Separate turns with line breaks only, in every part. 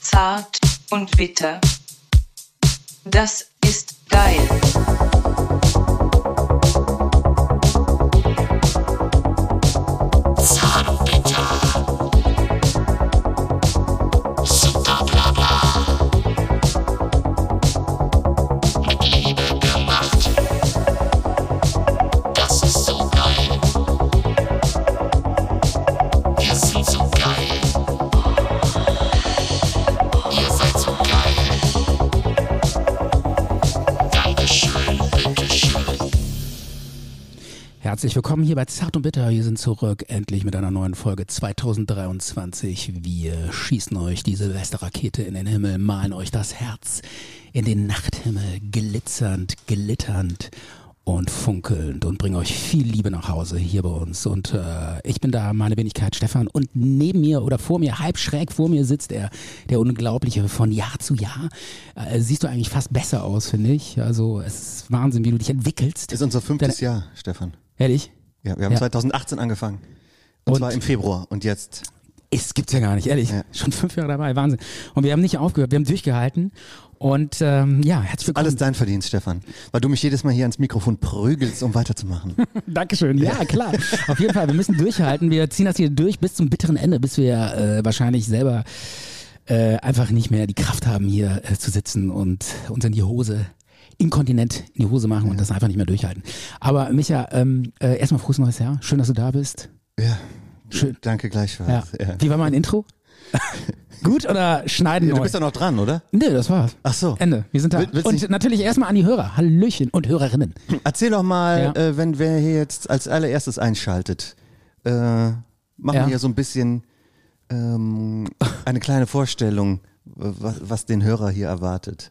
zart und bitter. Das ist geil.
Herzlich willkommen hier bei Zart und Bitter. Wir sind zurück, endlich mit einer neuen Folge 2023. Wir schießen euch die Silvesterrakete in den Himmel, malen euch das Herz in den Nachthimmel, glitzernd, glitternd und funkelnd und bringen euch viel Liebe nach Hause hier bei uns. Und äh, ich bin da, meine Wenigkeit Stefan. Und neben mir oder vor mir, halb schräg vor mir sitzt er, der Unglaubliche von Jahr zu Jahr. Äh, siehst du eigentlich fast besser aus, finde ich. Also es ist Wahnsinn, wie du dich entwickelst.
Das ist unser fünftes Jahr, Stefan.
Ehrlich?
Ja, wir haben
Ja.
2018 angefangen. Und,
Und-
zwar im Februar. Und jetzt
Es gibt's ja gar nicht, ehrlich.
Ja.
Schon fünf Jahre dabei, Wahnsinn. Und wir haben nicht aufgehört, wir haben durchgehalten. Und ähm, ja, herzlich willkommen.
alles dein Verdienst, Stefan. Weil du mich jedes Mal hier ans Mikrofon prügelst, um weiterzumachen.
Dankeschön. Ja, klar. Auf jeden Fall, wir müssen durchhalten. Wir ziehen das hier durch bis zum bitteren Ende, bis wir äh, wahrscheinlich selber äh, einfach nicht mehr die Kraft haben, hier äh, zu sitzen und uns in die Hose inkontinent in die Hose machen und das einfach nicht mehr durchhalten. Aber Micha, ähm, äh, erstmal frohes neues Jahr. Schön, dass du da bist.
Ja.
Schön.
Danke
Ja.
gleichfalls. Ja.
Wie war mein Intro? Gut oder schneiden
Du
neu?
bist doch noch dran, oder?
Nee, das war's.
Ach so.
Ende. Wir sind da.
Will- willst
und
nicht-
natürlich erstmal an die Hörer. Hallöchen und Hörerinnen.
Erzähl doch mal,
Ja.
äh, wenn wer hier jetzt als allererstes einschaltet, äh, machen
Ja.
wir hier so ein bisschen ähm, eine kleine Vorstellung, äh, was, was den Hörer hier erwartet.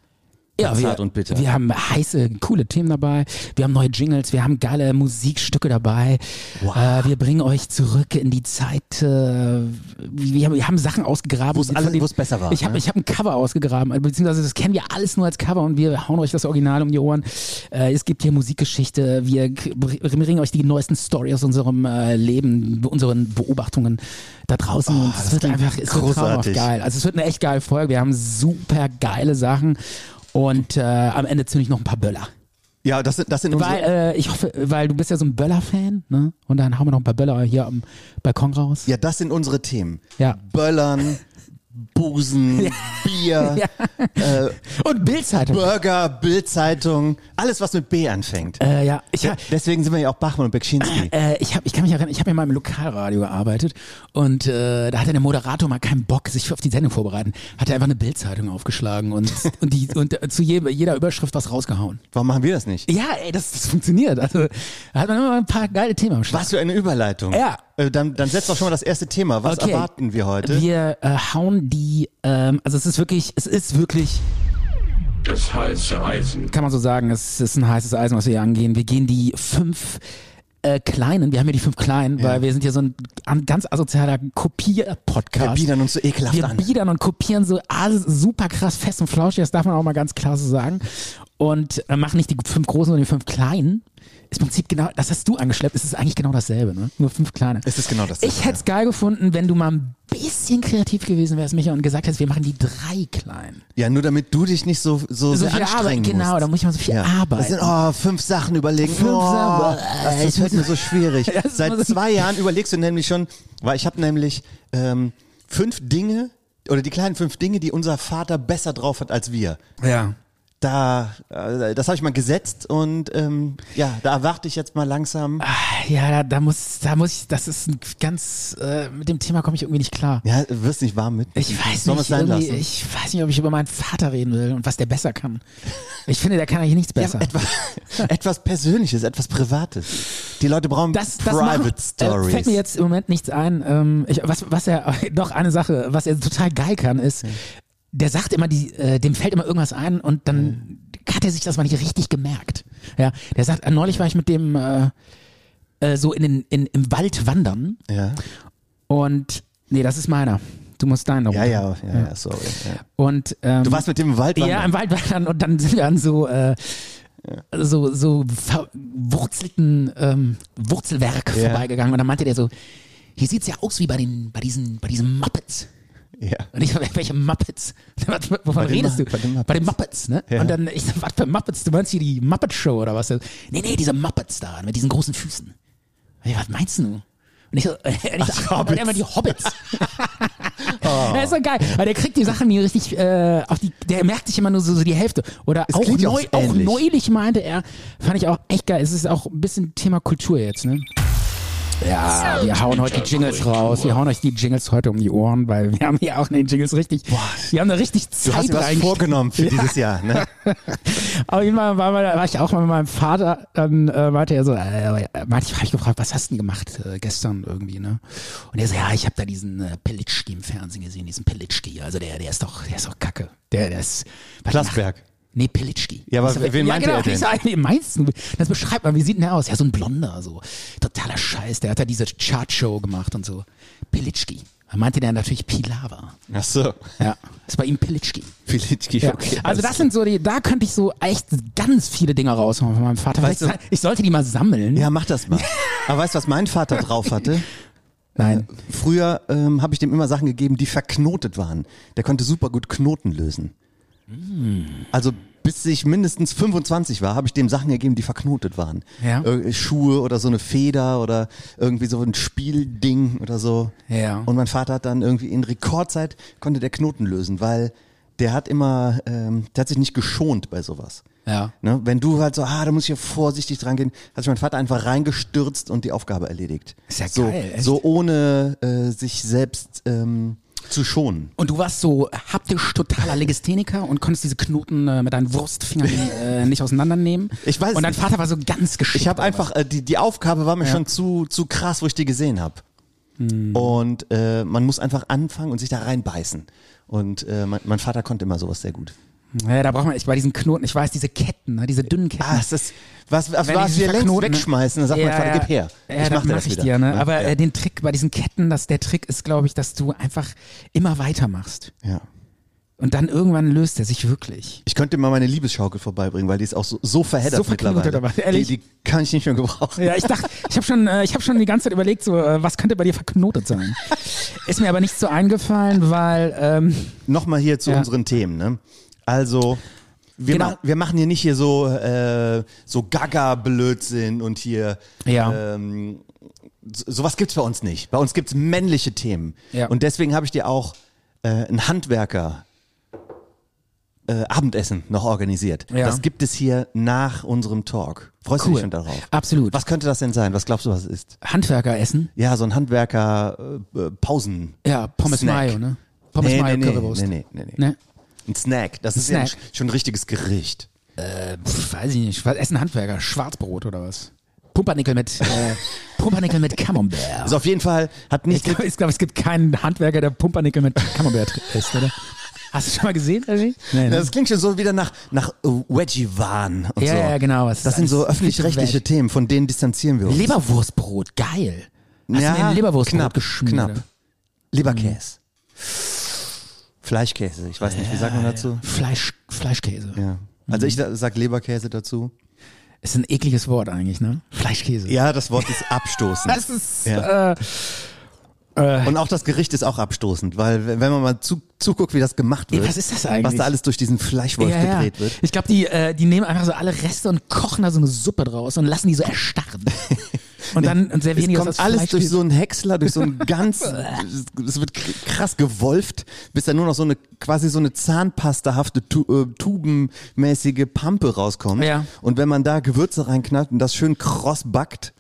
Ja, wir,
Zart und bitter.
wir haben heiße, coole Themen dabei. Wir haben neue Jingles, wir haben geile Musikstücke dabei.
Wow.
Äh, wir bringen euch zurück in die Zeit. Äh, wir, haben- wir haben Sachen ausgegraben,
Wo's
von
alle-
denen-
wo's besser war,
Ich habe
ne?
ich hab ein Cover ausgegraben, also beziehungsweise das kennen wir alles nur als Cover und wir hauen euch das Original um die Ohren. Äh, es gibt hier Musikgeschichte. Wir k- br- bringen euch die neuesten Story aus unserem äh, Leben, unseren Beobachtungen da draußen. und es wird einfach es wird traumhaft
Oh, großartig.
geil. Also es wird eine echt geile Folge. Wir haben super geile Sachen und äh, am Ende zünde ich noch ein paar Böller.
Ja, das sind, das sind unsere,
Weil äh, ich hoffe, weil du bist ja so ein Böller-Fan, ne? Und dann hauen wir noch ein paar Böller hier am Balkon raus.
ja, das sind unsere Themen.
Ja.
Böllern, Busen, Bier, äh,
Und Bildzeitung.
Burger, Bildzeitung, alles was mit B anfängt.
Äh, ja, ich,
Ja, Deswegen sind wir ja auch Bachmann und Bekschinski.
Äh, ich, hab, ich kann mich erinnern, ich habe ja mal im Lokalradio gearbeitet und äh, da hatte der Moderator mal keinen Bock, sich auf die Sendung vorbereiten. Hat er einfach eine Bildzeitung aufgeschlagen und, und, die, und äh, zu jedem, jeder Überschrift was rausgehauen.
Warum machen wir das nicht?
Ja, ey, das, das funktioniert. Also da hat man immer ein paar geile Themen am Start.
Was für eine Überleitung.
Ja.
Äh, Dann, dann setzt doch schon mal das erste Thema. Was
Okay.
erwarten wir heute?
Wir äh, hauen die, ähm, also es ist wirklich, es ist wirklich,
Das heiße Eisen.
kann man so sagen, es ist ein heißes Eisen, was wir hier angehen. Wir gehen die fünf äh, Kleinen, wir haben hier die fünf Kleinen, weil wir sind hier so ein an- ganz asozialer
wir
Kopier-Podcast.
biedern uns so ekelhaft
wir
an.
biedern und kopieren so alles super krass fest und flauschig, das darf man auch mal ganz klar so sagen. Und äh, machen nicht die fünf großen, sondern die fünf kleinen. Ist im Prinzip genau, das hast du angeschleppt, es ist eigentlich genau dasselbe, ne? Nur fünf kleine.
Es ist genau dasselbe,
Ich hätte es geil gefunden, wenn du mal ein bisschen kreativ gewesen wärst, Micha, und gesagt hättest, wir machen die drei kleinen.
Ja, nur damit du dich nicht so,
So
so, sehr
viel
anstrengen
Arbeit, genau,
musst.
da muss ich mal so viel arbeiten.
Das sind oh, fünf Sachen überlegen.
Fünf
oh,
Sachen, boah,
Ey,
das
es wird mir so schwierig.
Das ist immer
Seit
so-
zwei Jahren überlegst du nämlich schon, weil ich habe nämlich ähm, fünf Dinge oder die kleinen fünf Dinge, die unser Vater besser drauf hat als wir.
Ja.
Da, äh, das habe ich mal gesetzt und ähm, ja, da erwarte ich jetzt mal langsam.
Ah. Ja, da, da muss, da muss ich, das ist ein ganz, äh, mit dem Thema komme ich irgendwie nicht klar.
Ja, wirst nicht warm mit.
Ich weiß
Sollen
nicht,
wir es sein
irgendwie-
lassen?
ich weiß nicht, ob ich über meinen Vater reden will und was der besser kann. Ich finde, der kann eigentlich nichts besser.
etwas, etwas Persönliches, etwas Privates. Die Leute brauchen
das, das
Private
macht, Äh,
Stories.
fällt mir jetzt im Moment nichts ein. Ähm, ich, was, was er, doch eine Sache, was er total geil kann, ist, der sagt immer, die, äh, dem fällt immer irgendwas ein und dann hat er sich das mal nicht richtig gemerkt. Ja, der sagt, äh, neulich war ich mit dem äh, äh, so in den, in, im Wald wandern
ja.
und, nee, das ist meiner. Du musst deinen noch
Ja,
runter.
ja, ja, ja, sorry. Ja.
Und, ähm,
Du warst mit dem im Wald
Ja, im Wald wandern und dann sind wir an so, äh, so, so verwurzelten ähm, Wurzelwerk
Ja.
vorbeigegangen und dann meinte der so, hier sieht's ja aus wie bei den, bei diesen, bei diesen Muppets.
Ja.
Und ich so, welche Muppets? Was- Wovon
den
redest
Mu-
du?
bei den Muppets.
Bei den Muppets, ne?
Ja.
Und dann, ich so, was für Muppets? Du meinst hier die Muppet-Show oder was? Nee, nee, diese Muppets da, mit diesen großen Füßen. Und ich, was meinst du? Und ich so, und ich so ach, und
Hobbits.
immer die Hobbits. Das ist so geil. Weil der kriegt die Sachen nie richtig, äh, auf die, der merkt sich immer nur so, so die Hälfte. Oder auch,
klingt ja auch
neu, auch
ähnlich.
neulich meinte er, fand ich auch echt geil. Es ist auch ein bisschen Thema Kultur jetzt, ne? Ja, wir hauen heute die Jingles raus. Wir hauen euch die Jingles heute um die Ohren, weil wir haben hier auch den Jingles richtig. wir haben da richtig
Du hast
Zeit
dir was
reingesteckt.
vorgenommen für dieses Jahr, ne?
Auf jeden Fall war, mal, war ich auch mal mit meinem Vater, dann äh, meinte er so, äh, meinte ich, hab ich gefragt, was hast du denn gemacht äh, gestern irgendwie, ne? Und er so, ja, ich habe da diesen äh, Pelitschki im Fernsehen gesehen, diesen Pelitschki. Also der, der ist doch, der ist doch kacke. Der, der ist. was
Plasberg.
macht- Nee, Pelitschki.
Ja, aber
Ich
wen meinte
genau,
er denn?
Ich so, wen meinst du? Das beschreibt man, wie sieht denn der aus? Ja, so ein Blonder, so. Totaler Scheiß. Der hat da diese Chartshow gemacht und so. Pelitschki. Da meinte der natürlich Pilawa.
Ach so.
Ja. Das war ihm Pelitschki.
Filitschki,
Ja.
okay.
also das sind so die, da könnte ich so echt ganz viele Dinge raushauen von meinem Vater.
Weißt
Vielleicht-
du-
ich sollte die mal sammeln.
Ja, mach das mal. Aber weißt du, was mein Vater drauf hatte?
Nein.
Äh, Früher ähm, habe ich dem immer Sachen gegeben, die verknotet waren. Der konnte super gut Knoten lösen.
Hm.
Also bis ich mindestens 25 war, habe ich dem Sachen gegeben, die verknotet waren.
Ja.
Äh, Schuhe oder so eine Feder oder irgendwie so ein Spielding oder so.
Ja.
Und mein Vater hat dann irgendwie in Rekordzeit konnte der Knoten lösen, weil der hat immer, ähm, der hat sich nicht geschont bei sowas.
Ja.
Ne? Wenn du halt so, ah, da muss ich ja vorsichtig dran gehen, hat sich mein Vater einfach reingestürzt und die Aufgabe erledigt.
Ist ja
so,
geil, echt.
so ohne äh, sich selbst ähm, zu schonen.
Und du warst so haptisch totaler Legistheniker und konntest diese Knoten äh, mit deinen Wurstfingern äh, nicht auseinandernehmen.
Ich weiß
Und dein
nicht.
Vater war so ganz geschickt.
Ich habe
oder
einfach, äh, die, die Aufgabe war mir schon zu, zu krass, wo ich die gesehen habe.
Hm.
Und äh, man muss einfach anfangen und sich da reinbeißen. Und äh, mein, mein Vater konnte immer sowas sehr gut.
was. Ja, da braucht man echt bei diesen Knoten, ich weiß, diese Ketten, ne, diese dünnen Ketten.
Ah, es ist, was, was,
Wenn die
was
sich
wir längst
verknoten, ne?
wegschmeißen, dann sagt mein Vater, gib her.
Ja, ich mach,
dir
mach
das
ich
wieder.
dir, ne? Aber
ja.
äh, den Trick bei diesen Ketten, dass der Trick ist, glaube ich, dass du einfach immer weitermachst.
ja.
Und dann irgendwann löst er sich wirklich.
Ich könnte mal meine Liebesschaukel vorbeibringen, weil die ist auch so, so verheddert
So verknotet
mittlerweile.
aber, ehrlich?
Die, die kann ich nicht mehr gebrauchen.
Ja, ich dachte, ich habe schon, äh, ich habe schon die ganze Zeit überlegt, so, äh, was könnte bei dir verknotet sein? Ist mir aber nicht so eingefallen, weil ähm,
Nochmal hier zu
Ja.
unseren Themen. Ne? Also, wir,
Genau.
ma wir machen hier nicht hier so, äh, so Gaga-Blödsinn und hier
Ja.
ähm, so, sowas gibt's bei uns nicht. Bei uns gibt's männliche Themen.
Ja.
Und deswegen habe ich dir auch äh, ein Handwerker äh, Abendessen noch organisiert.
Ja.
Das gibt es hier nach unserem Talk. Freust du
Cool.
dich schon darauf?
Absolut.
Was könnte das denn sein? Was glaubst du, was es ist?
Handwerker essen,
Ja, so ein Handwerker äh, äh, Pausen.
ja, Pommes
Snack.
Mayo, ne? Pommes
nee,
Mayo,
nee,
Currywurst.
Nee, nee, nee, nee.
Ne?
Ein Snack. Das ist
Snack.
ja ein- schon ein richtiges Gericht.
Äh, pf, weiß ich nicht. Was essen Handwerker? Schwarzbrot oder was? Pumpernickel mit äh, Pumpernickel mit Camembert.
Also auf jeden Fall hat
ich
nicht.
glaube, glaub, es gibt keinen Handwerker, der Pumpernickel mit Camembert isst, oder? Hast du schon mal gesehen? Regie? Nee, ne?
Das klingt schon so wieder nach, nach äh, Wedgie-Wahn und
Ja,
so.
ja, genau. Es ist
Das sind so
alles
öffentlich-rechtliche
Weg.
Themen, von denen distanzieren wir uns.
Leberwurstbrot, geil. Hast
Ja,
du mir ein Leberwurstbrot
knapp,
geschmiert?
knapp. Leberkäse. Fleischkäse, ich weiß nicht, wie sagt man dazu?
Fleisch, Fleischkäse.
Ja. Also
Mhm.
ich da- sag Leberkäse dazu.
Ist ein ekliges Wort eigentlich, ne? Fleischkäse.
Ja, das Wort ist abstoßend.
Das ist.
Ja.
Äh,
Und auch das Gericht ist auch abstoßend, weil wenn man mal zu, zuguckt, wie das gemacht wird,
Ja, was ist das eigentlich?
was da alles durch diesen Fleischwolf
ja, ja.
gedreht wird.
Ich glaube, die, äh, die nehmen einfach so alle Reste und kochen da so eine Suppe draus und lassen die so erstarren. Und dann und servieren
Es
die
kommt
das
alles durch
Fleischkäse.
so einen Häcksler, durch so einen ganz, es wird k- krass gewolft, bis da nur noch so eine, quasi so eine zahnpastahafte, tu, äh, tubenmäßige Pampe rauskommt.
Ja.
Und wenn man da Gewürze reinknallt und das schön kross backt,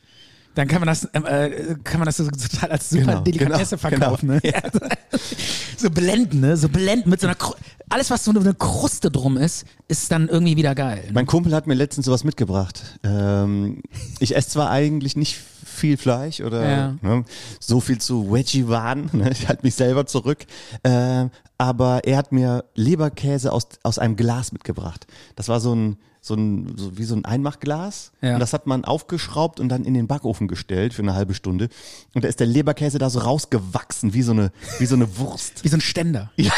Dann kann man das, ähm, äh, kann man das so total als super
Genau,
Delikatesse
genau,
verkaufen. Ne? so blenden, ne? So blenden mit so einer Kru Alles, was so eine Kruste drum ist, ist dann irgendwie wieder geil. ne?
mein Kumpel hat mir letztens sowas mitgebracht. Ähm, ich esse zwar eigentlich nicht viel Fleisch oder
Ja.
ne, so viel zu Veggie-Waren, ne, ich halte mich selber zurück, ähm, aber er hat mir Leberkäse aus, aus einem Glas mitgebracht. Das war so ein, so ein so wie so ein Einmachglas
Ja.
und das hat man aufgeschraubt und dann in den Backofen gestellt für eine halbe Stunde und da ist der Leberkäse da so rausgewachsen, wie so eine, wie so eine Wurst.
Wie so ein Ständer.
Ja.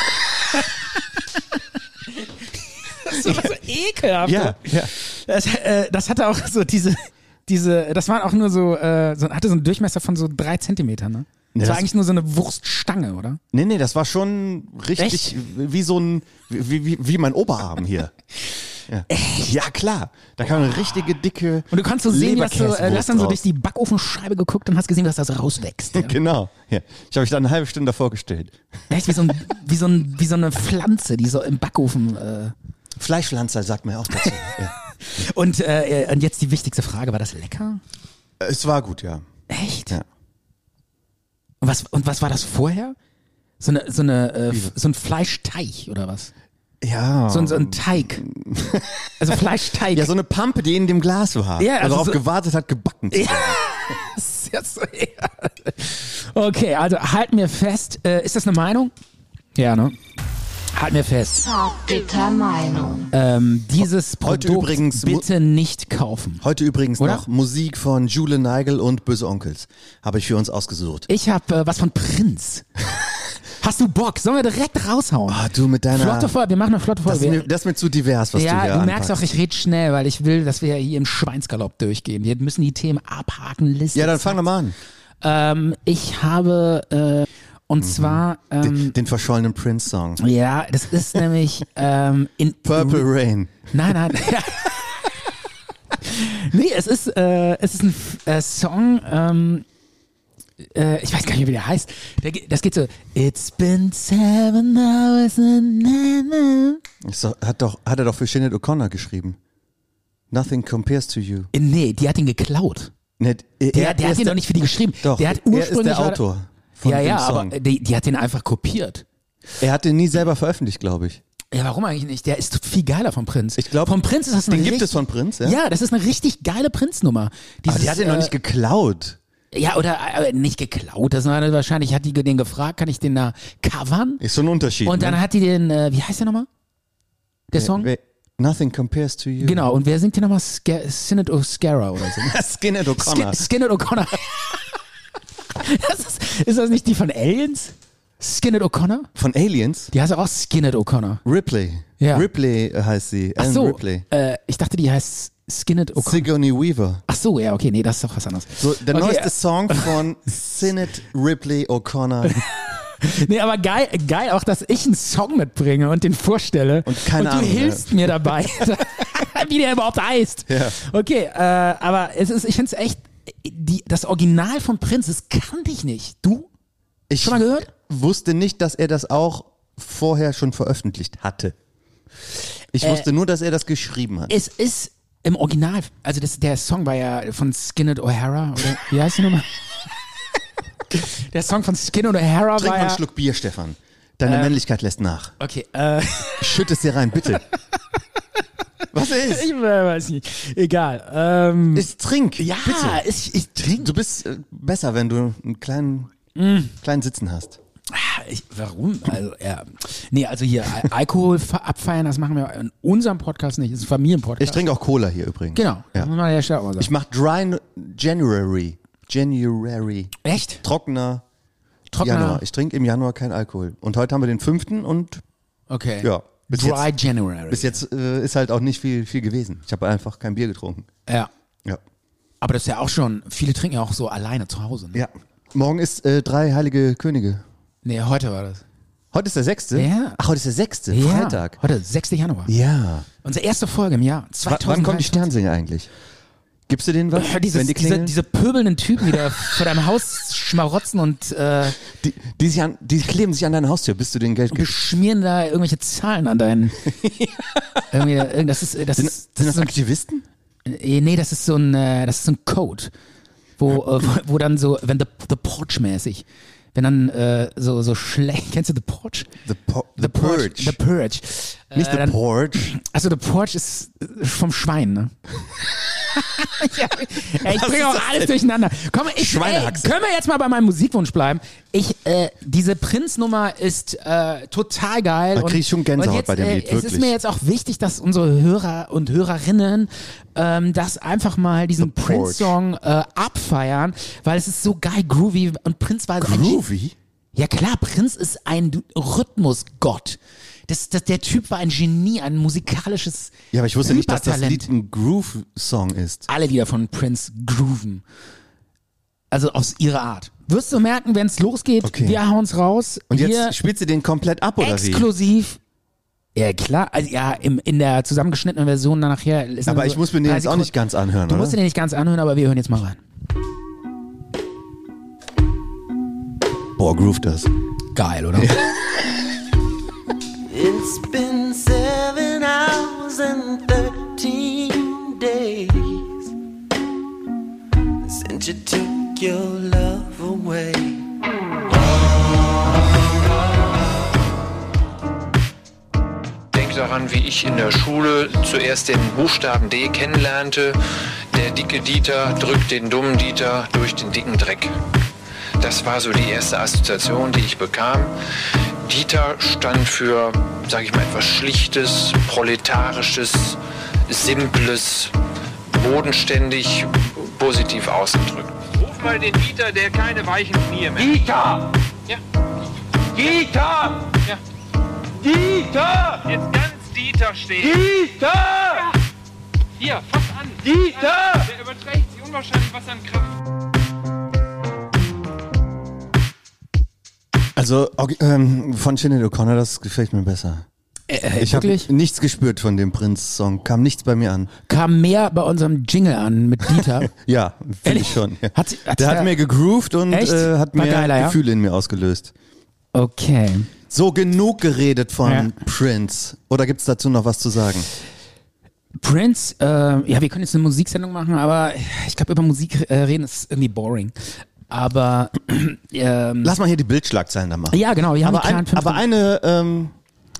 das ist immer so ekelhaft.
Ja, ja.
Das, äh, das hatte auch so diese, diese, das waren auch nur so, äh, so hatte so einen Durchmesser von so drei Zentimetern, ne? Das
Ja,
war
das-
eigentlich nur so eine Wurststange, oder?
Nee, nee, das war schon richtig wie so ein, wie, wie, wie mein Oberarm hier. Ja. ja, klar. Da kam eine richtige dicke.
Und du kannst so sehen, dass du, äh, du hast dann so
Leberkäsewurst
durch die Backofenscheibe geguckt und hast gesehen, dass das rauswächst. Ja.
raus. Genau. Ja. Ich habe mich da eine halbe Stunde davor gestellt.
Echt wie so, ein, wie, so ein, wie so eine Pflanze, die so im Backofen. Äh.
Fleischpflanzer sagt mir auch dazu. ja.
Und, äh, und jetzt die wichtigste Frage: War das lecker?
Es war gut, ja.
Echt?
Ja.
Und was, und was war das vorher? So, eine, so, eine, äh, f- so ein Fleischteich oder was?
Ja.
So, ein- so ein Teig. Also Fleischteig.
Ähm. ja, so eine Pampe, die in dem Glas war.
Ja,
und
also
darauf
so-
gewartet hat, gebacken zu werden.
ist ja so, ja. Okay, also halt mir fest. Äh, ist das eine Meinung? Ja, ne? Halt mir fest.
Zartbitter Meinung.
Ähm, dieses
Heute
Produkt
übrigens mu-
bitte nicht kaufen.
Heute übrigens
Oder?
noch Musik von Jule Neigel und Böse Onkels. Habe ich für uns ausgesucht.
Ich habe äh, was von Prinz. Hast du Bock? Sollen wir direkt raushauen?
Ah, du mit deiner-
Flotte Folge, wir machen eine flotte
Das ist, mir,
Folge.
das ist mir zu divers, was du
ja,
hier
du merkst auch,
anpackst.
ich rede schnell, weil ich will, dass wir hier im Schweinsgalopp durchgehen. Wir müssen die Themen abhaken, Liste.
Ja, dann fang doch mal an.
Ähm, ich habe, äh, und
Mhm.
zwar, ähm,
Den, den verschollenen Prince-Song.
ja, das ist nämlich ähm, in
Purple Rain.
Nein, nein. nee, es ist, äh, es ist ein F- äh, Song, ähm, äh, ich weiß gar nicht, wie der heißt. Der, ge- das geht so, It's been seven hours and nine minutes.
Ist doch, hat, doch, hat er doch für Sinead O'Connor geschrieben. Nothing compares to you.
Äh, Nee, die hat ihn geklaut.
Ne, er,
Der,
er
der hat
ist
ihn
der-
doch nicht für die geschrieben.
Doch,
der hat
er ist
ursprünglich
der
war-
Autor von
ja,
dem
ja,
Song.
aber äh, die, die hat den einfach kopiert.
Er hat den nie selber veröffentlicht, glaube ich.
Ja, warum eigentlich nicht? Der ist viel geiler vom Prinz.
Ich glaub,
vom Prinz ist das eine
Den gibt
richtig-
es von Prinz, ja?
ja? äh, das ist eine richtig geile Prinznummer.
aber die hat ihn noch nicht geklaut.
Ja, oder äh, nicht geklaut, das war wahrscheinlich, hat die den gefragt, kann ich den da covern?
Ist so ein Unterschied.
Und dann
ne?
hat die den, äh, wie heißt der nochmal? Der Song?
Wer- Nothing compares to you.
Genau, und wer singt den nochmal? Sca- Sinead O'Scara oder so. ne?
Skinhead O'Connor.
Skin- Sinead O'Connor. das ist, ist das nicht die von Aliens? Sinead O'Connor?
Von Aliens?
Die heißt auch Sinead O'Connor.
Ripley.
Ja.
Ripley äh, heißt sie.
Ach
Ellen
so,
Ripley.
äh, ich dachte, die heißt Sinead O'Connor.
Sigourney Weaver.
Ach so, ja, okay, nee, das ist doch was anderes.
So, der
okay,
neueste Song von Sinead Ripley O'Connor.
Nee, aber geil, geil auch, dass ich einen Song mitbringe und den vorstelle.
Und keine
du
Ahnung,
hilfst mir dabei, wie der überhaupt heißt.
Ja.
Okay, äh, aber es ist, ich finde es echt, die, das Original von Prinz, das kannte ich nicht. Du?
Ich
Schon mal gehört?
wusste nicht, dass er das auch vorher schon veröffentlicht hatte. Ich
Äh,
wusste nur, dass er das geschrieben hat.
Es ist im Original, also das, der Song war ja von Skinnet O'Hara, oder wie heißt die nochmal? der Song von Skinnet O'Hara
Trink
war
mal einen
ja, Ähm.
Schluck Bier, Stefan. Deine Männlichkeit lässt nach.
Okay, äh,
Schütt es dir rein, bitte. Was ist?
ich weiß nicht. Egal. Ähm,
Ist trink.
ja,
bitte.
Ich, ich trinke
Du bist äh, besser, wenn du einen kleinen,
Mm.
kleinen Sitzen hast.
Ich, warum? Also, ja. Nee, also hier, Al- Alkohol ver- abfeiern, das machen wir in unserem Podcast nicht. Das ist ein Familienpodcast.
Ich trinke auch Cola hier übrigens.
Genau. Das muss
Ja.
man ja schon auch mal sagen.
Ich mach Dry No- January. January.
Echt?
Trockener
Trockener.
Januar. genau. Ich trinke im Januar keinen Alkohol. Und heute haben wir den fünften und
Okay.
Ja, bis
Dry January.
Bis jetzt äh, ist halt auch nicht viel, viel gewesen. Ich habe einfach kein Bier getrunken.
ja.
Ja.
Aber das ist ja auch schon, viele trinken ja auch so alleine zu Hause. Ne?
ja. Morgen ist äh, drei heilige Könige.
Nee, heute war das.
Heute ist der sechste?
Ja.
Ach, heute ist der sechste, Freitag.
Ja, heute, 6. Januar.
Ja.
Unsere erste Folge im Jahr.
W
2000
wann kommen die Sternsinger eigentlich? Gibst du denen was?
Dieses,
wenn die
diese,
klingeln?
diese pöbelnden Typen, die da vor deinem Haus schmarotzen und äh,
die, die, sich an, die kleben sich an deine Haustür, bis du denen Geld gibst.
beschmieren da irgendwelche Zahlen an deinen. irgendwie, äh, irgend- das ist, das
Sind,
ist, das ist
sind das
so ein
Aktivisten?
Äh, Nee, das ist so ein, äh, das ist so ein Code, wo, äh, wo, wo dann so, wenn The, the Porch-mäßig, wenn dann äh, so, so schlecht, kennst du The Porch?
The, po the,
The Purge.
Nicht
äh,
The
dann-
Porch.
Also The Porch ist äh, vom Schwein, ne? ja, ey, ich
Was ist
bringe auch
das
alles
denn?
durcheinander. Komm, ich, ey,
Schweinehaxe.
können wir jetzt mal bei meinem Musikwunsch bleiben? Ich, äh, diese Prinz-Nummer ist äh, total geil.
Da
und-
krieg ich schon Gänsehaut
und jetzt,
bei dem
äh,
Lied,
Es ist
wirklich.
mir jetzt auch wichtig, dass unsere Hörer und Hörerinnen ähm, das einfach mal diesen
The Porch.
Prinz-Song äh, abfeiern, weil es ist so geil groovy und Prinz war so ein
Groovy?
ja klar, Prinz ist ein Du- Rhythmusgott. Das, das, der Typ war ein Genie, ein musikalisches
Ja, aber ich wusste nicht, dass das
Übertalent.
Lied ein Groove-Song ist.
alle Lieder von Prince grooven. Also aus ihrer Art. Wirst du merken, wenn es losgeht,
Okay.
wir hauen's raus.
Und jetzt
Hier
spielt sie den komplett ab, oder wie?
exklusiv. Ja, klar. Also, ja, im, in der zusammengeschnittenen Version dann nachher. Ist
Aber
dann so
ich muss mir den
drei
jetzt auch nicht
Sekunden.
ganz anhören,
Du musst
oder?
den nicht ganz anhören, aber wir hören jetzt mal rein.
Boah, groove das.
Geil, oder?
It's been seven hours and thirteen days since you took your love away.
Denk daran, wie ich in der Schule zuerst den Buchstaben D kennenlernte. Der dicke Dieter drückt den dummen Dieter durch den dicken Dreck. Das war so die erste Assoziation, die ich bekam. Dieter stand für, sag ich mal, etwas Schlichtes, Proletarisches, Simples, bodenständig, positiv ausgedrückt.
Ruf mal den Dieter, der keine weichen Knie mehr hat.
Dieter!
Ja.
Dieter!
Ja.
Dieter!
Jetzt ganz Dieter stehen.
Dieter!
Hier, fass an. Also,
Dieter!
Der überträgt sich unwahrscheinlich was an Kraft.
Also ok- ähm, von Sinead O'Connor, das gefällt mir besser. ich habe
Äh, wirklich?
nichts gespürt von dem Prinz-Song, kam nichts bei mir an.
Kam mehr bei unserem Jingle an mit Dieter.
Ja, finde
Ehrlich?
ich schon. Ja.
Hat sie- hat
Der
sie
hat
da-
mir gegroovt und
Echt?
äh, hat
War
mir
geiler, ja?
Gefühle in mir ausgelöst.
Okay.
So, genug geredet von
Ja.
Prince. Oder gibt's dazu noch was zu sagen?
Prince, äh, ja, wir können jetzt eine Musiksendung machen, aber ich glaube, über Musik äh, reden ist irgendwie boring. Aber ähm,
Lass mal hier die Bildschlagzeilen da machen.
ja, genau, wir haben
aber,
einen
ein,
kleinen
aber
fünf-
eine, ähm,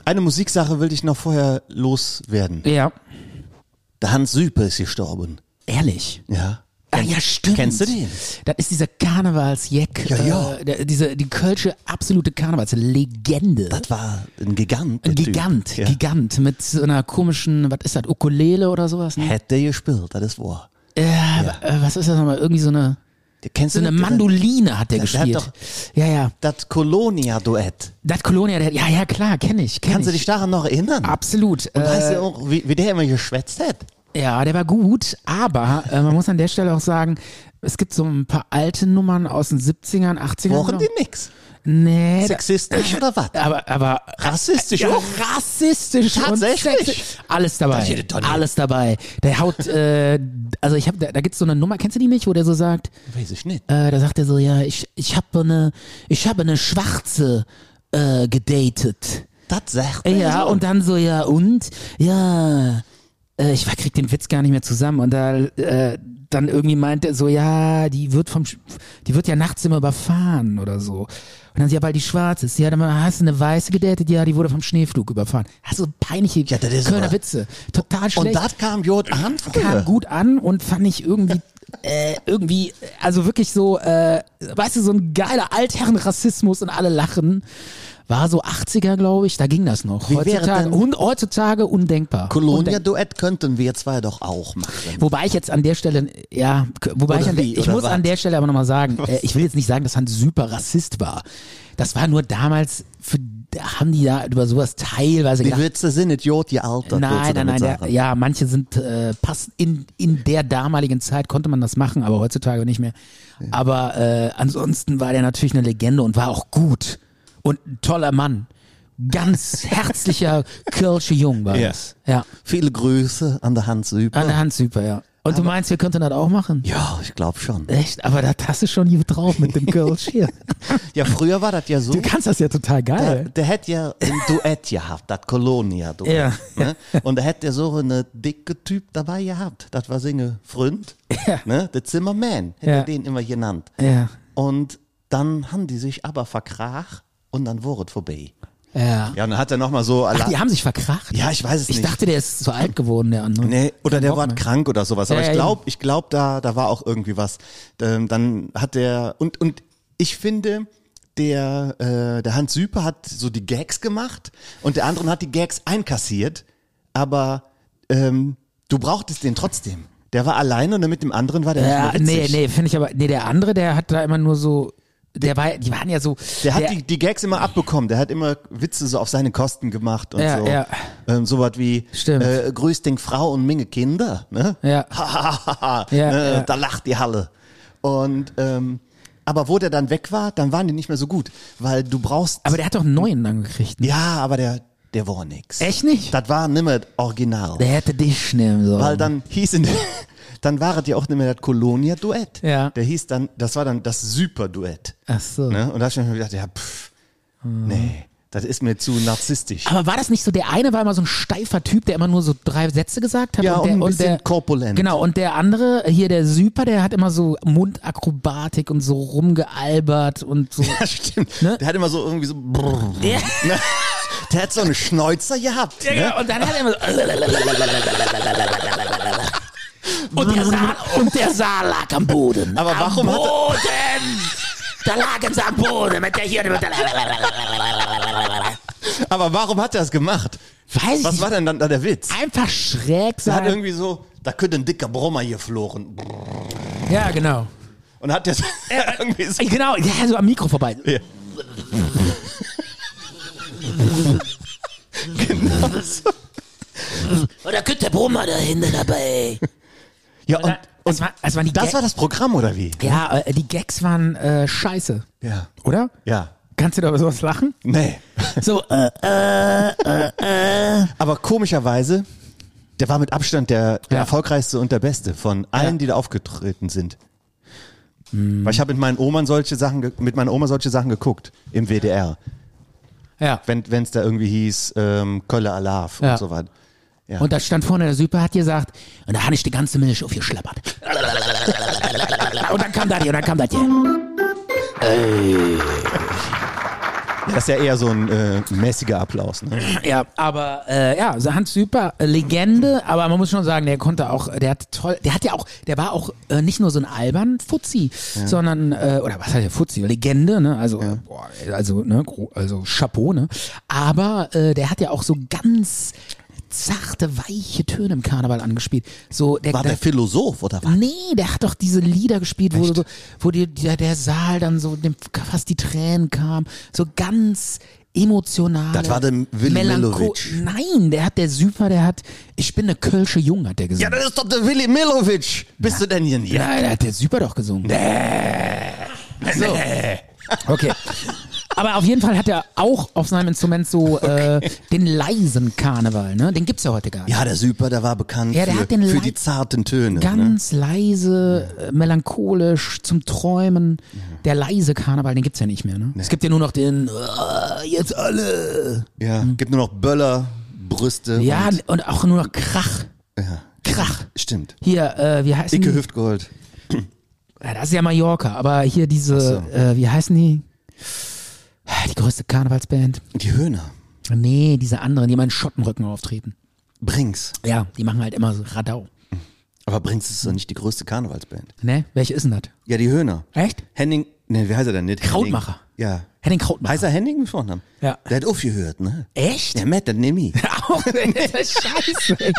eine Musiksache will ich noch vorher loswerden.
Ja,
Der Hans Süpe ist gestorben.
ehrlich.
Ja.
Ah, ja, stimmt.
kennst du den?
Das ist dieser Karnevalsjack.
Ja, ja.
Äh, der, diese, die Kölsche absolute Karnevalslegende.
Das war ein Gigant. der
Ein
Typ.
Gigant,
Ja.
Gigant. Mit so einer komischen, was ist das, Ukulele oder sowas? Ne?
Hätte gespielt, das ist wahr.
Äh, was ist das nochmal? Irgendwie so eine,
Kennst
so eine
nicht diese-
Mandoline hat der
Der- der hat
gespielt.
doch-
ja, ja.
Das Colonia-Duett.
Das Colonia, der, ja, ja, klar, kenne ich. Kenn
Kannst du
ich.
dich daran noch erinnern?
Absolut.
Und weißt
Äh,
du auch, wie, wie der immer geschwätzt hat?
ja, der war gut, aber äh, man muss an der Stelle auch sagen, es gibt so ein paar alte Nummern aus den 70ern, 80ern.
Wochen
noch.
die nix.
Nee. genau. da-
Sexistisch oder was?
Aber, aber
Rassistisch
ja,
auch?
rassistisch
Tatsächlich?
und sexi- alles
Das
dabei
jede Tonne.
alles dabei der haut äh, also ich habe da, da gibt's so eine Nummer kennst du die nicht wo der so sagt
Weiß ich nicht.
äh, da sagt er so ja ich ich habe eine ich habe eine schwarze äh, gedatet
Das sagt er
ja
schon.
und dann so ja und ja äh, ich war- krieg den Witz gar nicht mehr zusammen und da äh, dann irgendwie meint er so ja die wird vom Sch- die wird ja nachts immer überfahren oder so und dann sie ja weil die schwarz ist ja dann hast du eine weiße gedatet ja die wurde vom Schneeflug überfahren also peinliche
Ja, das ist
Kölner
aber-
Witze total schlecht
Und das kam Jod an.
kam gut an und fand ich irgendwie äh, irgendwie also wirklich so äh, weißt du so ein geiler Altherrenrassismus und alle lachen war so 80er glaube ich da ging das noch
Wie wäre
heutzutage
denn-
und heutzutage undenkbar Undenk-
Colonia-Duett könnten wir zwei doch auch machen.
Wobei ich jetzt an der Stelle, ja, k- wobei
Oder
ich, an der,
wie,
ich
oder
muss
was?
an der Stelle aber nochmal sagen, äh, ich will jetzt nicht sagen, dass Hans super Rassist war. Das war nur damals, für, da haben die da über sowas teilweise
Die
gedacht,
Witze sind nicht Jod, die Alter.
Nein, nein, nein. Der, ja, manche sind äh, passen in in der damaligen Zeit konnte man das machen, aber heutzutage nicht mehr. Aber äh, ansonsten war der natürlich eine Legende und war auch gut und ein toller Mann, ganz herzlicher Kölsche Jung war
Ja.
das. Ja, Ah.
Viele Grüße an der Hans Süper.
an der Hand super, ja. Und du meinst, wir könnten das auch machen?
Ja, ich glaube schon.
Echt? Aber da hast du schon gut drauf mit dem Kölsch hier.
Ja, früher war das ja so.
Du kannst das ja total
Der,
geil.
der hätte ja ein Duett gehabt, das Colonia-Duett.
Ja.
Ne? Und da hätte er so eine dicke Typ dabei gehabt. Das war seine Freund, ne? der Zimmerman, hätte
Ja.
er den immer genannt.
Ja.
Und dann haben die sich aber verkrach und dann wurde es vorbei.
Ja.
Ja, und dann hat er nochmal so...
Ach,
allein-
die haben sich verkracht?
ja, ich weiß es
Ich
nicht.
dachte, der ist zu alt geworden, der andere.
Nee, oder der war
Hm. mehr.
krank oder sowas. Aber
Ja,
ich
ja,
glaube, ich glaube, da, da war auch irgendwie was. Ähm, dann hat der und und ich finde, der äh, der Hans Süper hat so die Gags gemacht und der andere hat die Gags einkassiert. Aber ähm, du brauchtest den trotzdem. Der war alleine und mit dem anderen war der
Ja,
nicht mehr
nee,
witzig.
nee, finde ich aber, nee, der andere, der hat da immer nur so der war, die waren ja so.
Der hat die, die Gags immer abbekommen. Der hat immer Witze so auf seine Kosten gemacht und
Ja,
so.
ja.
Ähm, sowas wie
Stimmt.
Äh, Grüß den Frau und Menge Kinder. Ne?
Ja.
ja,
Ja,
ne?
ja.
Da lacht die Halle. Und ähm, aber wo der dann weg war, dann waren die nicht mehr so gut, weil du brauchst.
Aber der hat doch einen neuen dann gekriegt. Ne?
ja, aber der der war nix.
Echt nicht?
Das war nimmer das Original.
Der hätte dich nehmen sollen.
Weil dann hieß in dann war es ja auch nicht mehr das Colonia-Duett.
Ja.
Der hieß dann, das war dann das Super-Duett.
Ach so. Ah.
Ne? Und da habe ich mir gedacht, ja, pff, nee, das ist mir zu narzisstisch.
Aber war das nicht so, der eine war immer so ein steifer Typ, der immer nur so drei Sätze gesagt hat?
Ja, und
der,
ein bisschen korpulent.
Genau, und der andere, hier der Süper, der hat immer so Mundakrobatik und so rumgealbert und so.
Ja, stimmt.
Ne?
Der hat immer so irgendwie so. Ne? Der hat so eine Schnäuzer gehabt.
Ja,
ne?
genau, und dann hat er immer so. Und der, Saal, und der Saal lag am Boden.
Aber warum
am
hat er-
Boden! Da lagen sie am Boden mit der hier. Mit der
Aber warum hat er das gemacht?
Weiß ich
Was
nicht.
war denn dann da der Witz?
Einfach schräg
Der hat
sein.
irgendwie so, da könnte ein dicker Brummer hier floren.
Ja, genau.
Und hat jetzt irgendwie so.
Ey, Genau, ja, so am Mikro vorbei.
Ja. Genau
Oder könnte der Brummer da hinten dabei.
Ja, und,
das, war, das waren die
das
Gag-
war das Programm, oder wie?
Ja, äh, die Gags waren äh, scheiße.
Ja.
Oder?
Ja.
Kannst du da über sowas lachen?
Nee.
So, äh,
Aber komischerweise, der war mit Abstand der, der
Ja.
erfolgreichste und der beste von allen, die da aufgetreten sind. Weil ich habe mit meinen Oman solche Sachen ge- mit meiner Oma solche Sachen geguckt im WDR,
ja.
wenn es da irgendwie hieß ähm, Kölle Alarv
Ja.
und so weiter.
Und da stand vorne der Süper, hat gesagt, und da habe ich die ganze Milch aufgeschlappert. Und dann kam das hier, und dann kam das hier.
Das ist ja eher so ein äh, mäßiger Applaus. Ne?
Ja, aber äh, ja, so Hans Süper, äh, Legende, aber man muss schon sagen, der konnte auch, äh, der hat toll, der hat ja auch, der war auch äh, nicht nur so ein albern Fuzzi, sondern, äh, oder was heißt der Fuzzi, Legende, ne, also, äh, boah, also, ne, gro- also Chapeau, ne, aber äh, der hat ja auch so ganz zarte, weiche Töne im Karneval angespielt. So, der,
War der Philosoph oder was?
Nee, der hat doch diese Lieder gespielt, wo,
Echt?
so, wo die, der, der Saal dann so dem, fast die Tränen kam. So ganz emotional.
Das war der Willi Millowitsch.
Nein, der hat der Super, der hat, ich bin eine Kölsche Jung, hat der
Ja,
gesungen.
das ist doch der Willi Milovic. Bist du denn hier? nicht?
Ja, der hat der Super doch gesungen. Nee. So. Okay. Aber auf jeden Fall hat er auch auf seinem Instrument so äh, den leisen Karneval, ne? Den gibt's ja heute gar nicht.
Ja, der Süper, der war bekannt
Ja, der
für,
hat den
für
Leid-
die zarten Töne. ne?
Ganz leise, äh, melancholisch, zum Träumen. Der leise Karneval, den gibt's ja nicht mehr, ne? Es gibt ja nur noch den äh, jetzt alle.
Ja, gibt nur noch Böller, Brüste.
Ja,
und,
und, auch nur noch Krach.
ja.
Krach.
Stimmt.
Hier, äh, wie heißen
Dicke
die?
Hüftgold.
Ja, das ist ja Mallorca, aber hier diese,
Ach so.
äh, wie heißen die? Die größte Karnevalsband.
Die Höhner.
Nee, diese anderen, die immer in Schottenrücken auftreten.
Brings.
Ja, die machen halt immer so Radau.
Aber Brings ist doch nicht die größte Karnevalsband.
Ne? Welche ist denn das?
Ja, die Höhner.
Echt?
Henning, ne, wie heißt er denn? Nicht
Krautmacher.
Henning. Ja.
Henning Krautmacher.
Heißt er Henning mit Vornamen?
Ja.
Der hat aufgehört, ne?
Echt?
Der Matt, der Nemi.
Auch, Scheiße. ey.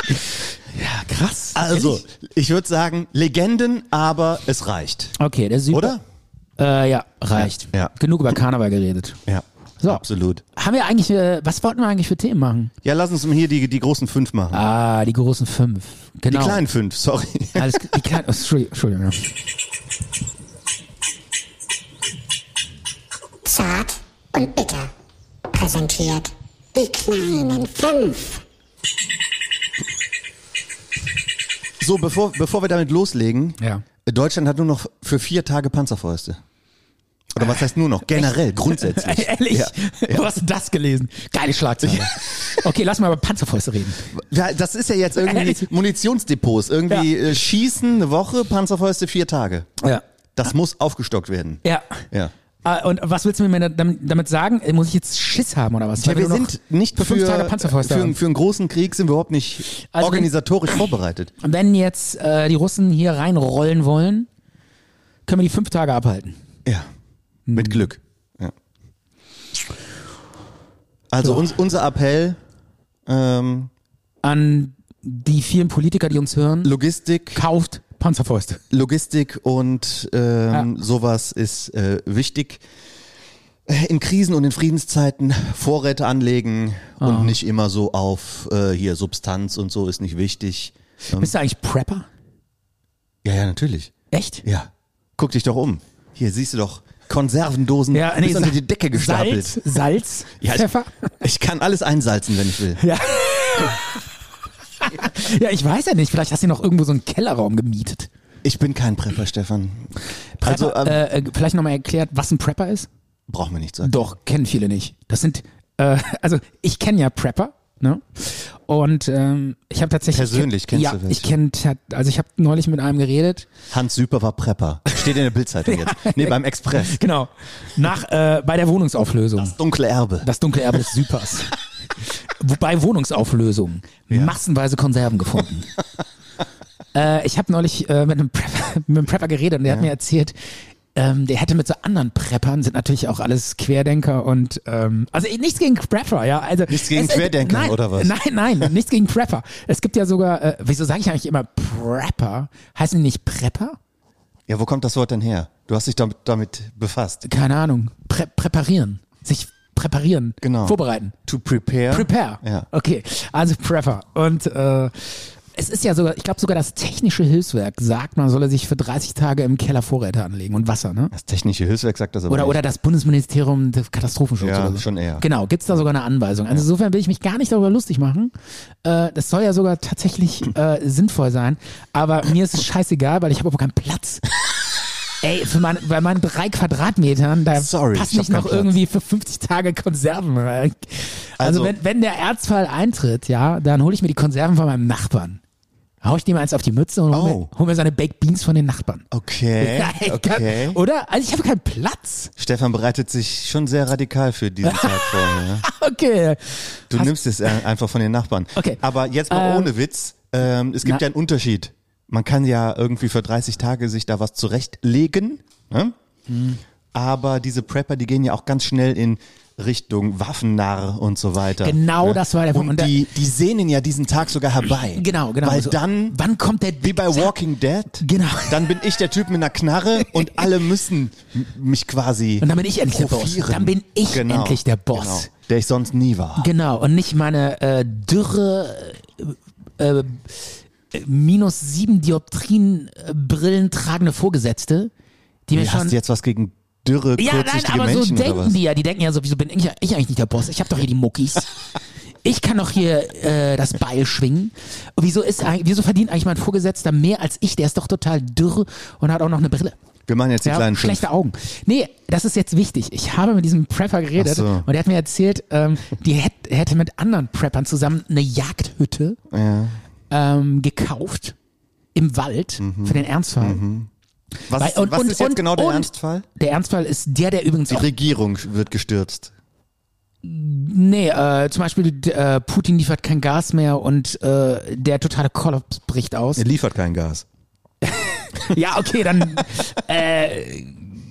Ja, krass.
Also,
Ehrlich?
ich würde sagen, Legenden, aber es reicht.
Okay, der Süper.
Oder?
Äh, ja, reicht.
Ja.
Genug über Karneval geredet.
Ja.
So.
Absolut.
Haben wir eigentlich, äh, was wollten wir eigentlich für Themen machen?
Ja, lass uns mal hier die, die großen fünf machen.
Ah, die großen fünf. Genau.
Die kleinen fünf, sorry.
Alles, die kleinen, oh, Entschuldigung, Entschuldigung. ja.
Zart und bitter. Präsentiert die kleinen fünf.
So, bevor, bevor wir damit loslegen,
Ja.
Deutschland hat nur noch für vier Tage Panzerfäuste. Oder was heißt nur noch? Generell, grundsätzlich.
Ehrlich?
Ja.
Wo hast du das gelesen? Geile Schlagzeile. Okay, lass mal über Panzerfäuste reden.
Ja, das ist ja jetzt irgendwie
Ehrlich?
Munitionsdepots. Irgendwie äh, schießen eine Woche, Panzerfäuste vier Tage.
Ja.
Das muss aufgestockt werden.
Ja.
Ja.
Ah, Und was willst du mir da- damit, damit sagen? Äh, Muss ich jetzt Schiss haben oder was?
Ja,
Weil
wir
nur noch
sind nicht
für
für,
fünf Tage
für,
Panzerfäuste haben.
einen- für einen großen Krieg sind wir überhaupt nicht
Also wenn-
organisatorisch vorbereitet.
Wenn jetzt äh, die Russen hier reinrollen wollen, können wir die fünf Tage abhalten.
Ja.
Hm.
Mit Glück. Ja. Also uns, unser Appell, ähm,
An die vielen Politiker, die uns hören,
Logistik,
kauft Panzerfäuste.
Logistik und ähm, sowas ist äh, wichtig. In Krisen und in Friedenszeiten Vorräte anlegen
Ah.
und nicht immer so auf äh, hier Substanz und so ist nicht wichtig.
Bist du eigentlich Prepper?
Ja, ja, natürlich.
Echt?
Ja. Guck dich doch um. Hier siehst du doch Konservendosen bis unter die Decke gestapelt.
Ah, Salz, Salz
Ja, ich-
Pfeffer.
Ich kann alles einsalzen, wenn ich will.
Ja. ja, ich weiß ja nicht. Vielleicht hast du noch irgendwo so einen Kellerraum gemietet.
Ich bin kein Prepper, Stefan.
Prepper,
Also ähm,
äh, äh, vielleicht nochmal erklärt, was ein Prepper ist?
brauchen wir nicht sagen.
Doch, kennen viele nicht. Das sind, äh, also ich kenne ja Prepper. Ne? Und ähm, ich habe tatsächlich
Persönlich kennst
ja,
du welche?
ich kenne also ich habe neulich mit einem geredet.
Hans Süper war Prepper. Steht in der Bildzeitung jetzt. Nee, beim Express.
Genau. Nach äh, bei der Wohnungsauflösung. Das,
Dunkle Erbe.
dunkle Erbe des Süpers. Wobei Wohnungsauflösung massenweise Konserven gefunden. äh, ich habe neulich äh, mit, einem Prepper, mit einem Prepper geredet und der hat mir erzählt, ähm, der hätte mit so anderen Preppern, sind natürlich auch alles Querdenker und ähm, also eh, nichts gegen Prepper, ja. Also,
Nichts gegen Querdenker,
nein,
oder was?
Nein, nein, nichts gegen Prepper. Es gibt ja sogar, äh, wieso sage ich eigentlich immer Prepper? Heißen die nicht Prepper?
Ja, wo kommt das Wort denn her? Du hast dich damit, damit befasst.
keine Ahnung, prä präparieren, sich präparieren,
Genau.
vorbereiten.
To prepare.
Prepare.
Ja.
Okay, also Prepper. Und äh, es ist ja sogar, ich glaube sogar das technische Hilfswerk sagt, man solle sich für 30 Tage im Keller Vorräte anlegen und Wasser, ne?
Das technische Hilfswerk sagt das aber
Oder,
nicht.
oder das Bundesministerium des Katastrophenschutz.
Ja,
oder so.
schon eher.
Genau, gibt's da sogar eine Anweisung. Also insofern will ich mich gar nicht darüber lustig machen. Äh, das soll ja sogar tatsächlich äh, sinnvoll sein. Aber mir ist es scheißegal, weil ich habe auch keinen Platz. Ey, für mein, bei meinen drei Quadratmetern, da
Sorry,
passt
ich
nicht
hab
noch
keinen Platz.
irgendwie für 50 Tage Konserven rein. Also,
Also-
wenn, wenn der Erzfall eintritt, ja, dann hole ich mir die Konserven von meinem Nachbarn. Hau ich dem eins auf die Mütze und hol,
Oh.
mir, hol mir seine Baked Beans von den Nachbarn.
Okay.
Ja, ich
okay.
Kann, oder? Also ich habe keinen Platz.
Stefan bereitet sich schon sehr radikal für diesen Tag vor. Ja?
Okay.
Du
Hast-
nimmst es äh, einfach von den Nachbarn.
Okay.
Aber jetzt mal
Ähm,
ohne Witz. Ähm, es gibt
na-
ja einen Unterschied. Man kann ja irgendwie für 30 Tage sich da was zurechtlegen. Ne?
Hm.
Aber diese Prepper, die gehen ja auch ganz schnell in Richtung Waffennarr und so weiter. ne?
Genau das war der Punkt. Und
Und
da-
die, die sehnen ja diesen Tag sogar herbei.
Genau, genau.
Weil
So,
dann,
wann kommt der
wie bei
Tag?
Walking Dead,
Genau.
dann bin ich der Typ mit einer Knarre und alle müssen m- mich quasi
Und dann bin ich endlich der Boss.
hofieren.
Dann bin ich
genau,
endlich der Boss.
Genau, der ich sonst nie war.
Genau, und nicht meine äh, dürre äh, äh, minus sieben Dioptrien äh, Brillen tragende Vorgesetzte, die mir
Wie,
schon.
hast du jetzt was gegen dürre,
ja, nein,
kurzsichtige
aber so
Menschen oder
denken
was?
die ja. Die denken ja so, wieso bin ich, ich eigentlich nicht der Boss? Ich habe doch hier die Muckis. Ich kann doch hier äh, das Beil schwingen. Und wieso, ist, eigentlich- wieso verdient eigentlich mein Vorgesetzter mehr als ich? Der ist doch total dürr und hat auch noch eine Brille.
Wir machen jetzt die
Ja,
kleinen fünf.
schlechte Augen. Nee, das ist jetzt wichtig. Ich habe mit diesem Prepper geredet
Ach so.
und er hat mir erzählt, ähm, die hätt, hätte mit anderen Preppern zusammen eine Jagdhütte ähm, gekauft im Wald
Mhm.
für den Ernstfall.
Was,
Weil-
ist- was ist jetzt genau der
und
Ernstfall?
Der Ernstfall ist der, der übrigens
Die
auch,
Regierung wird gestürzt.
nee, äh, zum Beispiel d- äh, Putin liefert kein Gas mehr und äh, der totale Kollaps bricht aus.
Er liefert kein Gas.
Ja, okay, dann äh,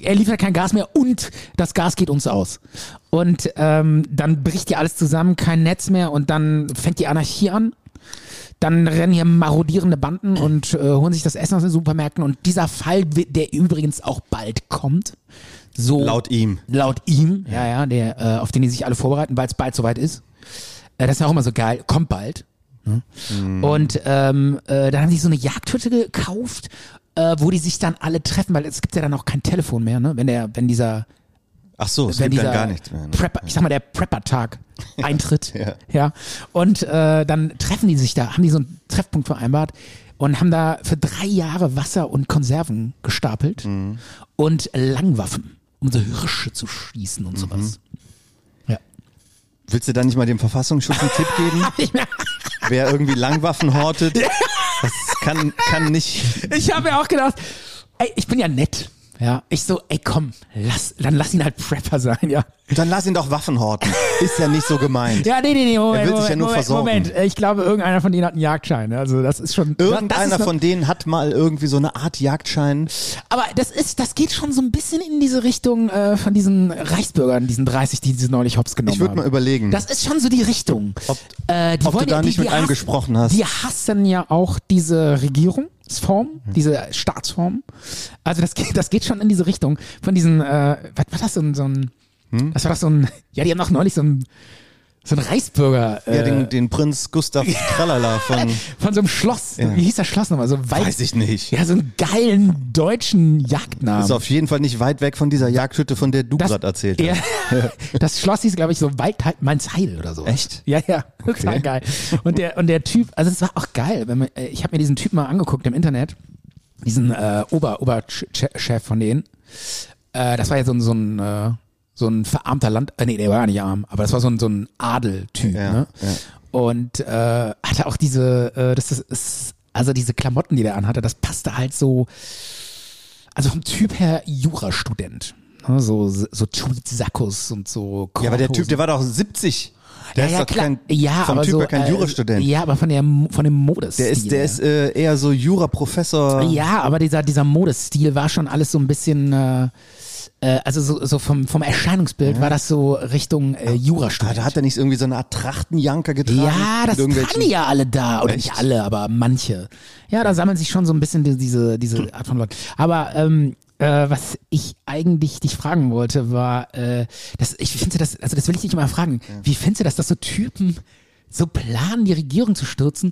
er liefert kein Gas mehr und das Gas geht uns aus. Und ähm, dann bricht hier alles zusammen, kein Netz mehr und dann fängt die Anarchie an. Dann rennen hier marodierende Banden und äh, holen sich das Essen aus den Supermärkten. Und dieser Fall, wi- der übrigens auch bald kommt, so
Laut ihm.
laut ihm, ja, ja, der, äh, auf den die sich alle vorbereiten, weil es bald soweit ist. Äh, das ist ja auch immer so geil, kommt bald. Ne?
Mhm.
Und ähm, äh, dann haben die so eine Jagdhütte gekauft, äh, wo die sich dann alle treffen, weil es gibt ja dann auch kein Telefon mehr, ne? Wenn der, wenn dieser,
Ach so, es
wenn
gibt
dieser
dann gar nichts mehr. Ne?
Prepper, ich sag mal, der Prepper-Tag eintritt.
Ja.
ja. Und äh, dann treffen die sich da, haben die so einen Treffpunkt vereinbart und haben da für drei Jahre Wasser und Konserven gestapelt
Mhm.
und Langwaffen, um so Hirsche zu schießen und sowas.
Mhm.
Ja.
Willst du dann nicht mal dem Verfassungsschutz einen Tipp geben? Wer irgendwie Langwaffen hortet, das kann, kann nicht.
Ich habe ja auch gedacht, ey, ich bin ja nett. Ja, ich so, ey, komm, lass, dann lass ihn halt Prepper sein, ja.
Dann lass ihn doch Waffen horten. Ist ja nicht so gemeint.
Ja, nee, nee, nee, Moment,
Er will
Moment,
sich ja nur
Moment,
versorgen.
Moment, ich glaube, irgendeiner von denen hat einen Jagdschein, also das ist schon... das
Irgendeiner
ist noch-
von denen hat mal irgendwie so eine Art Jagdschein.
Aber das ist, das geht schon so ein bisschen in diese Richtung äh, von diesen Reichsbürgern, diesen 30, die sie neulich hops genommen
Ich würd
haben.
mal überlegen.
Oh Das ist schon so die Richtung.
Ob-
äh, die
ob du
wollen
da
ja, die,
nicht mit
die
einem
hassen-
gesprochen hast.
Die hassen ja auch diese Regierung. Form,
Mhm.
diese Staatsform. Also das geht, das geht schon in diese Richtung von diesen, äh, was war das so ein, so ein
Hm?
was war das so ein, ja, die haben doch neulich so ein, so ein Reisbürger äh,
Ja, den, den Prinz Gustav Tralala von,
von so einem Schloss, wie hieß das Schloss nochmal? So ein Wald,
weiß ich nicht.
ja, so einen geilen deutschen Jagdnamen.
Ist auf jeden Fall nicht weit weg von dieser Jagdhütte, von der du
Ähm, Das-
gerade erzählt
Ja.
hast.
Das Schloss hieß, glaube ich, so Wald Mansheil oder so.
Echt?
Ja, ja. Total
Okay.
geil. Und der, und der Typ, also es war auch geil. Wenn man, äh, ich habe mir diesen Typ mal angeguckt im Internet. Diesen äh, Ober, Oberchef von denen. Äh, das war ja so ein, so ein, äh, so ein verarmter Land, äh, nee, der war gar nicht arm, aber das war so ein, so ein Adeltyp,
Ja,
ne?
ja.
Und äh, hatte auch diese, äh, das ist, ist, also diese Klamotten, die der anhatte, das passte halt so, also vom Typ her Jurastudent. Ne? So, so Tweed-Sackos und so
Ja, aber der
Korthosen.
Typ, der war doch 70p.
ja,
Der ist
ja,
doch
klar.
kein,
ja,
vom
aber
Typ
so,
her kein
äh,
Jurastudent.
Ja, aber von, der, Mo- von dem Modestil.
der ist, der
her.
ist äh, eher so Jura-Professor.
Ja, aber dieser, dieser Modestil war schon alles so ein bisschen, äh, äh, also so, so vom, vom Erscheinungsbild war das so Richtung äh,
Ah,
Jurastudent.
da hat er nicht irgendwie so eine Art Trachtenjanker getragen?
ja, das
Mit irgendwelchen-
tragen die ja alle da. Oder
Echt?
nicht alle, aber manche. Ja, da sammeln sich schon so ein bisschen die, diese,
Hm.
diese Art von Leuten. Aber ähm, äh, was ich eigentlich dich fragen wollte, war, äh, das, ich finde das, also das will ich dich mal fragen, wie findest du das, dass so Typen so planen, die Regierung zu stürzen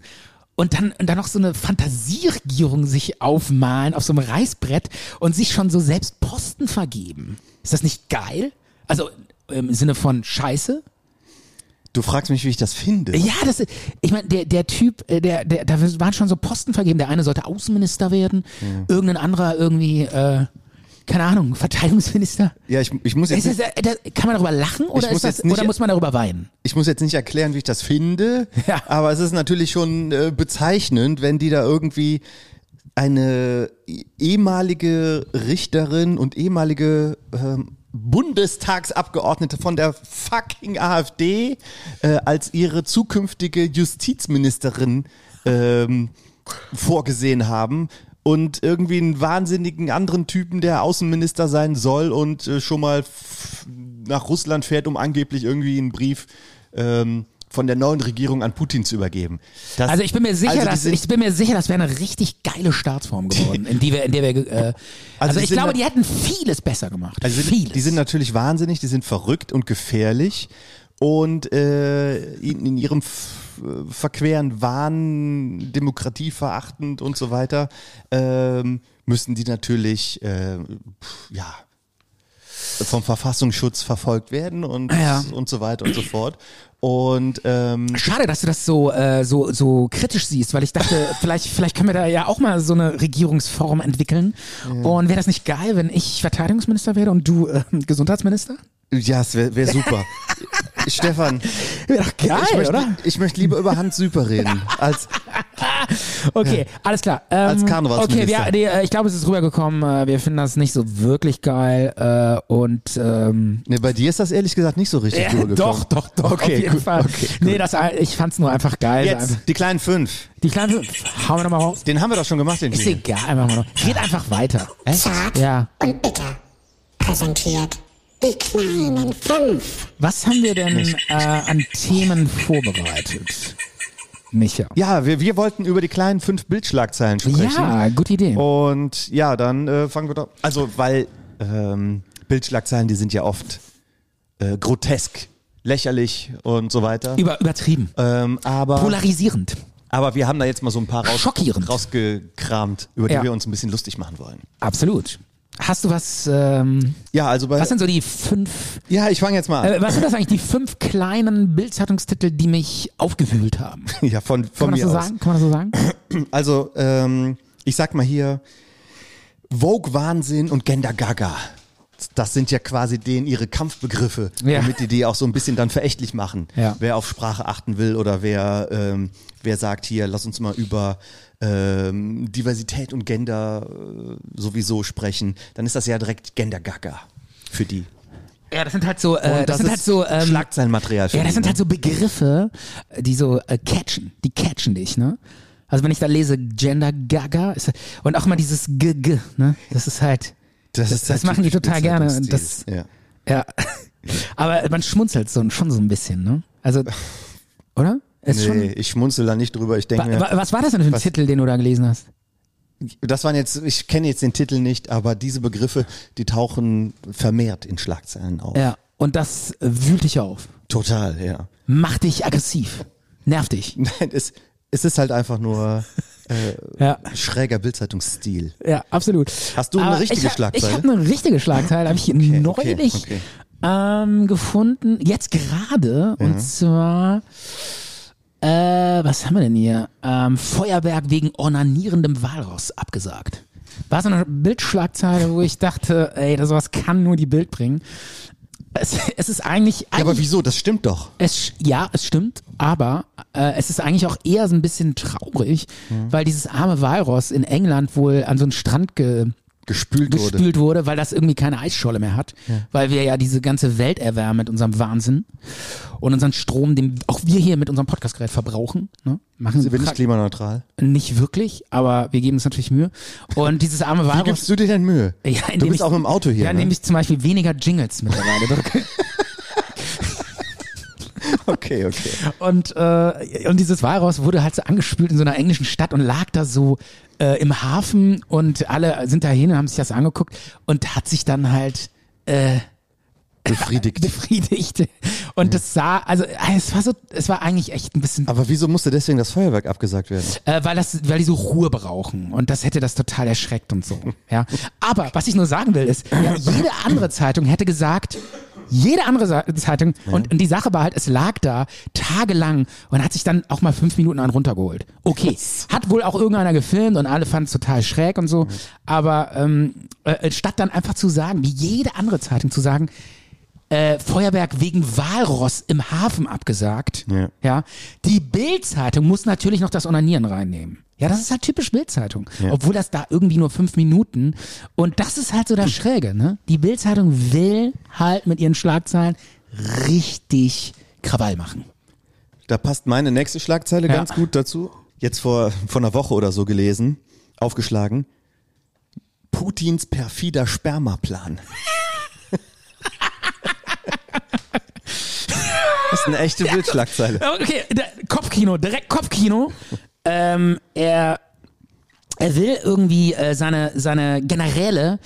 und dann, und dann noch so eine Fantasieregierung sich aufmalen auf so einem Reißbrett und sich schon so selbst Posten vergeben? Ist das nicht geil? Also im Sinne von Scheiße?
Du fragst mich, wie ich das finde.
Ja, das ist, ich meine, der, der Typ, äh, der, der, da waren schon so Posten vergeben. Der eine sollte Außenminister werden, irgendein anderer irgendwie, äh, keine Ahnung, Verteidigungsminister.
Ja, ich, ich, muss jetzt
Ist das,
nicht,
äh, das, kann man darüber lachen oder,
muss
ist das,
jetzt nicht-
oder muss man darüber weinen?
ich muss jetzt nicht erklären, wie ich das finde,
Ja.
aber es ist natürlich schon äh, bezeichnend, wenn die da irgendwie eine ehemalige Richterin und ehemalige ähm, Bundestagsabgeordnete von der fucking AfD äh, als ihre zukünftige Justizministerin ähm, vorgesehen haben und irgendwie einen wahnsinnigen anderen Typen, der Außenminister sein soll und äh, schon mal f- nach Russland fährt, um angeblich irgendwie einen Brief ähm, von der neuen Regierung an Putin zu übergeben. Das-
Also ich bin mir sicher,
also die
dass,
sind-
ich bin mir sicher, das wäre eine richtig geile Staatsform geworden, in die wir, in der wir, äh, also,
die
ich
sind
glaube,
da-
die hätten vieles besser gemacht.
Also die
vieles.
sind, die sind natürlich wahnsinnig, die sind verrückt und gefährlich und äh, in, in ihrem f- äh, verqueren Wahn, demokratieverachtend und so weiter, ähm, müssen die natürlich äh, pf, ja vom Verfassungsschutz verfolgt werden und,
Ah, Ja.
und so weiter und so fort. Und ähm,
Schade, dass du das so, äh, so, so kritisch siehst, weil ich dachte, vielleicht, vielleicht können wir da ja auch mal so eine Regierungsform entwickeln. Und wäre das nicht geil, wenn ich Verteidigungsminister wäre und du äh, Gesundheitsminister?
ja, es wäre wär super. Stefan,
Wäre doch geil,
ich, möchte,
oder?
ich möchte lieber über Hans Süper reden als
Okay, alles klar. Ähm,
Als Karnevalsminister.
Okay, wir, nee, äh, ich glaube, es ist rübergekommen. äh, Wir finden das nicht so wirklich geil. Äh, und ähm,
Ne, bei dir ist das ehrlich gesagt nicht so richtig
äh,
rübergekommen.
doch, doch, doch, auf
Okay,
jeden
gut,
Fall.
okay,
nee, das, äh, ich fand's nur einfach geil. Einfach-
Jetzt, die kleinen fünf.
Die kleine, hauen wir nochmal raus.
Den haben wir doch schon gemacht, den
Ist
Jingle.
egal, machen wir noch. Red einfach weiter.
Zart
Ja.
und bitter. Präsentiert die kleinen fünf.
Was haben wir denn äh, an Themen vorbereitet, Micha?
Ja, wir, wir wollten über die kleinen fünf Bildschlagzeilen sprechen.
Ja, gute Idee.
Und ja, dann äh, fangen wir doch. Also, weil ähm, Bildschlagzeilen, die sind ja oft äh, grotesk, lächerlich und so weiter.
Über, übertrieben.
Ähm, aber,
Polarisierend.
aber wir haben da jetzt mal so ein paar raus,
Schockierend.
rausgekramt, über die
Ja.
wir uns ein bisschen lustig machen wollen.
Absolut. Hast du was, ähm,
Ja, also bei.
was sind so die fünf,
ja, ich fange jetzt mal an.
äh, was sind das eigentlich, die fünf kleinen Bildzeitungstitel, die mich aufgewühlt haben?
ja, von,
Äh, Kann
von
man das
mir
so
aus.
sagen? Kann man das so sagen?
Also, ähm, ich sag mal hier, Vogue-Wahnsinn und Gender Gaga. Das sind ja quasi denen ihre Kampfbegriffe,
Ja.
damit die die auch so ein bisschen dann verächtlich machen.
Ja.
Wer auf Sprache achten will oder wer, ähm, wer sagt hier, lass uns mal über ähm, Diversität und Gender äh, sowieso sprechen, dann ist das ja direkt Gender Gaga für die.
Ja, das sind halt so, äh,
Und
das, sind halt so, ähm,
Schlagzeilenmaterial für
Ja, das
die,
sind
ne?
halt so Begriffe, die so äh, catchen, die catchen dich, ne? Also wenn ich da lese Gender Gaga ist, und auch immer dieses GG, ne? Das ist halt, das, das,
halt
machen die
typisch
total gerne. Und das,
Bildzeitungsstil. ja.
ja. Aber man schmunzelt so, schon so ein bisschen, ne? Also, oder? Ist
Nee,
schon,
ich schmunzel da nicht drüber. Ich denke
wa,
mir,
wa, was war das denn für ein
Was-
Titel, den du da gelesen hast?
das waren jetzt, ich kenne jetzt den Titel nicht, aber diese Begriffe, die tauchen vermehrt in Schlagzeilen auf.
Ja, und das wühlt dich auf.
Total, ja.
Macht dich aggressiv. Nerv dich.
Nein, es, es ist halt einfach nur
Ja,
schräger Bildzeitungsstil.
ja, absolut.
Hast du eine
Aber
richtige
ich hab-
Schlagzeile?
Ich habe eine richtige Schlagzeile, habe ich neulich
okay.
Ähm, gefunden, jetzt gerade,
Mhm.
und zwar, äh, was haben wir denn hier? Ähm, Feuerwerk wegen ornanierendem Walross abgesagt. War so eine Bildschlagzeile, wo ich dachte, ey, das sowas kann nur die Bild bringen. Es, es ist eigentlich,
Ja, aber
eigentlich
wieso? Das stimmt doch.
es, sch- ja, es stimmt, aber äh, es ist eigentlich auch eher so ein bisschen traurig,
Mhm.
weil dieses arme Walross in England wohl an so einen Strand ge
Gespült, wurde.
gespült wurde, weil das irgendwie keine Eisscholle mehr hat, weil wir ja diese ganze Welt erwärmen mit unserem Wahnsinn und unseren Strom, den auch wir hier mit unserem Podcastgerät verbrauchen. Ne? Machen
Sind wir nicht
pra-
klimaneutral?
nicht wirklich, aber wir geben uns natürlich Mühe. Und dieses arme
Wie
Walross.
gibst du dir denn Mühe?
Ja,
du
indem
bist
ich-
auch mit dem Auto hier.
Ja,
ne?
indem ich zum Beispiel weniger Jingles mittlerweile drücke.
okay, okay.
Und, äh, und dieses Walross wurde halt so angespült in so einer englischen Stadt und lag da so äh, im Hafen und alle sind dahin und haben sich das angeguckt und hat sich dann halt
Befriedigt.
befriedigt. Und das sah, also äh, es war so, es war eigentlich echt ein bisschen,
Aber wieso musste deswegen das Feuerwerk abgesagt werden?
äh, weil das, weil die so Ruhe brauchen und das hätte das total erschreckt und so. Ja, aber was ich nur sagen will ist, ja, jede andere Zeitung hätte gesagt, jede andere Sa Zeitung und, und die Sache war halt, es lag da tagelang und hat sich dann auch mal fünf Minuten einen runtergeholt. Okay, hat wohl auch irgendeiner gefilmt und alle fanden es total schräg und so, aber ähm, äh, statt dann einfach zu sagen, wie jede andere Zeitung zu sagen, Feuerwerk wegen Walross im Hafen abgesagt.
Ja.
Ja. Die Bild-Zeitung muss natürlich noch das Onanieren reinnehmen. Ja, das ist halt typisch Bild-Zeitung. Obwohl das da irgendwie nur fünf Minuten. Und das ist halt so das Schräge, ne? Die Bild-Zeitung will halt mit ihren Schlagzeilen richtig Krawall machen.
Da passt meine nächste Schlagzeile
Ja.
ganz gut dazu. Jetzt vor, vor einer Woche oder so gelesen, aufgeschlagen. Putins perfider Spermaplan. das ist eine echte Bildschlagzeile.
Okay, da, Kopfkino, direkt Kopfkino. ähm, er, er will irgendwie äh, seine, seine Generäle,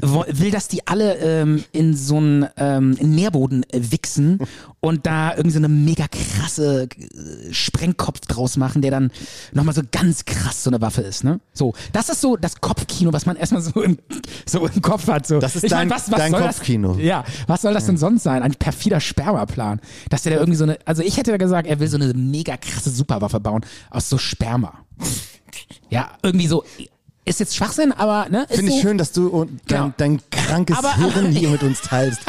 wo- will, dass die alle ähm, in so einen ähm, Nährboden äh, wichsen und da irgendwie so eine mega krasse äh, Sprengkopf draus machen, der dann nochmal so ganz krass so eine Waffe ist. Ne? So, das ist so das Kopfkino, was man erstmal so im, so im Kopf hat. So.
Das ist
Ich
dein- dein
soll
Kopfkino.
Das, ja, was soll das denn sonst sein? Ein perfider Spermaplan. Dass der da irgendwie so eine, also ich hätte ja gesagt, er will so eine mega krasse Superwaffe bauen aus so Sperma. ja, irgendwie so, ist jetzt Schwachsinn, aber ne? ist
Finde
so,
ich schön, dass du und dein,
Genau.
dein krankes
Aber-
Hirn hier mit uns teilst.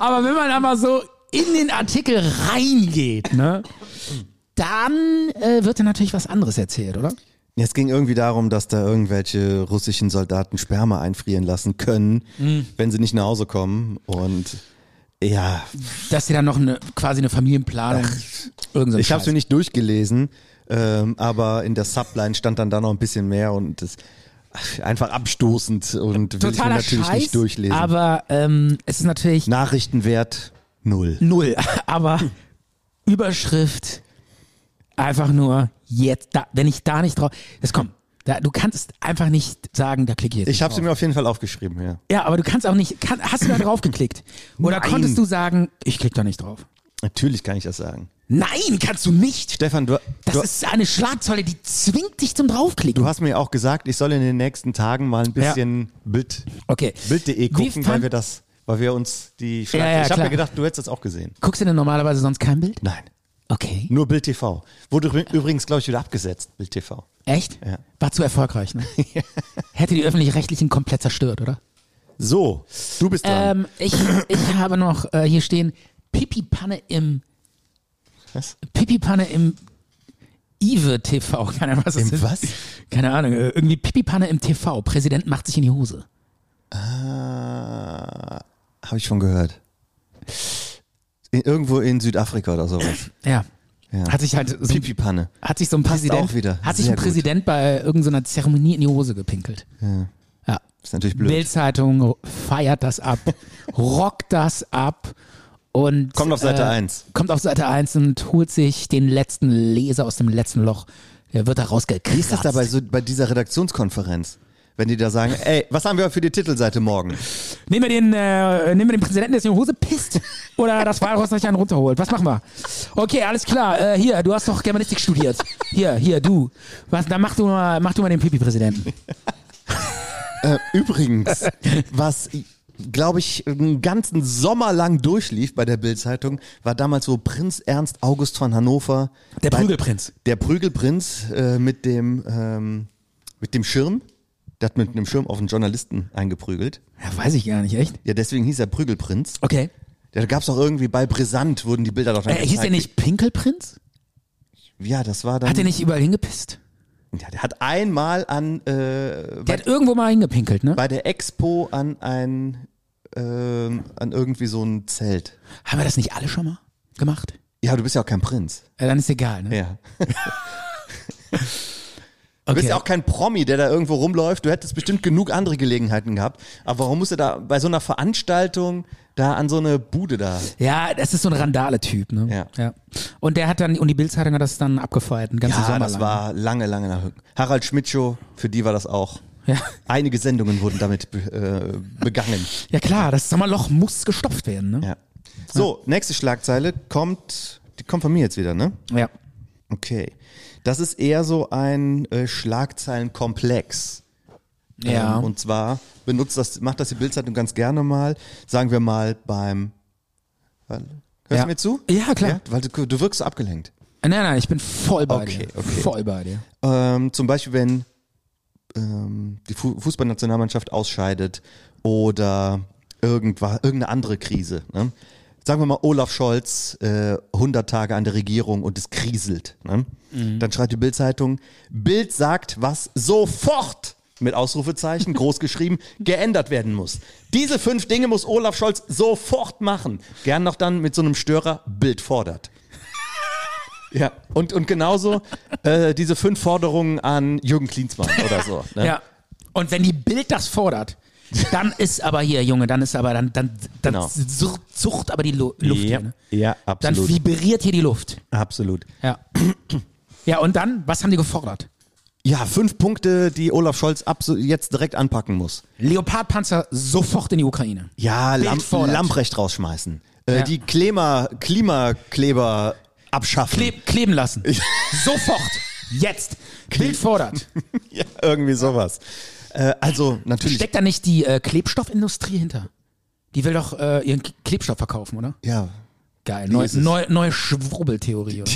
Aber wenn man da mal so in den Artikel reingeht, ne? Dann äh, wird ja natürlich was anderes erzählt, oder?
Ja, Es ging irgendwie darum, dass da irgendwelche russischen Soldaten Sperma einfrieren lassen können,
Mhm.
wenn sie nicht nach Hause kommen. Und ja,
Dass sie dann noch eine quasi eine Familienplanung. Irgend so ein
ich habe es
Scheiß.
mir nicht durchgelesen, ähm, aber in der Subline stand dann da noch ein bisschen mehr und das ach, einfach abstoßend und will ich mir
totaler
natürlich
Scheiß,
nicht durchlesen.
aber ähm, es ist natürlich
Nachrichtenwert null.
null. Aber Überschrift einfach nur jetzt, da, wenn ich da nicht drauf. Das komm, da, du kannst einfach nicht sagen, da klicke ich jetzt.
Ich
nicht
habe sie
drauf.
mir auf jeden Fall aufgeschrieben, ja.
Ja, aber du kannst auch nicht. Kann, hast du da drauf geklickt? Oder
Nein.
konntest du sagen, ich klicke da nicht drauf?
Natürlich kann ich das sagen.
Nein, kannst du nicht.
Stefan, du,
Das
du,
ist eine Schlagzeile, die zwingt dich zum draufklicken.
du hast mir auch gesagt, ich soll in den nächsten Tagen mal ein bisschen Bild,
okay.
Bild.de
Wie
gucken, weil
fand-
wir das, weil wir uns die
Ja, ja,
Ich habe
klar.
mir gedacht, du hättest das auch gesehen.
Guckst du denn normalerweise sonst kein Bild?
Nein.
Okay.
Nur Bild TV. Wurde übr- übrigens, glaube ich, wieder abgesetzt, Bild TV.
Echt?
Ja.
War zu erfolgreich, ne? Hätte die Öffentlich-Rechtlichen komplett zerstört, oder?
So, du bist dran.
Ähm, ich, ich habe noch äh, hier stehen Pipi-Panne im
Was?
Pipi-Panne im Ive TV. Keine Ahnung, was das
Im
ist.
was?
Keine Ahnung. äh, Irgendwie Pipi-Panne im TV. Präsident macht sich in die Hose.
Ah, habe ich schon gehört. In, irgendwo in Südafrika oder sowas.
Ja.
Ja.
Hat sich halt so,
Pipi-Panne.
hat sich so ein Präsident
auch wieder.
hat sich
Sehr
ein
gut.
Präsident bei irgendeiner Zeremonie in die Hose gepinkelt. Ja.
Ist natürlich blöd.
Bild-Zeitung feiert das ab, rockt das ab und äh,
Äh, Kommt auf Seite eins.
kommt auf Seite 1 und holt sich den letzten Leser aus dem letzten Loch Der wird da rausgekratzt.
Wie ist das dabei so bei dieser Redaktionskonferenz? Wenn die da sagen, ey, was haben wir für die Titelseite morgen?
Nehmen wir den, äh, nehmen wir den Präsidenten, der sich in die Hose pisst oder das Walross euch einen runterholt. Was machen wir? Okay, alles klar. Äh, hier, du hast doch Germanistik studiert. Hier, hier, du. Was, dann mach du mal, mach du mal den Pipi-Präsidenten.
Äh, übrigens, was glaube ich einen ganzen Sommer lang durchlief bei der Bildzeitung, war damals so Prinz Ernst August von Hannover.
Der
bei-
Prügelprinz.
Der Prügelprinz äh, mit dem ähm, mit dem Schirm. Der hat mit einem Schirm auf einen Journalisten eingeprügelt.
Ja, weiß ich gar nicht, echt?
Ja, deswegen hieß er Prügelprinz.
Okay.
Ja, da gab es auch irgendwie bei Brisant wurden die Bilder doch dann
Äh, hieß der
gezeigt.
nicht Pinkelprinz?
Ja, das war dann.
Hat der nicht überall hingepisst?
Ja, der hat einmal an äh,
Der
bei,
hat irgendwo mal hingepinkelt, ne?
bei der Expo an ein ähm, an irgendwie so ein Zelt.
Haben wir das nicht alle schon mal gemacht?
Ja, du bist ja auch kein Prinz.
Äh, dann ist egal, ne?
Ja.
okay.
Du bist ja auch kein Promi, der da irgendwo rumläuft. Du hättest bestimmt genug andere Gelegenheiten gehabt. Aber warum musst du da bei so einer Veranstaltung da an so eine Bude da?
Ja, das ist so ein Randale-Typ, ne?
Ja.
Und der hat dann, und die Bildzeitung hat das dann abgefeiert, einen ganzen
Ja,
Sommer
das
lang.
war lange, lange nach. Harald Schmidtschow, für die war das auch.
Ja.
Einige Sendungen wurden damit be äh, begangen.
Ja klar, das Sommerloch muss gestopft werden, ne?
Ja. So, nächste Schlagzeile kommt, die kommt von mir jetzt wieder, ne?
Ja.
Okay. Das ist eher so ein äh, Schlagzeilenkomplex.
Ja.
Ähm, und zwar benutzt das, macht das die Bildzeitung ganz gerne mal, sagen wir mal beim. Warte, Hörst
Ja.
du mir zu?
Ja, klar.
weil du, du wirkst so abgelenkt.
Nein, nein, ich bin voll bei
Okay,
dir.
okay.
Voll bei dir.
Ähm, zum Beispiel, wenn ähm, die Fu Fußballnationalmannschaft ausscheidet oder irgendwa, irgendeine andere Krise. Ne? Sagen wir mal, Olaf Scholz äh, 100 Tage an der Regierung und es kriselt. Ne? Dann schreibt die Bild-Zeitung, Bild sagt, was sofort mit Ausrufezeichen, groß geschrieben, geändert werden muss. Diese fünf Dinge muss Olaf Scholz sofort machen. Gern noch dann mit so einem Störer, Bild fordert. Ja, und, und genauso äh, diese fünf Forderungen an Jürgen Klinsmann oder so. Ne?
Ja. Und wenn die Bild das fordert, dann ist aber hier, Junge, dann ist aber, dann, dann, dann
Genau.
zur- zucht aber die Lu Luft
ja,
hier, ne?
ja,
Dann
absolut.
vibriert hier die Luft.
absolut.
Ja. Ja, und dann, was haben die gefordert?
Ja, fünf Punkte, die Olaf Scholz abso- jetzt direkt anpacken muss.
Leopardpanzer sofort in die Ukraine.
Ja,
Bild
Lam
fordert.
Lamprecht rausschmeißen. Äh,
Ja.
Die Klima Klimakleber abschaffen.
Kleb kleben lassen. sofort. Jetzt. Bild fordert.
ja, irgendwie sowas. Äh, also natürlich.
Steckt da nicht die äh, Klebstoffindustrie hinter? Die will doch äh, ihren K- Klebstoff verkaufen, oder?
ja.
Geil. Neu,
ist es.
neu, neue Schwurbeltheorie. oder?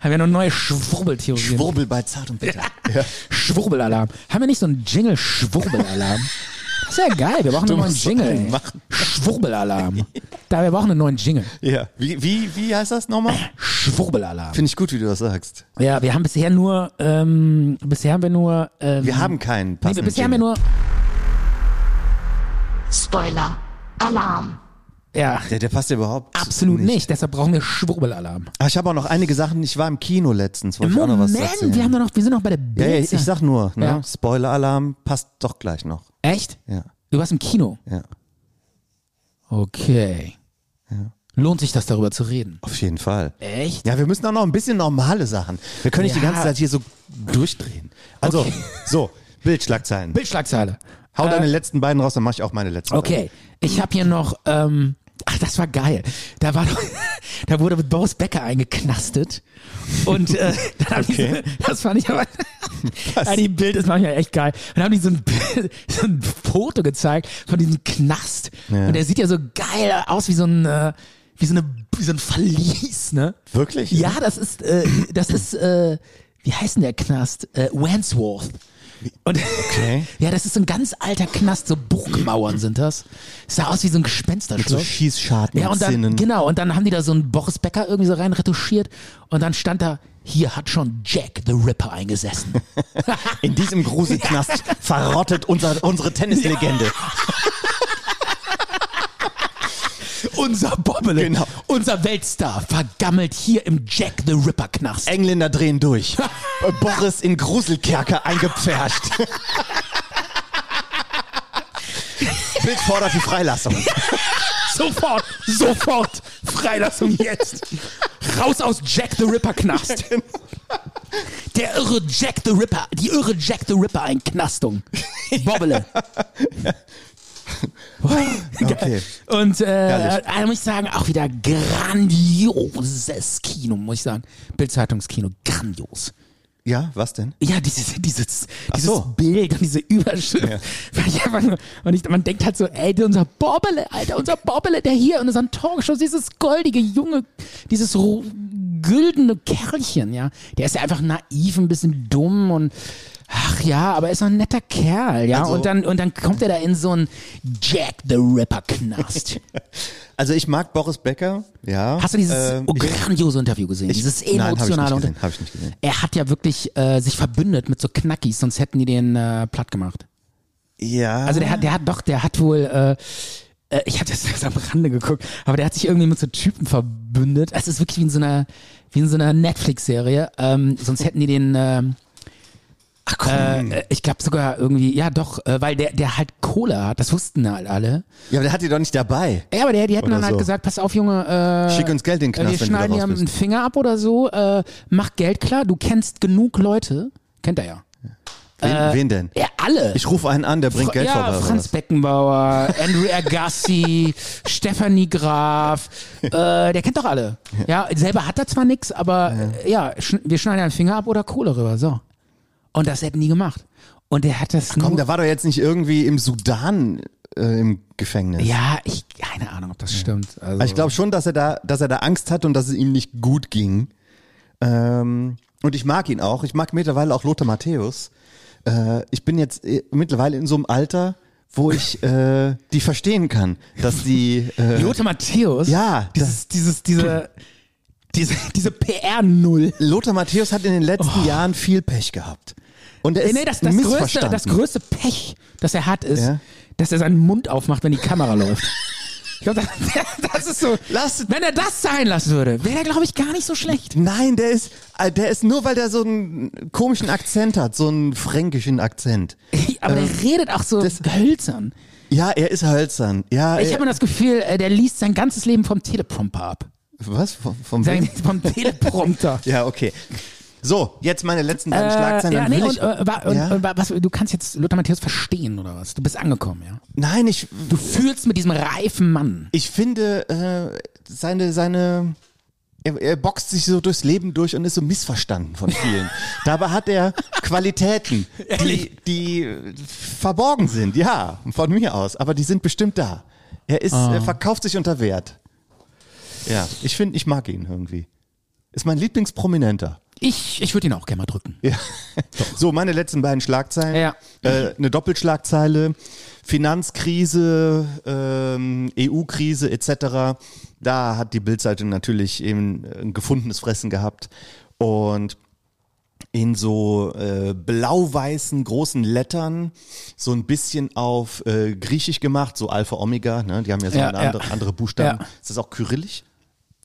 Haben wir noch neue Schwurbeltheorie?
Schwurbel bei Zart und Bitter.
Schwurbelalarm. Haben wir nicht so einen Jingle Schwurbelalarm? Das ist ja geil. Wir brauchen einen neuen
musst so
Jingle.
einen
ey.
machen.
Schwurbelalarm. da wir brauchen einen neuen Jingle.
ja. Wie, wie, wie heißt das nochmal?
Schwurbelalarm.
Finde ich gut, wie du das sagst.
Ja, wir haben bisher nur, ähm, bisher haben wir nur, ähm,
Wir haben keinen
nee,
passenden
bisher haben wir nur,
Spoiler. Alarm.
ja,
der, der passt ja überhaupt
absolut nicht. Deshalb brauchen wir Schwurbelalarm.
Ah, ich habe auch noch einige Sachen. Ich war im Kino letztens, wollte ich auch noch was
Moment,
erzählen.
wir haben doch noch, wir sind noch bei der
ja, ja,
Bild.
ich sag nur, ne?
Ja.
Spoiler-Alarm passt doch gleich noch.
Echt?
Ja,
Du warst im Kino.
ja.
Okay. Lohnt sich das darüber zu reden?
Auf jeden Fall.
Echt?
Ja, wir müssen auch noch ein bisschen normale Sachen. Wir können nicht die
Ja.
ganze Zeit hier so durchdrehen. Also,
Okay.
so, Bildschlagzeilen.
Bildschlagzeile.
Hau
Äh,
deine letzten beiden raus, dann mache ich auch meine letzten.
Okay, ich habe hier noch. Ähm, ach, das war geil. Da war, doch- da wurde mit Boris Becker eingeknastet und äh, dann haben
Okay.
die so, das fand ich aber. Ja, die Bild ist manchmal echt geil. Und dann haben die so ein, Bild, so ein Foto gezeigt von diesem Knast
Ja.
und der sieht ja so geil aus wie so ein äh, wie so eine wie so ein Verlies, ne?
Wirklich?
Ja, das ist äh, das ist äh, wie heißt denn der Knast? Äh, Wandsworth. Und
Okay.
ja, das ist so ein ganz alter Knast, so Burgmauern sind das. Es sah aus wie so ein
Mit so
Gespensterschloss.
Schießscharten
ja, und dann,
Zinnen.
genau, und dann haben die da so einen Boris Becker irgendwie so rein retuschiert und dann stand da, hier hat schon Jack the Ripper eingesessen.
In diesem Gruselknast verrottet unser, unsere Tennislegende.
unser Bobbele,
Genau.
unser Weltstar vergammelt hier im Jack the Ripper Knast.
Engländer drehen durch. Boris in Gruselkerker eingepfercht. Bild fordert die Freilassung.
Sofort, sofort, Freilassung jetzt. Raus aus Jack the Ripper Knast. Der irre Jack the Ripper, die irre Jack the Ripper Einknastung. Bobbele.
Okay.
Und äh,
Herrlich.
da muss ich sagen, auch wieder grandioses Kino, muss ich sagen. Bildzeitungskino, grandios.
Ja, was denn?
Ja, dieses, dieses,
Ach
dieses
so.
Bild und diese Überschrift. Weil ich einfach nur, und ich, man denkt halt so, ey, der- unser Bobbele, Alter, unser Bobbele, der hier in unseren Talkshows, dieses goldige, junge, dieses ru- güldene Kerlchen, ja. Der ist ja einfach naiv, ein bisschen dumm und, ach ja, aber er ist noch ein netter Kerl, ja.
Also-
und dann, und dann kommt er da in so einen Jack the Ripper Knast.
Also ich mag Boris Becker, ja.
Hast du dieses Oh
Ähm, ich-
grandiose Interview gesehen?
ich-
dieses
nein, hab ich nicht
emotionale
gesehen,
Unter-
hab ich nicht gesehen.
Er hat ja wirklich äh, sich verbündet mit so Knackis, sonst hätten die den äh, platt gemacht.
ja.
Also der hat, der hat doch, der hat wohl, äh, äh, ich habe das erst am Rande geguckt, aber der hat sich irgendwie mit so Typen verbündet. Es ist wirklich wie in so einer, wie in so einer Netflix-Serie. Ähm, sonst hätten die den, ähm, Ach komm. Äh, ich glaube sogar irgendwie, ja doch, äh, weil der, der halt Cola hat, das wussten halt alle.
ja, aber der hat die doch nicht dabei.
Ja, aber die, die hätten
Oder
dann halt
so.
gesagt, pass auf, Junge, äh,
Schick uns Geld in den
wir
Knast, wenn du da
schneiden dir
raus bist.
einen Finger ab oder so, äh, mach Geld klar, du kennst genug Leute, kennt er ja.
Wen, wen denn?
Ja, alle.
Ich rufe einen an, der bringt
Fra-
Geld
Äh, ja,
vorbei. oder
Franz
was?
Beckenbauer, Andrew Agassi, Stephanie Graf, äh, der kennt doch alle. Ja, selber hat er zwar nix, aber äh, ja, schn wir schneiden einen Finger ab oder Kohle rüber, so. Und das hätten die gemacht. Und der hat das
Komm,
nur,
der war doch jetzt nicht irgendwie im Sudan äh, im Gefängnis.
ja, ich keine Ahnung, ob das stimmt. Also,
Also ich glaube schon, dass er da, dass er da Angst hat und dass es ihm nicht gut ging. Ähm, und ich mag ihn auch. Ich mag mittlerweile auch Lothar Matthäus. Äh, ich bin jetzt äh, mittlerweile in so einem Alter, wo ich äh, die verstehen kann, dass die äh,
Lothar Matthäus.
ja, das,
dieses, dieses, diese, diese, diese PR Null.
Lothar Matthäus hat in den letzten Jahren viel Pech gehabt. Und er ist
Oh. Nee, das, das, größte,
missverstanden.
das größte Pech, das er hat, ist,
Ja.
dass er seinen Mund aufmacht, wenn die Kamera läuft. Ich glaube, das, das ist so.
Lasst-
wenn er das sein lassen würde, wäre er, glaube ich, gar nicht so schlecht.
Nein, der ist, äh, der ist nur, weil der so einen komischen Akzent hat, so einen fränkischen Akzent.
Aber
Ähm,
der redet auch so
das-
hölzern.
Ja, er ist hölzern. Ja,
Ich
er-
habe immer das Gefühl, äh, der liest sein ganzes Leben vom Teleprompter ab.
was? Vom, vom
Sein,
Wind?
vom Teleprompter.
Ja, okay. So, jetzt meine letzten beiden Schlagzeilen.
ja,
dann
nee,
will
und,
ich,
äh, wa- und,
Ja?
äh, wa- was, du kannst jetzt Lothar Matthäus verstehen oder was? Du bist angekommen, ja.
nein, ich,
Du fühlst mit diesem reifen Mann.
ich finde äh, seine, seine, er, er boxt sich so durchs Leben durch und ist so missverstanden von vielen. Dabei hat er Qualitäten, die, die verborgen sind, ja, von mir aus, aber die sind bestimmt da. Er ist,
Ah.
er verkauft sich unter Wert. Ja, ich finde, ich mag ihn irgendwie. Ist mein Lieblingsprominenter.
Ich, ich würde ihn auch gerne mal drücken.
Ja. So, meine letzten beiden Schlagzeilen.
Ja.
Äh, eine Doppelschlagzeile. Finanzkrise, ähm, EU-Krise etc. Da hat die Bildzeitung natürlich eben äh, ein gefundenes Fressen gehabt. Und in so äh, blau-weißen großen Lettern so ein bisschen auf äh, Griechisch gemacht, so Alpha Omega, ne? die haben ja so
Ja,
eine
ja.
Andere, andere Buchstaben.
Ja.
Ist das auch Kyrillisch?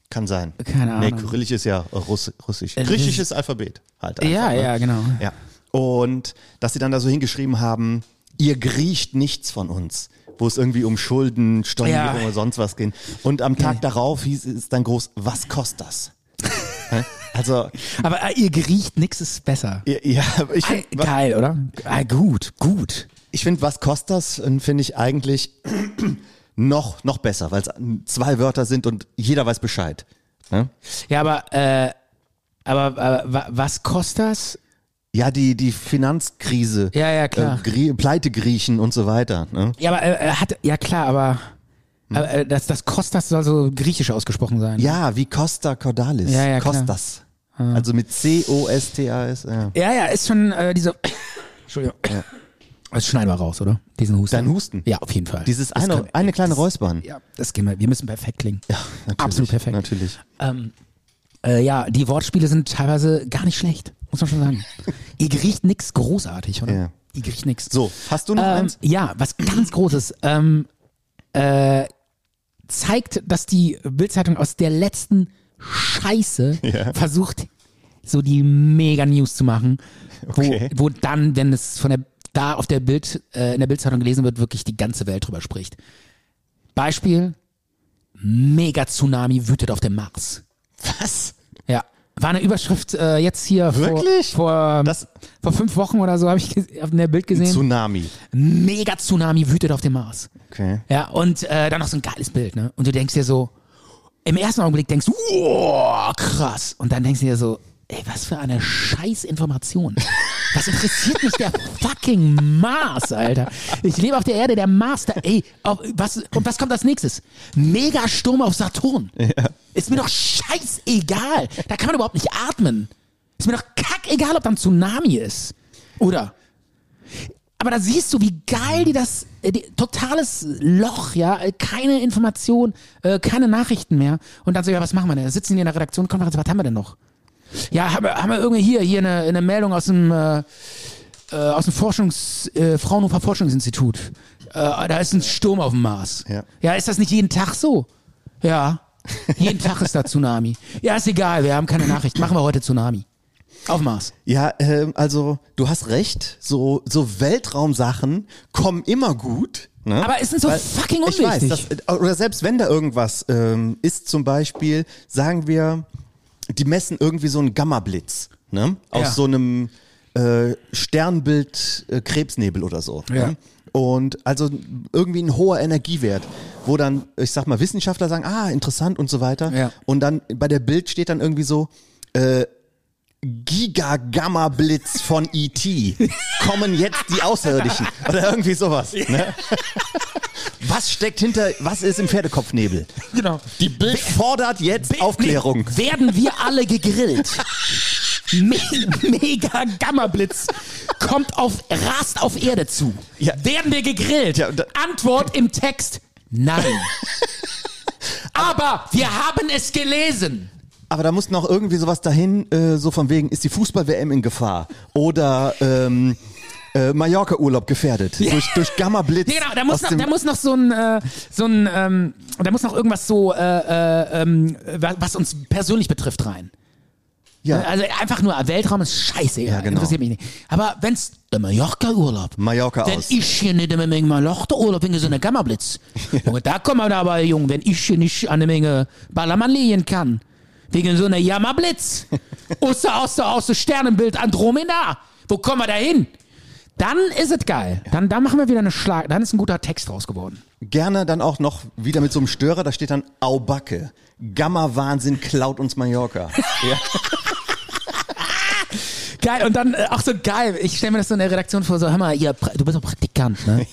Kann sein.
Keine
Nee,
Ahnung.
Kyrillisch ist ja Russ Russisch.
das-
Griechisches Alphabet halt. Einfach,
Ja,
ne?
ja, genau.
Ja. Und dass sie dann da so hingeschrieben haben, ihr griecht nichts von uns, wo es irgendwie um Schulden, Stornierung
Ja.
oder sonst was ging. Und am Tag darauf hieß es dann groß, was kostet das? Hä? also,
Aber äh, ihr riecht nix ist besser.
ja, ja, ich
Ei,
finde,
geil, oder? Ei, gut, gut.
Ich finde, was kostet das? Und Finde ich eigentlich noch, noch besser, weil es zwei Wörter sind und jeder weiß Bescheid. Ne?
Ja, aber, äh, aber, aber wa- was kostet das?
Ja, die, die Finanzkrise,
Ja, ja, klar.
äh, Grie Pleite Griechen und so weiter. Ne?
Ähm, Ja, aber äh, äh, hat, ja klar, aber, aber äh, das, das Kostas soll so griechisch ausgesprochen sein.
Ja, wie Costa Cordalis.
Ja, ja, klar.
Costas. Also mit C-O-S-T-A-S. Ja.
ja, ja, ist schon äh, diese. Entschuldigung. Das schneiden wir raus, oder? Diesen Husten.
Dein Husten?
Ja, auf jeden Fall.
Dieses
Das
eine,
können-
eine kleine
das-
Räuspern.
Ja, das gehen wir. Wir müssen perfekt klingen. Ja,
Natürlich,
Absolut perfekt.
Natürlich.
Ähm, äh, ja, die Wortspiele sind teilweise gar nicht schlecht, muss man schon sagen. Ihr riecht nix großartig, oder?
Ja.
Ihr riecht nix.
So, hast du noch
ähm,
eins?
ja, was ganz Großes. Ähm, äh, zeigt, dass die Bildzeitung aus der letzten Scheiße versucht, so die Mega-News zu machen, wo,
Okay.
wo dann, wenn es von der da auf der Bild äh, in der Bildzeitung gelesen wird, wirklich die ganze Welt drüber spricht. Beispiel: Mega-Tsunami wütet auf dem Mars.
Was?
Ja. War eine Überschrift äh, jetzt hier
Wirklich?
vor vor,
Das-
vor fünf Wochen oder so habe ich ges- auf der Bild gesehen.
Tsunami.
Mega Tsunami wütet auf dem Mars.
Okay.
Ja, und äh, dann noch so ein geiles Bild, ne? Und du denkst dir so, im ersten Augenblick denkst du, wow, krass. Und dann denkst du dir so, ey, was für eine scheiß Information. Was interessiert mich der fucking Mars, Alter? Ich lebe auf der Erde, der Mars, da, ey, auf, was, und was kommt als nächstes? Megasturm auf Saturn. Ist mir doch scheißegal. Da kann man überhaupt nicht atmen. Ist mir doch kackegal, ob da ein Tsunami ist. Oder? Aber da siehst du, wie geil die das, äh, die, totales Loch, ja, äh, keine Information, äh, keine Nachrichten mehr. Und dann so, ja, was machen wir denn? Sitzen die in der Redaktionskonferenz, was haben wir denn noch? Ja, haben wir, haben wir irgendwie hier, hier eine, eine Meldung aus dem, äh, äh, aus dem Forschungs, äh, Fraunhofer Forschungsinstitut. Äh, da ist ein Sturm auf dem Mars.
Ja.
ja, ist das nicht jeden Tag so? Ja, jeden Tag ist da Tsunami. Ja, ist egal, wir haben keine Nachricht. Machen wir heute Tsunami. Auf dem Mars.
Ja, ähm, also du hast recht, so, so Weltraumsachen kommen immer gut. Ne?
Aber es sind so fucking
Ich weiß, das,
unwichtig.
oder selbst wenn da irgendwas ähm, ist, zum Beispiel, sagen wir, die messen irgendwie so einen Gamma-Blitz ne? aus
Ja.
so einem äh, Sternbild äh, Krebsnebel oder so.
Ja.
Ne? Und also irgendwie ein hoher Energiewert, wo dann, ich sag mal, Wissenschaftler sagen, ah, interessant und so weiter.
Ja.
Und dann bei der Bild steht dann irgendwie so, Giga-Gamma-Blitz von E.T. kommen jetzt die Außerirdischen. Oder irgendwie sowas. Ne? Was steckt hinter, was ist im Pferdekopfnebel?
Genau.
Die Bild fordert jetzt Aufklärung.
werden wir alle gegrillt. Me Mega Gammablitz kommt auf, rast auf Erde zu.
Ja.
Werden wir gegrillt?
Ja, und da-
Antwort im Text: Nein. Aber wir haben es gelesen.
Aber da muss noch irgendwie sowas dahin, äh, so von wegen, ist die Fußball-WM in Gefahr? Oder ähm, äh, Mallorca-Urlaub gefährdet? Durch, durch Gamma-Blitz.
Ja, genau, da muss,
aus
noch,
dem-
da muss noch so ein, äh, so ein ähm, da muss noch irgendwas so, äh, äh, ähm, wa- was uns persönlich betrifft, rein.
ja.
Also einfach nur Weltraum ist scheiße, ja,
Ja, genau.
interessiert mich nicht. Aber wenn's der Mallorca-Urlaub,
Mallorca
wenn
aus.
ich hier nicht eine Menge Mallorca-Urlaub in so einer Gammablitz, Junge, da kommen wir aber, Junge, wenn ich hier nicht an eine Menge Ballermann legen kann, wegen so einer Jammerblitz, außer, außer, außer Sternenbild Andromeda, wo kommen wir da hin? Dann ist es geil. Dann, dann machen wir wieder eine Schlag. Dann ist ein guter Text raus geworden.
Gerne dann auch noch wieder mit so einem Störer, da steht dann Aubacke. Gamma-Wahnsinn klaut uns Mallorca. ja.
Geil, und dann, äh, ach so geil, ich stelle mir das so in der Redaktion vor, so, hör mal, ihr, Pra- du bist doch Praktikant, ne?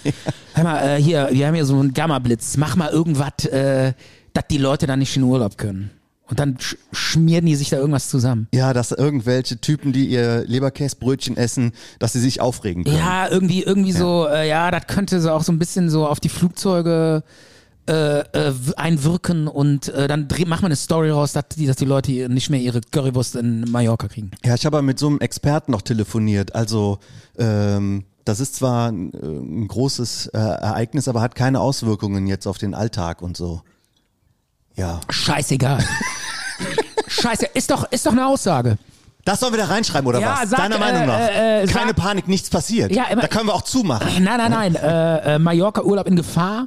Hör mal, äh, hier, wir haben hier so einen Gamma-Blitz, mach mal irgendwas, äh, dass die Leute dann nicht in Urlaub können. Und dann sch schmieren die sich da irgendwas zusammen.
Ja, dass irgendwelche Typen, die ihr Leberkäsbrötchen essen, dass sie sich aufregen können.
Ja, irgendwie, irgendwie so, äh, ja, das könnte so auch so ein bisschen so auf die Flugzeuge äh, äh, w- einwirken und äh, dann dreh, machen wir eine Story raus, dass die, dass die Leute hier nicht mehr ihre Currywurst in Mallorca kriegen.
Ja, ich habe mit so einem Experten noch telefoniert. Also ähm, das ist zwar ein, äh, ein großes äh, Ereignis, aber hat keine Auswirkungen jetzt auf den Alltag und so. Ja.
Scheißegal. Scheiße, ist doch, ist doch eine Aussage.
Das sollen wir da reinschreiben, oder
Ja,
was?
sag,
Deiner
äh,
Meinung nach.
äh, äh,
keine
sag-
Panik, nichts passiert.
Ja, immer-
da können wir auch zumachen.
Nein, nein, nein. äh, äh, Mallorca-Urlaub in Gefahr.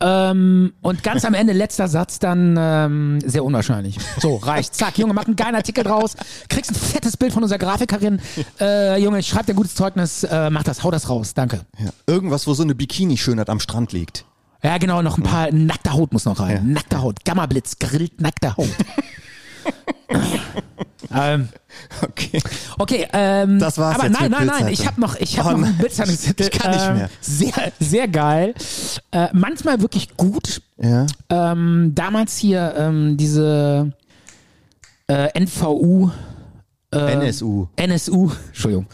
Ähm, und ganz am Ende, letzter Satz, dann ähm, sehr unwahrscheinlich. So, reicht. Zack, Junge, mach einen geilen Artikel draus. Kriegst ein fettes Bild von unserer Grafikerin. Äh, Junge, schreib dir ein gutes Zeugnis. Äh, mach das, hau das raus. Danke.
Ja. Irgendwas, wo so eine Bikini-Schönheit am Strand liegt.
Ja, genau, noch ein paar. Nackter Haut muss noch rein.
Ja.
Nackter Haut. Gammablitz, grillt nackter Haut. ähm,
Okay.
Okay, ähm,
Das war's
aber
jetzt
nein,
mit
nein, nein,
Bildzeitung.
ich habe noch, ich hab
Oh
noch einen
nein,
Bildzeitungstitel.
ich kann nicht
ähm,
mehr.
Sehr, sehr geil. Äh, manchmal wirklich gut.
Ja.
Ähm, damals hier ähm, diese äh, NVU, Ähm.
NSU.
NSU, Entschuldigung,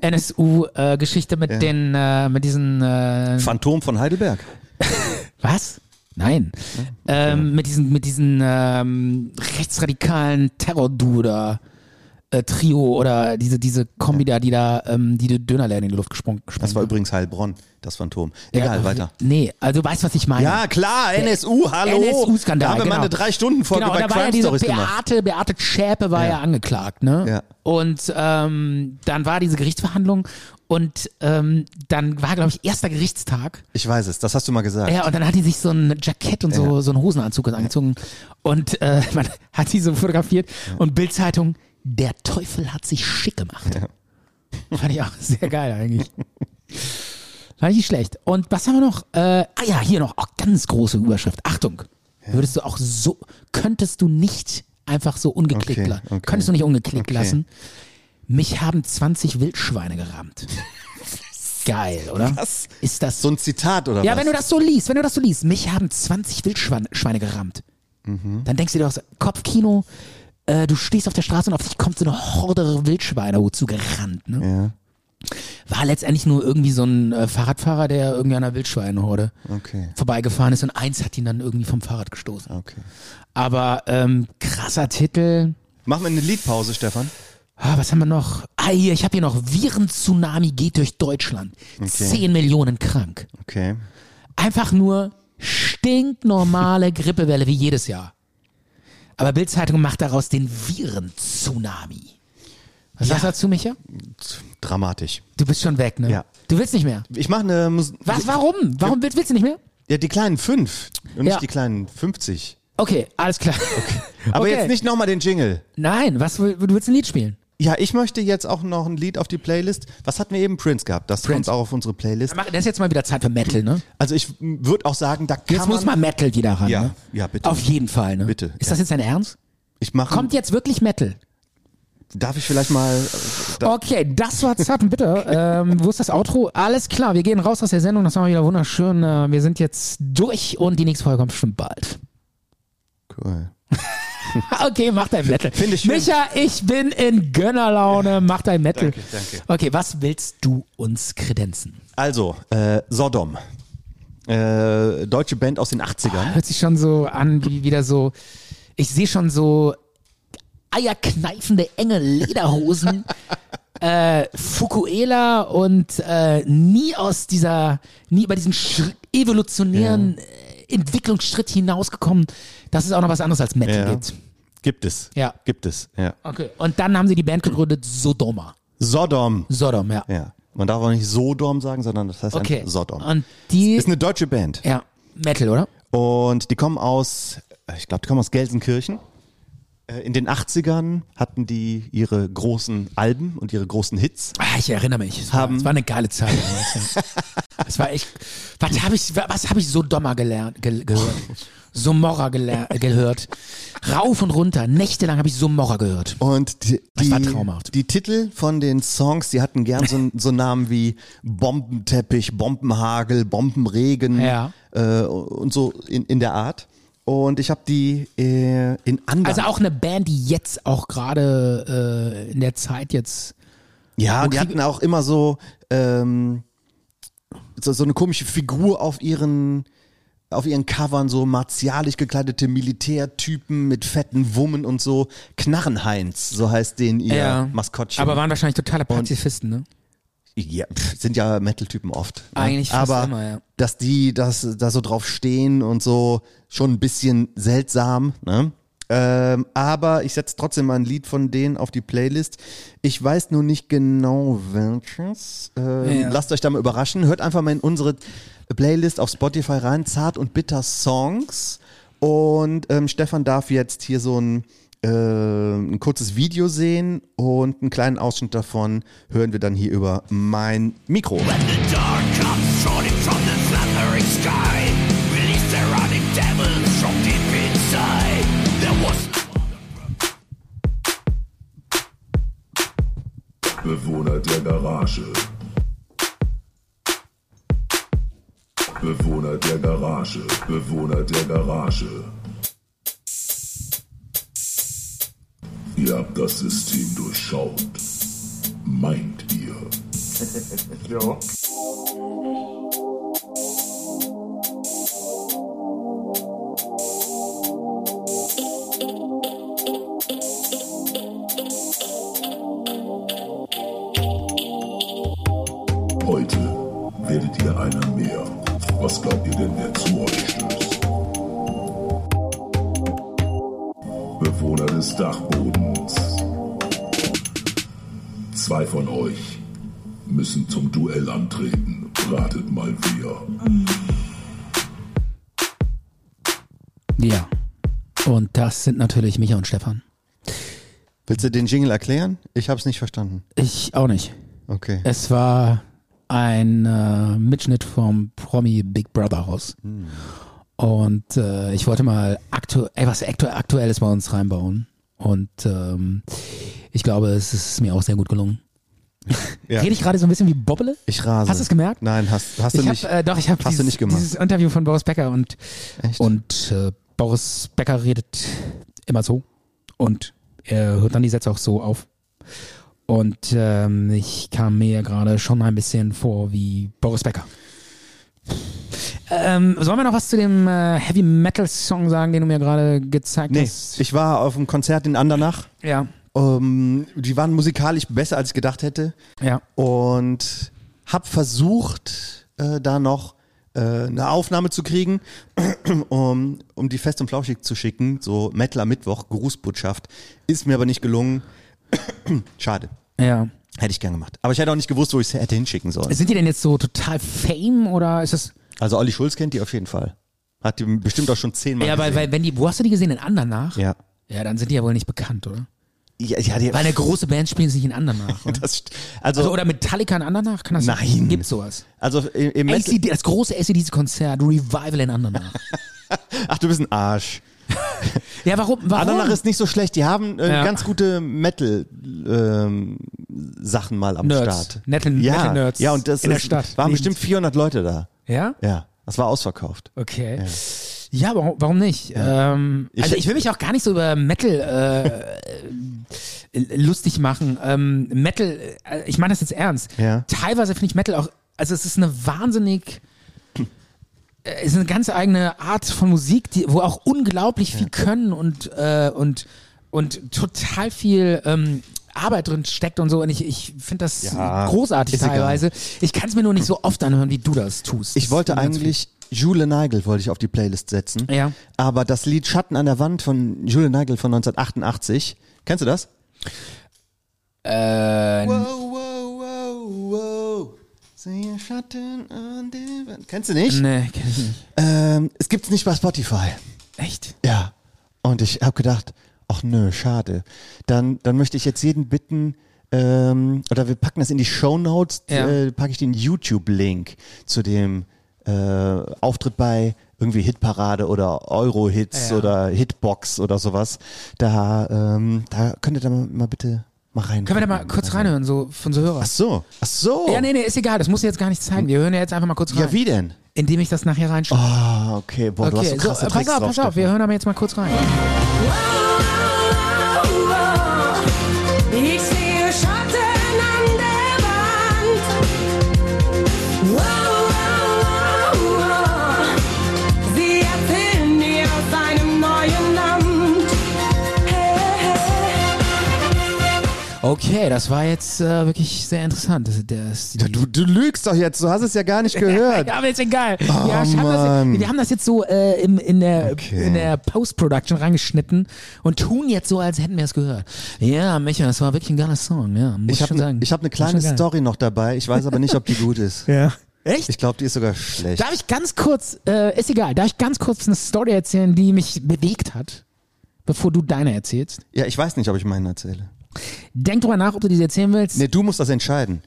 NSU-Geschichte mit
Ja.
den, äh, mit diesen, äh,
Phantom von Heidelberg.
was? Nein, ähm, mit diesen, mit diesen ähm, rechtsradikalen Terror-Duo da. Äh, Trio oder diese, diese Kombi da, die da, ähm, die die Dönerläden in die Luft gesprungen, gesprungen
Das war übrigens Heilbronn, das Phantom. Egal,
Ja, Äh,
weiter.
Nee, also du weißt, was ich meine.
Ja, klar, NSU, hallo.
NSU-Skandal.
Da haben wir
genau.
mal eine Drei-Stunden-Folge
genau, und
bei
da war ja
Crime
diese
Stories gemacht.
Beate, Beate Schäpe war ja, angeklagt, ne?
Ja.
Und ähm, dann war diese Gerichtsverhandlung Und ähm, dann war, glaube ich, erster Gerichtstag.
Ich weiß es, das hast du mal gesagt.
Ja, und dann hat die sich so ein Jackett und so, so einen Hosenanzug angezogen. Und äh, man hat sie so fotografiert. Und Bildzeitung, der Teufel hat sich schick gemacht. Fand ich auch sehr geil eigentlich. Fand ich nicht schlecht. Und was haben wir noch? Äh, ah ja, hier noch. Oh, ganz große Überschrift. Achtung. Würdest du auch so, könntest du nicht einfach so ungeklickt
Okay,
lassen.
okay.
Könntest du nicht ungeklickt
Okay.
lassen. Mich haben 20 Wildschweine gerammt. Geil, oder?
Was?
Ist das
So ein Zitat oder
ja,
was?
wenn du das so liest, wenn du das so liest, mich haben 20 Wildschweine Schweine gerammt.
Mhm.
Dann denkst du dir doch, so, Kopfkino, äh, du stehst auf der Straße und auf dich kommt so eine Horde Wildschweine wozu gerannt. Ne?
ja,
War letztendlich nur irgendwie so ein äh, Fahrradfahrer, der irgendwie an einer Wildschweinhorde
okay.
vorbeigefahren ist und eins hat ihn dann irgendwie vom Fahrrad gestoßen.
Okay.
Aber ähm, krasser Titel.
Machen wir eine Liedpause, Stefan.
Ah, was haben wir noch? Ah, hier, ich habe hier noch Viren-Tsunami geht durch Deutschland. Zehn 10 Millionen krank.
Okay.
einfach nur stinknormale Grippewelle wie jedes Jahr. Aber Bild-Zeitung macht daraus den Viren-Tsunami. Was sagst du dazu, Micha?
Dramatisch.
Du bist schon weg, ne?
Ja.
Du willst nicht mehr.
Ich mache eine Mus
Was? Warum? Warum willst, willst du nicht mehr?
Ja, die kleinen fünf und nicht
Ja.
die kleinen 50.
Okay, alles klar.
Aber
Okay.
jetzt nicht nochmal den Jingle.
Nein, was will- du willst ein Lied spielen?
Ja, ich möchte jetzt auch noch ein Lied auf die Playlist. Was hatten wir eben? Prince gehabt. Das kommt auch auf unsere Playlist.
Mach- Das ist jetzt mal wieder Zeit für Metal, ne?
Also ich würde auch sagen, da kann
Jetzt muss
man...
mal Metal wieder ran.
Ja,
ne?
ja, bitte.
Auf jeden Fall, ne?
Bitte,
Ist
ja.
das jetzt dein Ernst?
Ich mache...
Kommt jetzt wirklich Metal?
Darf ich vielleicht mal... Da,
Okay, das war zart und bitter. ähm, wo ist das Outro? Alles klar, wir gehen raus aus der Sendung. Das war wieder wunderschön. Äh, wir sind jetzt durch und die nächste Folge kommt bestimmt bald. Ah,
cool.
Okay, mach dein Metal.
Finde ich schön.
Micha, ich bin in Gönnerlaune. Mach dein Metal.
Danke, danke.
Okay, was willst du uns kredenzen?
Also, äh, Sodom. Äh, deutsche Band aus den 80ern.
Ah, Hört sich schon so an, wie wieder so. Ich sehe schon so eierkneifende, enge Lederhosen. äh, Fukuela und äh, nie aus dieser, nie über diesen Schri- evolutionären äh, Entwicklungsschritt hinausgekommen, dass es auch noch was anderes als Metal
Ja.
gibt.
Gibt es.
Ja.
Gibt es. Ja.
Okay. Und dann haben sie die Band gegründet, Sodoma.
Sodom.
Sodom, ja.
Ja. Man darf auch nicht Sodom sagen, sondern das heißt
Okay.
einfach Sodom.
Und die.
ist eine deutsche Band.
ja, Metal, oder?
Und die kommen aus, äh, ich glaube, die kommen aus Gelsenkirchen. Äh, In den 80ern hatten die ihre großen Alben und ihre großen Hits.
Ah, ich erinnere mich. Es war,
Haben-
es war eine geile Zeit. damals, ja. Es war echt. Was habe ich, was hab ich so dommer gelernt, gel, gehört? Somorra geler, gehört. Rauf und runter. Nächtelang habe ich Somorra gehört.
Und die,
Das war
die-
traumhaft.
die Titel von den Songs, die hatten gern so, so Namen wie Bombenteppich, Bombenhagel, Bombenregen
Ja.
äh, und so in, in der Art. Und ich habe die äh, in anderen.
Also auch eine Band, die jetzt auch gerade äh, in der Zeit jetzt.
Ja, und die
Krieg-
hatten auch immer so, ähm, so, so eine komische Figur auf ihren, auf ihren Covern, so martialisch gekleidete Militärtypen mit fetten Wummen und so. Knarrenheinz, so heißt den ihr Maskottchen.
Aber waren wahrscheinlich totale Pazifisten, ne?
ja, pff, sind ja Metal-Typen oft. Ne?
Eigentlich fast
Aber
immer, ja.
dass die das, da so drauf stehen und so, schon ein bisschen seltsam, ne? Ähm, aber ich setze trotzdem mal ein Lied von denen auf die Playlist. Ich weiß nur nicht genau welches. Ähm,
Ja.
Lasst euch da mal überraschen. Hört einfach mal in unsere Playlist auf Spotify rein. Zart und bitter Songs. Und ähm, Stefan darf jetzt hier so ein, äh, ein kurzes Video sehen und einen kleinen Ausschnitt davon hören wir dann hier über mein Mikro.
Bewohner der Garage. Bewohner der Garage. Bewohner der Garage. Ihr habt das System durchschaut. Meint ihr? ja. Heute werdet ihr einer mehr. Was glaubt ihr denn, wer zu euch stößt? Bewohner des Dachbodens. Zwei von euch müssen zum Duell antreten. Ratet mal wer.
Ja. Und das sind natürlich Micha und Stefan.
Willst du den Jingle erklären? Ich habe es nicht verstanden.
Ich auch nicht.
Okay.
Es war ein äh, Mitschnitt vom Promi Big Brother Haus.
Hm.
Und äh, ich wollte mal aktu ey, was aktu Aktuelles bei uns reinbauen. Und ähm, ich glaube, es ist mir auch sehr gut gelungen.
Ja.
Rede ich gerade so ein bisschen wie Bobbele?
Ich rase.
Hast du es gemerkt?
Nein, hast, hast du
ich
nicht.
Hab, äh, doch, ich habe
hast du
dieses,
nicht gemacht.
dieses Interview von Boris Becker und,
Echt?
und äh, Boris Becker redet immer so und er hört dann die Sätze auch so auf. Und ähm, ich kam mir gerade schon mal ein bisschen vor wie Boris Becker. Ähm, sollen wir noch was zu dem äh, Heavy Metal Song sagen, den du mir gerade gezeigt
nee,
hast?
ich war auf einem Konzert in Andernach.
ja,
Ähm, die waren musikalisch besser, als ich gedacht hätte.
ja.
und habe versucht, äh, da noch äh, eine Aufnahme zu kriegen, um, um die fest und flauschig zu schicken. So Metal am Mittwoch, Grußbotschaft. Ist mir aber nicht gelungen. Schade.
Ja.
Hätte ich gern gemacht. Aber ich hätte auch nicht gewusst, wo ich es hätte hinschicken sollen.
Sind die denn jetzt so total Fame oder ist das?
Also Olli Schulz kennt die auf jeden Fall. Hat die bestimmt auch schon zehnmal
Ja, weil,
gesehen.
weil wenn die, wo hast du die gesehen? In Andernach?
ja.
Ja, dann sind die ja wohl nicht bekannt, oder?
Ja, ja, die,
Weil eine große Band spielen sich in Andernach. Oder?
das, st-
also,
also,
oder Metallica in Andernach? Kann das
Nein.
Gibt sowas?
also im, im Metal,
ACD, das große ACDC-Konzert, Revival in Andernach.
Ach, du bist ein Arsch.
ja, warum? warum?
Andernach ist nicht so schlecht. Die haben äh,
Ja.
ganz gute Metal-Sachen mal am
Nerds.
Start.
Metal-
ja,
Metal-Nerds
ja, und das
in der
ist,
Stadt.
waren
Lebend.
bestimmt 400 Leute da.
Ja?
Ja, das war ausverkauft.
Okay. Ja, warum, warum nicht? Ähm, also
Ich-
ich will mich auch gar nicht so über Metal äh, äh, lustig machen. Ähm, Metal, äh, ich meine das jetzt ernst.
Ja.
Teilweise finde ich Metal auch, also es ist eine wahnsinnig, äh, es ist eine ganz eigene Art von Musik, die, wo auch unglaublich viel Können und, äh, und, und total viel ähm, Arbeit drin steckt und so. Und ich, ich finde das
Ja,
großartig
ist egal.
teilweise. Ich kann es mir nur nicht so oft anhören, wie du das tust.
Ich wollte
Das ist mir ganz
eigentlich Jule Nigel wollte ich auf die Playlist setzen.
Ja.
Aber das Lied Schatten an der Wand von Jule Nigel von 1988, kennst du das?
viel- Äh,
Wow, wow, wow, wow. Sehe Schatten an der Wand. Kennst du nicht?
Nee, kenn ich nicht.
Ähm, es gibt's nicht bei Spotify.
Echt?
Ja. Und ich habe gedacht, ach nö, schade. Dann, dann möchte ich jetzt jeden bitten, ähm, oder wir packen das in die Show Notes,
Ja.
äh, packe ich den YouTube-Link zu dem äh, Auftritt bei irgendwie Hitparade oder Euro-Hits
Ja.
oder Hitbox oder sowas. Da, ähm, da könnt ihr da mal, mal bitte mal rein.
Können wir da mal kurz reinhören, so von so Hörer?
Ach so, ach so.
Ja, nee, nee, ist egal, das musst du jetzt gar nicht zeigen. Wir hören ja jetzt einfach mal kurz rein.
ja wie denn?
Indem ich das nachher reinschneide.
Ah, okay, boah, du hast so krasse
äh, pass
Tricks
auf,
drauf.
pass auf, wir
Steffen.
hören aber jetzt mal kurz rein.
Ich sehe Schatten an der Wand. Wow, wow, wow, wow. Sie erzählen dir aus einem neuen Land. Hey, hey.
Okay, das war jetzt äh, wirklich sehr interessant. Das, das, die,
Du, du lügst doch jetzt, du hast es ja gar nicht gehört.
ja, aber ist egal. ja,
Oh,
ich hab das,
Mann.
wir haben das jetzt so äh, in, in der,
Okay.
in der Post-Production reingeschnitten und tun jetzt so, als hätten wir es gehört. Ja, Micha, das war wirklich ein geiler Song. Ja, muss
Ich habe
schon sagen.
ne, ich hab eine
War schon
kleine
geil.
Story noch dabei. Ich weiß aber nicht, ob die gut ist.
Ja. Echt?
Ich glaube, die ist sogar schlecht.
Darf ich ganz kurz, äh, ist egal, darf ich ganz kurz eine Story erzählen, die mich bewegt hat, bevor du deine erzählst?
ja, ich weiß nicht, ob ich meinen erzähle.
Denk drüber nach, ob du diese erzählen willst.
Nee, du musst das entscheiden.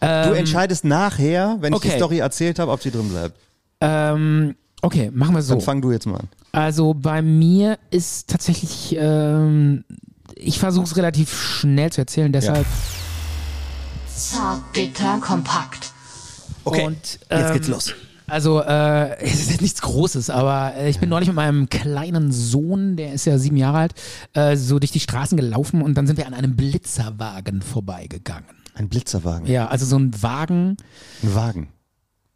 du entscheidest nachher, wenn
Ähm,
ich
okay.
die Story erzählt habe, ob sie drin bleibt.
Ähm, okay, machen wir so.
Dann fang du jetzt mal an.
Also bei mir ist tatsächlich, ähm, ich versuche es relativ schnell zu erzählen, deshalb.
Zart, bitter, kompakt.
Okay,
Und,
jetzt
ähm,
geht's los.
Also, äh, es ist jetzt nichts Großes, aber äh, ich bin neulich mit meinem kleinen Sohn, der ist ja sieben Jahre alt, äh, so durch die Straßen gelaufen und dann sind wir an einem Blitzerwagen vorbeigegangen.
Ein Blitzerwagen,
Ja, also so ein Wagen,
ein Wagen.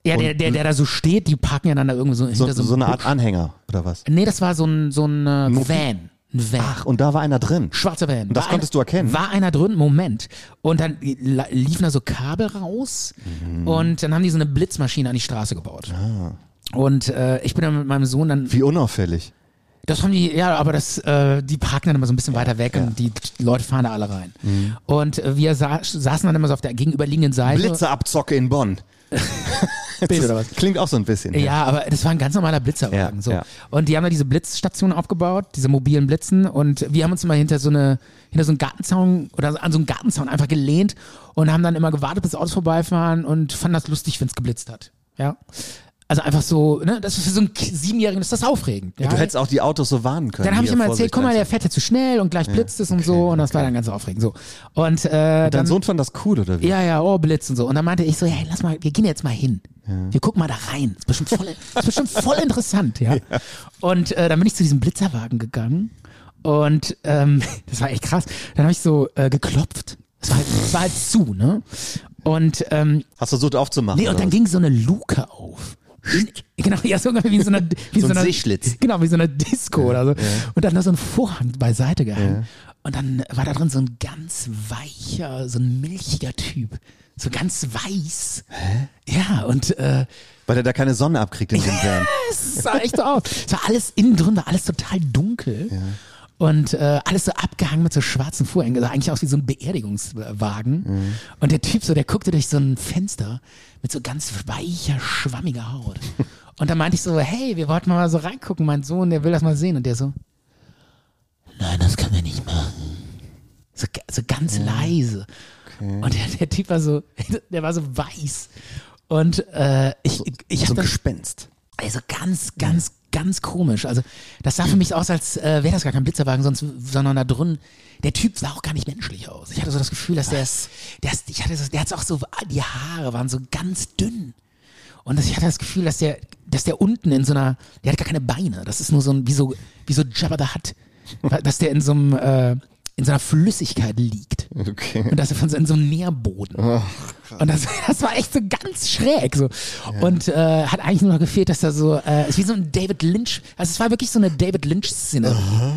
ja, der, der, der da so steht, die parken ja dann da irgendwo so
So,
hinter so,
so,
einem
eine
Busch.
Art Anhänger oder was?
Nee, das war so ein, so ein äh,
Mobil-
Van. Ein Van.
Ach, und da war einer drin.
Schwarzer Van.
das
War
konntest du erkennen?
War einer drin, Moment. Und dann la- liefen da so Kabel raus
Mhm.
und dann haben die so eine
Ah.
Blitzmaschine an die Straße gebaut. Und äh, ich bin dann mit meinem Sohn dann
Wie unauffällig.
Das haben die, ja, aber das, äh, die parken dann immer so ein bisschen weiter weg und die Leute fahren da alle rein.
Mhm.
Und äh, wir sa saßen dann immer so auf der gegenüberliegenden Seite.
Blitzeabzocke in Bonn.
Biss Also oder was?
Klingt auch so ein bisschen.
Ja, aber das war ein ganz normaler Blitzerwagen.
Ja,
so.
ja.
Und die haben da diese Blitzstationen aufgebaut, diese mobilen Blitzen. Und wir haben uns immer hinter so eine, hinter so einen Gartenzaun oder an so einen Gartenzaun einfach gelehnt und haben dann immer gewartet, bis Autos vorbeifahren und fanden das lustig, wenn es geblitzt hat. Ja. Also einfach so, ne, das ist für so einen K- Siebenjährigen ist das aufregend. Ja?
Du hättest auch die Autos so warnen können.
dann habe ich
Hier,
immer erzählt,
Vorsicht,
guck mal,
Leute.
der fährt ja zu schnell und gleich blitzt es und so und das war dann ganz aufregend. So. Und, äh,
Und
dann
dein Sohn fand das cool, oder wie?
ja, ja, oh, Blitz und so. Und dann meinte ich so, hey, lass mal, wir gehen jetzt mal hin. Wir gucken mal da rein. Ist bestimmt voll, ist bestimmt voll interessant, ja. Und äh, dann bin ich zu diesem Blitzerwagen gegangen und ähm, das war echt krass. Dann habe ich so äh, geklopft. Es war, es war halt zu, ne? Und ähm,
Hast versucht aufzumachen.
Nee, und
oder
dann
was?
ging so eine Luke auf. Genau, ja, sogar wie in so einer, wie
So ein
so einer
Sehschlitz.
Genau, wie so eine Disco oder so. Und dann noch so ein Vorhang beiseite gehangen. Und dann war da drin so ein ganz weicher, so ein milchiger Typ. So ganz weiß. Ja, und äh,
Weil er da keine Sonne abkriegt in dem Van.
es sah echt so aus. Es war alles innen drin, war alles total dunkel. Und äh, alles so abgehangen mit so schwarzen Vorhängen. Also eigentlich aus wie so ein Beerdigungswagen.
Mhm.
Und der Typ so, der guckte durch so ein Fenster mit so ganz weicher, schwammiger Haut. Und da meinte ich so, hey, wir wollten mal so reingucken, mein Sohn, der will das mal sehen. Und der so, nein, das können wir nicht machen. So, ga- so ganz leise. Und der, der Typ war so, der war so weiß. Und äh, ich, ich hab
So ein
dann-
Gespenst.
also ganz, ganz, ganz komisch. Also das sah für mich aus, als äh, wäre das gar kein Blitzerwagen, sonst, sondern da drin, der Typ sah auch gar nicht menschlich aus. Ich hatte so das Gefühl, dass der, ist- der, ist- ich hatte so, der hat auch so, die Haare waren so ganz dünn. Und das, ich hatte das Gefühl, dass der, dass der unten in so einer, der hat gar keine Beine. Das ist nur so ein, wie so, wie so Jabba the Hutt. Dass der in so einem, äh, in so einer Flüssigkeit liegt.
Mhm. Okay.
Und das von so in so einem Nährboden.
Oh,
und das, das war echt so ganz schräg. So. Und äh, hat eigentlich nur noch gefehlt, dass da so, äh, ist wie so ein David Lynch, also es war wirklich so eine David Lynch-Szenerie.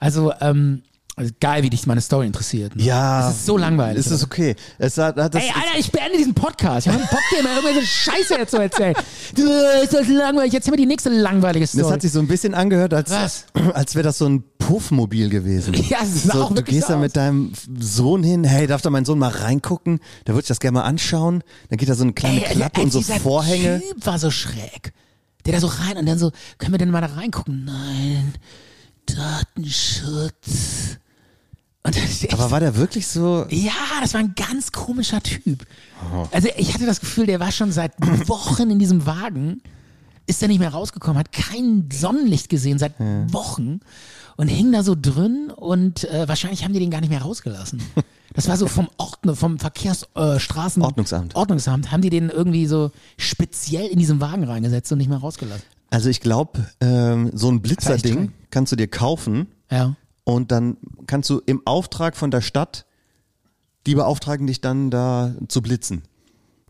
Also, ähm, also geil, wie dich meine Story interessiert. Ne?
Ja.
Das ist so langweilig.
Es ist okay. Es hat, hat das,
Ey, Alter, ich beende diesen Podcast. Ich hab einen Bock, dir mal irgendwelche Scheiße jetzt zu erzählen. Du, ist das langweilig. Jetzt haben wir die nächste langweilige Story.
das hat sich so ein bisschen angehört, als,
also- Was?
als wäre das so ein Puffmobil gewesen.
Ja, es sah
so,
auch
du
wirklich
gehst
so
da mit
aus.
deinem Sohn hin, hey, darf da mein Sohn mal reingucken? Da würde ich das gerne mal anschauen. Dann geht da so eine kleine
Ey,
Klappe
als
und so
dieser
Vorhänge.
Typ war so schräg. Der da so rein und dann so, können wir denn mal da reingucken? Nein, Datenschutz. Und dann ist echt
Aber war der wirklich so?
ja, das war ein ganz komischer Typ. Also ich hatte das Gefühl, der war schon seit Wochen in diesem Wagen, ist da nicht mehr rausgekommen, hat kein Sonnenlicht gesehen seit Wochen und hing da so drin und äh, wahrscheinlich haben die den gar nicht mehr rausgelassen. Das war so vom Ordnung, vom Verkehrsstraßen äh, Straßen-
Ordnungsamt.
Ordnungsamt haben die den irgendwie so speziell in diesen Wagen reingesetzt und nicht mehr rausgelassen.
Also ich glaube, ähm, so ein
streng.
Blitzerding kannst du dir kaufen
Ja.
und dann kannst du im Auftrag von der Stadt, die beauftragen dich dann da zu blitzen.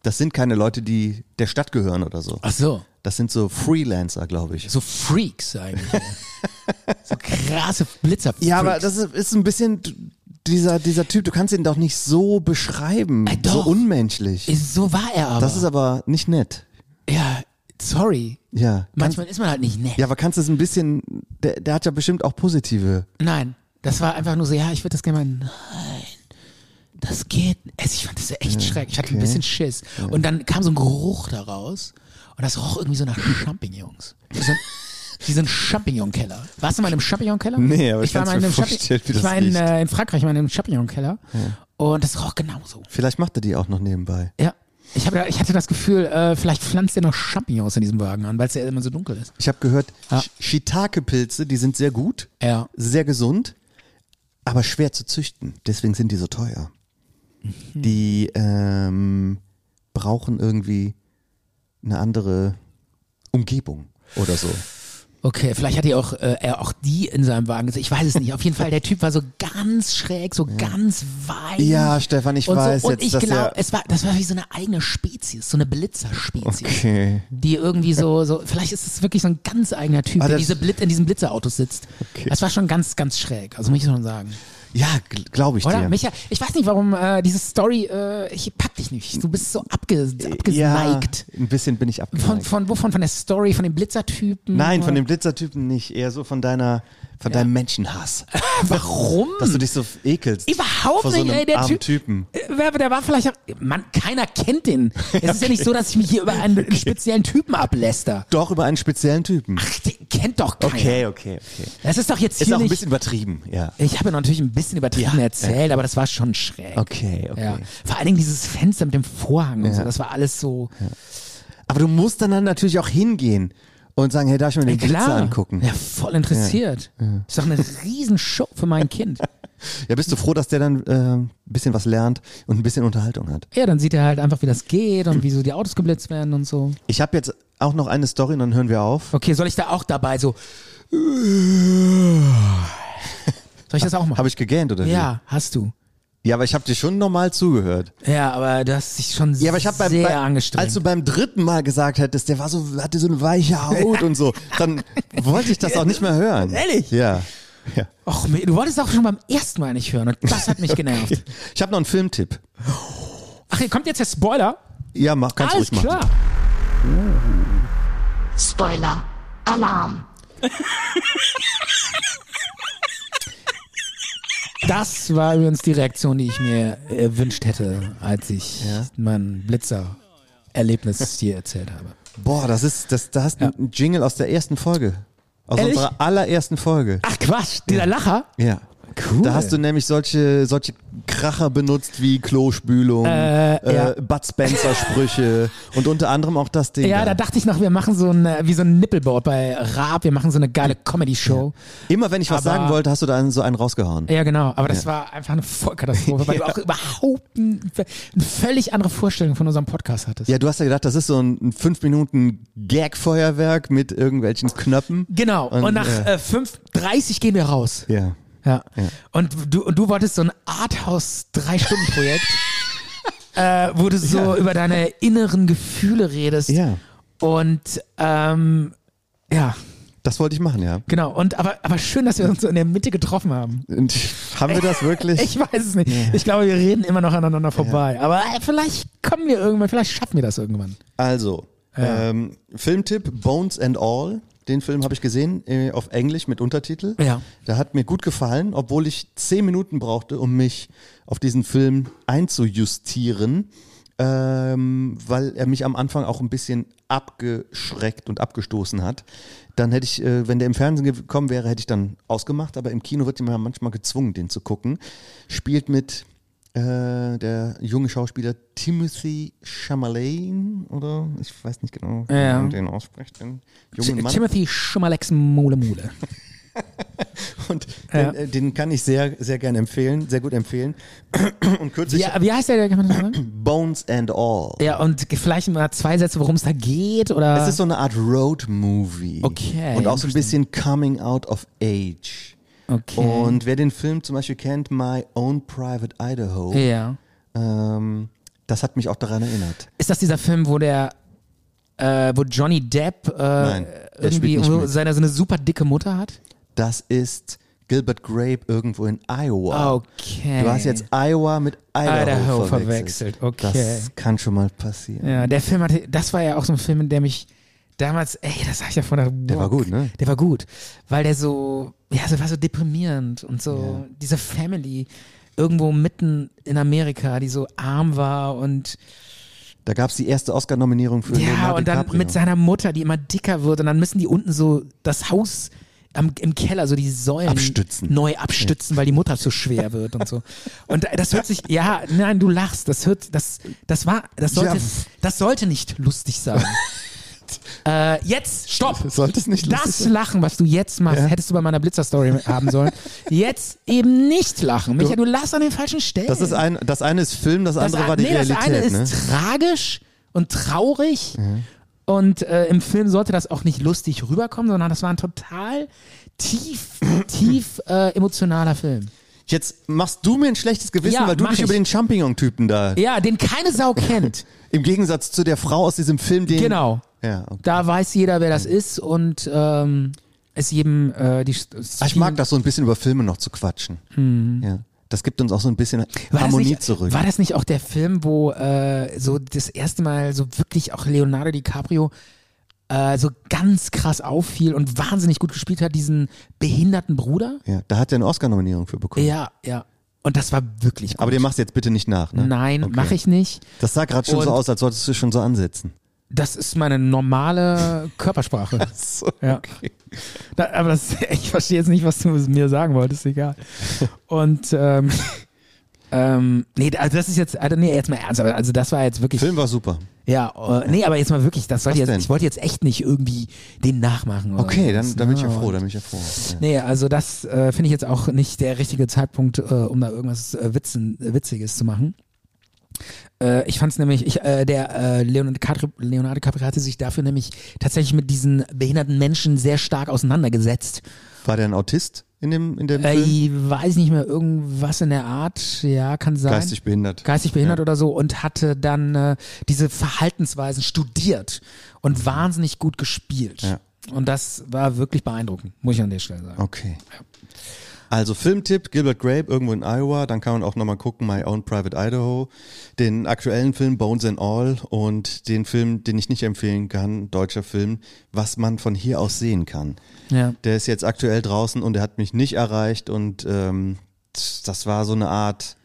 Das sind keine Leute, die der Stadt gehören oder so.
Ach so.
Das sind so Freelancer, glaube ich.
So Freaks eigentlich. so krasse Blitzer.
Ja, aber das ist, ist ein bisschen dieser, dieser Typ, du kannst ihn doch nicht so beschreiben.
Äh,
so
doch.
unmenschlich.
so war er aber.
das ist aber nicht nett.
Ja, sorry.
Ja. Kannst,
Manchmal ist man halt nicht nett.
ja, aber kannst du es ein bisschen, der, der hat ja bestimmt auch positive.
Nein, das war einfach nur so, ja, ich würde das gerne mal. Nein, das geht. Also ich fand das echt schrecklich. Ich hatte ein bisschen Schiss. Und dann kam so ein Geruch daraus und das roch irgendwie so nach Champignons. Wie so ein, wie so ein Champignon-Keller. Warst du mal in einem Champignon-Keller?
Nee, aber ich
ich war
kann's
mal in
mir
einem
vorstellen,
Champignon-
wie das
Ich war in,
riecht.
äh, in Frankreich, mal in einem Champignon-Keller und das roch genauso.
Vielleicht macht er die auch noch nebenbei.
Ja. Ich, hab, da- ich hatte das Gefühl, äh, vielleicht pflanzt er noch Champignons in diesem Wagen an, weil es ja immer so dunkel ist.
Ich habe gehört,
Ja.
Sh- Shiitake-Pilze, die sind sehr gut,
Ja.
sehr gesund, aber schwer zu züchten. Deswegen sind die so teuer.
Mhm.
Die ähm, brauchen irgendwie eine andere Umgebung oder so.
Okay, vielleicht hat er auch, äh, er auch die in seinem Wagen. gesehen. Ich weiß es nicht. Auf jeden Fall, der Typ war so ganz schräg, so ganz weit.
Ja, Stefan, ich
und
weiß
so, und
jetzt,
ich
dass
glaub,
er-
es war, das war wie so eine eigene Spezies, so eine Blitzerspezies,
Okay.
die irgendwie so, so, vielleicht ist es wirklich so ein ganz eigener Typ,
Ah,
der
das-
diese Blit in diesen Blitzerautos sitzt.
Okay.
Das war schon ganz, ganz schräg. Also muss ich schon sagen.
Ja, glaube ich
Oder?
dir.
Micha, ich weiß nicht, warum äh, diese Story, äh, ich pack dich nicht. Du bist so abge
ja,
abgeneigt.
ein bisschen bin ich abgeneigt.
Von, von wovon? Von der Story, von dem Blitzertypen?
Nein, von
Oder-
dem Blitzertypen nicht. Eher so von deiner, von deinem Menschenhass.
Warum?
Dass du dich so ekelst.
Überhaupt
vor so
nicht,
einem
ey, der
armen
Typ.
Typen.
Äh, wer- Der war vielleicht auch. Mann, keiner kennt den. Es ist ja nicht so, dass ich mich hier über einen speziellen Typen abläster.
Doch, über einen speziellen Typen.
Ach, den kennt doch keiner.
Okay, okay, okay.
Das ist doch jetzt hier
Ist auch ein
nicht.
bisschen übertrieben, ja.
ich habe ja natürlich ein bisschen übertrieben
Ja,
erzählt, aber das war schon schräg.
Okay, okay.
Ja. Vor allen Dingen dieses Fenster mit dem Vorhang und
Ja.
so, das war alles so.
Aber du musst dann, dann natürlich auch hingehen und sagen, hey, darf ich mir den
Ey,
Blitzer
klar.
angucken?
Ja, voll interessiert. Ist doch eine Riesenshow für mein Kind.
Ja, bist du froh, dass der dann äh, ein bisschen was lernt und ein bisschen Unterhaltung hat?
Ja, dann sieht er halt einfach, wie das geht und wie so die Autos geblitzt werden und so.
Ich habe jetzt auch noch eine Story und dann hören wir auf.
Okay, soll ich da auch dabei so. Soll ich das auch machen?
Habe ich gegähnt oder wie?
ja, hast du.
Ja, aber ich habe dir schon normal zugehört.
Ja, aber du hast dich schon
Ja, aber ich habe
sehr
beim, beim
angestrengt.
als du beim dritten Mal gesagt hättest, der war so hatte so eine weiche Haut und so, dann wollte ich das auch nicht mehr hören.
Ehrlich?
Ja. ja.
Och, mir- du wolltest auch schon beim ersten Mal nicht hören und das hat mich genervt.
Ich habe noch einen Filmtipp.
Ach, hier kommt jetzt der Spoiler.
Ja, mach kannst
Alles
ruhig machen.
klar.
Spoiler Alarm.
Das war übrigens die Reaktion, die ich mir äh, erwünscht hätte, als ich mein Blitzer-Erlebnis dir erzählt habe.
Boah, das ist das da hast du einen Jingle aus der ersten Folge. Aus
Ehrlich?
unserer allerersten Folge.
Ach Quatsch, dieser Lacher?
Ja.
Cool.
Da hast du nämlich solche, solche Kracher benutzt wie Klospülung, äh,
ja.
Bud Spencer-Sprüche und unter anderem auch das Ding.
ja, da dachte ich noch, wir machen so ein, äh, wie so ein Nippelboard bei Raab, wir machen so eine geile Comedy-Show.
Immer wenn ich was
Aber-
sagen wollte, hast du da einen, so einen rausgehauen.
Ja, genau, aber das war einfach eine Vollkatastrophe, weil du auch überhaupt ein, eine völlig andere Vorstellung von unserem Podcast hattest.
Ja, du hast ja gedacht, das ist so ein 5-Minuten-Gag-Feuerwerk mit irgendwelchen Knöpfen.
Genau, und,
Und,
nach
äh,
äh, 5.30 gehen wir raus.
Ja.
Ja. Und du, und du wolltest so ein Arthouse-Drei-Stunden-Projekt, äh, wo du so
Ja.
über deine inneren Gefühle redest.
Ja.
Und ähm, ja,
Das wollte ich machen, ja.
genau. Und aber, aber schön, dass wir uns so in der Mitte getroffen haben.
Und haben wir das wirklich?
Ich weiß es nicht. Ich glaube, wir reden immer noch aneinander vorbei. Aber äh, vielleicht kommen wir irgendwann, vielleicht schaffen wir das irgendwann.
Also, ähm, Filmtipp Bones and All. Den Film habe ich gesehen äh, auf Englisch mit Untertitel.
Ja.
Der hat mir gut gefallen, obwohl ich zehn Minuten brauchte, um mich auf diesen Film einzujustieren, ähm, weil er mich am Anfang auch ein bisschen abgeschreckt und abgestoßen hat. Dann hätte ich, äh, wenn der im Fernsehen gekommen wäre, hätte ich dann ausgemacht, aber im Kino wird man ja manchmal gezwungen, den zu gucken. Spielt mit äh, der junge Schauspieler Timothy Chalamet oder ich weiß nicht genau, wie
Ja.
man den ausspricht, den jungen Mann.
Timothy Schumalex Mole Mole.
Und
Ja.
den, äh, den kann ich sehr, sehr gerne empfehlen, sehr gut empfehlen. Und kürzlich
Ja, wie heißt der? Kann man das sagen?
Bones and All.
Ja, und vielleicht mal zwei Sätze, worum es da geht oder.
Es ist so eine Art Road-Movie.
Ah. Okay,
Und auch so ein bisschen Coming Out of Age.
okay.
Und wer den Film zum Beispiel kennt, My Own Private Idaho,
ja.
ähm, das hat mich auch daran erinnert.
Ist das dieser Film, wo der, äh, wo Johnny Depp äh,
Nein, der
irgendwie
spielt nicht
so
mit.
seine, so eine super dicke Mutter hat?
Das ist Gilbert Grape irgendwo in Iowa.
Ah, Okay.
Du hast jetzt Iowa mit Idaho,
Idaho
verwechselt.
verwechselt, okay.
Das kann schon mal passieren.
Ja, der Film hatte, das war ja auch so ein Film, in dem ich damals, ey, das sag ich ja vorhin. wow,
Der war gut, ne?
Der war gut, weil der so, ja, so war so deprimierend und so diese Family irgendwo mitten in Amerika, die so arm war und
Da gab es die erste Oscar-Nominierung für
Ja,
Leonardo
und dann
ne? DiCaprio.
mit seiner Mutter, die immer dicker wird und dann müssen die unten so das Haus am, im Keller, so die Säulen
Abstützen.
neu abstützen, weil die Mutter so schwer wird und so. Und das hört sich, ja, nein, du lachst, das hört, das, das war, das sollte,
Ja.
das sollte nicht lustig sein. äh, jetzt, stopp!
Sollte es nicht lustig
das
sein?
Lachen, was du jetzt machst,
Ja.
hättest du bei meiner Blitzer-Story haben sollen. Jetzt eben nicht lachen. Micha, du lachst an den falschen Stellen.
Das, ist ein, das eine ist Film, das andere
Das
war
ein-
die
nee,
Realität.
Das eine
ne?
ist tragisch und traurig. Und äh, im Film sollte das auch nicht lustig rüberkommen, sondern das war ein total tief, tief äh, emotionaler Film.
Jetzt machst du mir ein schlechtes Gewissen,
Ja,
weil du
mach
dich
ich.
über den Champignon-Typen da.
Ja, den keine Sau kennt.
Im Gegensatz zu der Frau aus diesem Film, den.
genau.
Ja, okay.
Da weiß jeder, wer das ist und ähm, es jedem äh, die. Sch-
Ah, Ich mag das so ein bisschen über Filme noch zu quatschen.
Hm.
Ja. Das gibt uns auch so ein bisschen
War das
Harmonie
nicht,
zurück.
War das nicht auch der Film, wo äh, so das erste Mal so wirklich auch Leonardo DiCaprio äh, so ganz krass auffiel und wahnsinnig gut gespielt hat, diesen behinderten Bruder?
ja, da hat er eine Oscar-Nominierung für bekommen.
Ja, ja. Und das war wirklich gut.
Aber den machst du jetzt bitte nicht nach, ne?
Nein,
Okay.
mache ich nicht.
Das sah gerade schon so
Und-
aus, als solltest du schon so ansetzen.
Das ist meine normale Körpersprache. ja. da, aber das, ich verstehe jetzt nicht, was du mir sagen wolltest, egal. Und ähm, ähm, nee, also das ist jetzt, also nee, jetzt mal ernst, aber also das war jetzt wirklich.
Film war super.
Ja, äh, nee, aber jetzt mal wirklich, das sollte
Oh. Was
jetzt,
denn?
ich wollte jetzt echt nicht irgendwie den nachmachen. Oder
Okay, dann,
sowas,
dann bin ich ja
ne,
froh,
und-
dann bin ich ja froh. Ja.
Nee, also das äh, finde ich jetzt auch nicht der richtige Zeitpunkt, äh, um da irgendwas äh, Witzen, äh, Witziges zu machen. Äh, ich fand es nämlich, ich, äh, der äh, Leonardo DiCaprio- Leonardo DiCaprio hatte sich dafür nämlich tatsächlich mit diesen behinderten Menschen sehr stark auseinandergesetzt.
War der ein Autist in dem, in dem
Äh,
Film?
ich weiß nicht mehr, irgendwas in der Art, ja, kann sein.
Geistig behindert.
Geistig behindert oder so und hatte dann äh, diese Verhaltensweisen studiert und wahnsinnig gut gespielt.
Mhm. Ja.
Und das war wirklich beeindruckend, muss ich an der Stelle sagen.
Okay. Also Filmtipp, Gilbert Grape, irgendwo in Iowa. Dann kann man auch nochmal gucken, My Own Private Idaho. Den aktuellen Film Bones and All und den Film, den ich nicht empfehlen kann, deutscher Film, was man von hier aus sehen kann.
Ja.
Der ist jetzt aktuell draußen und der hat mich nicht erreicht und ähm, das war so eine Art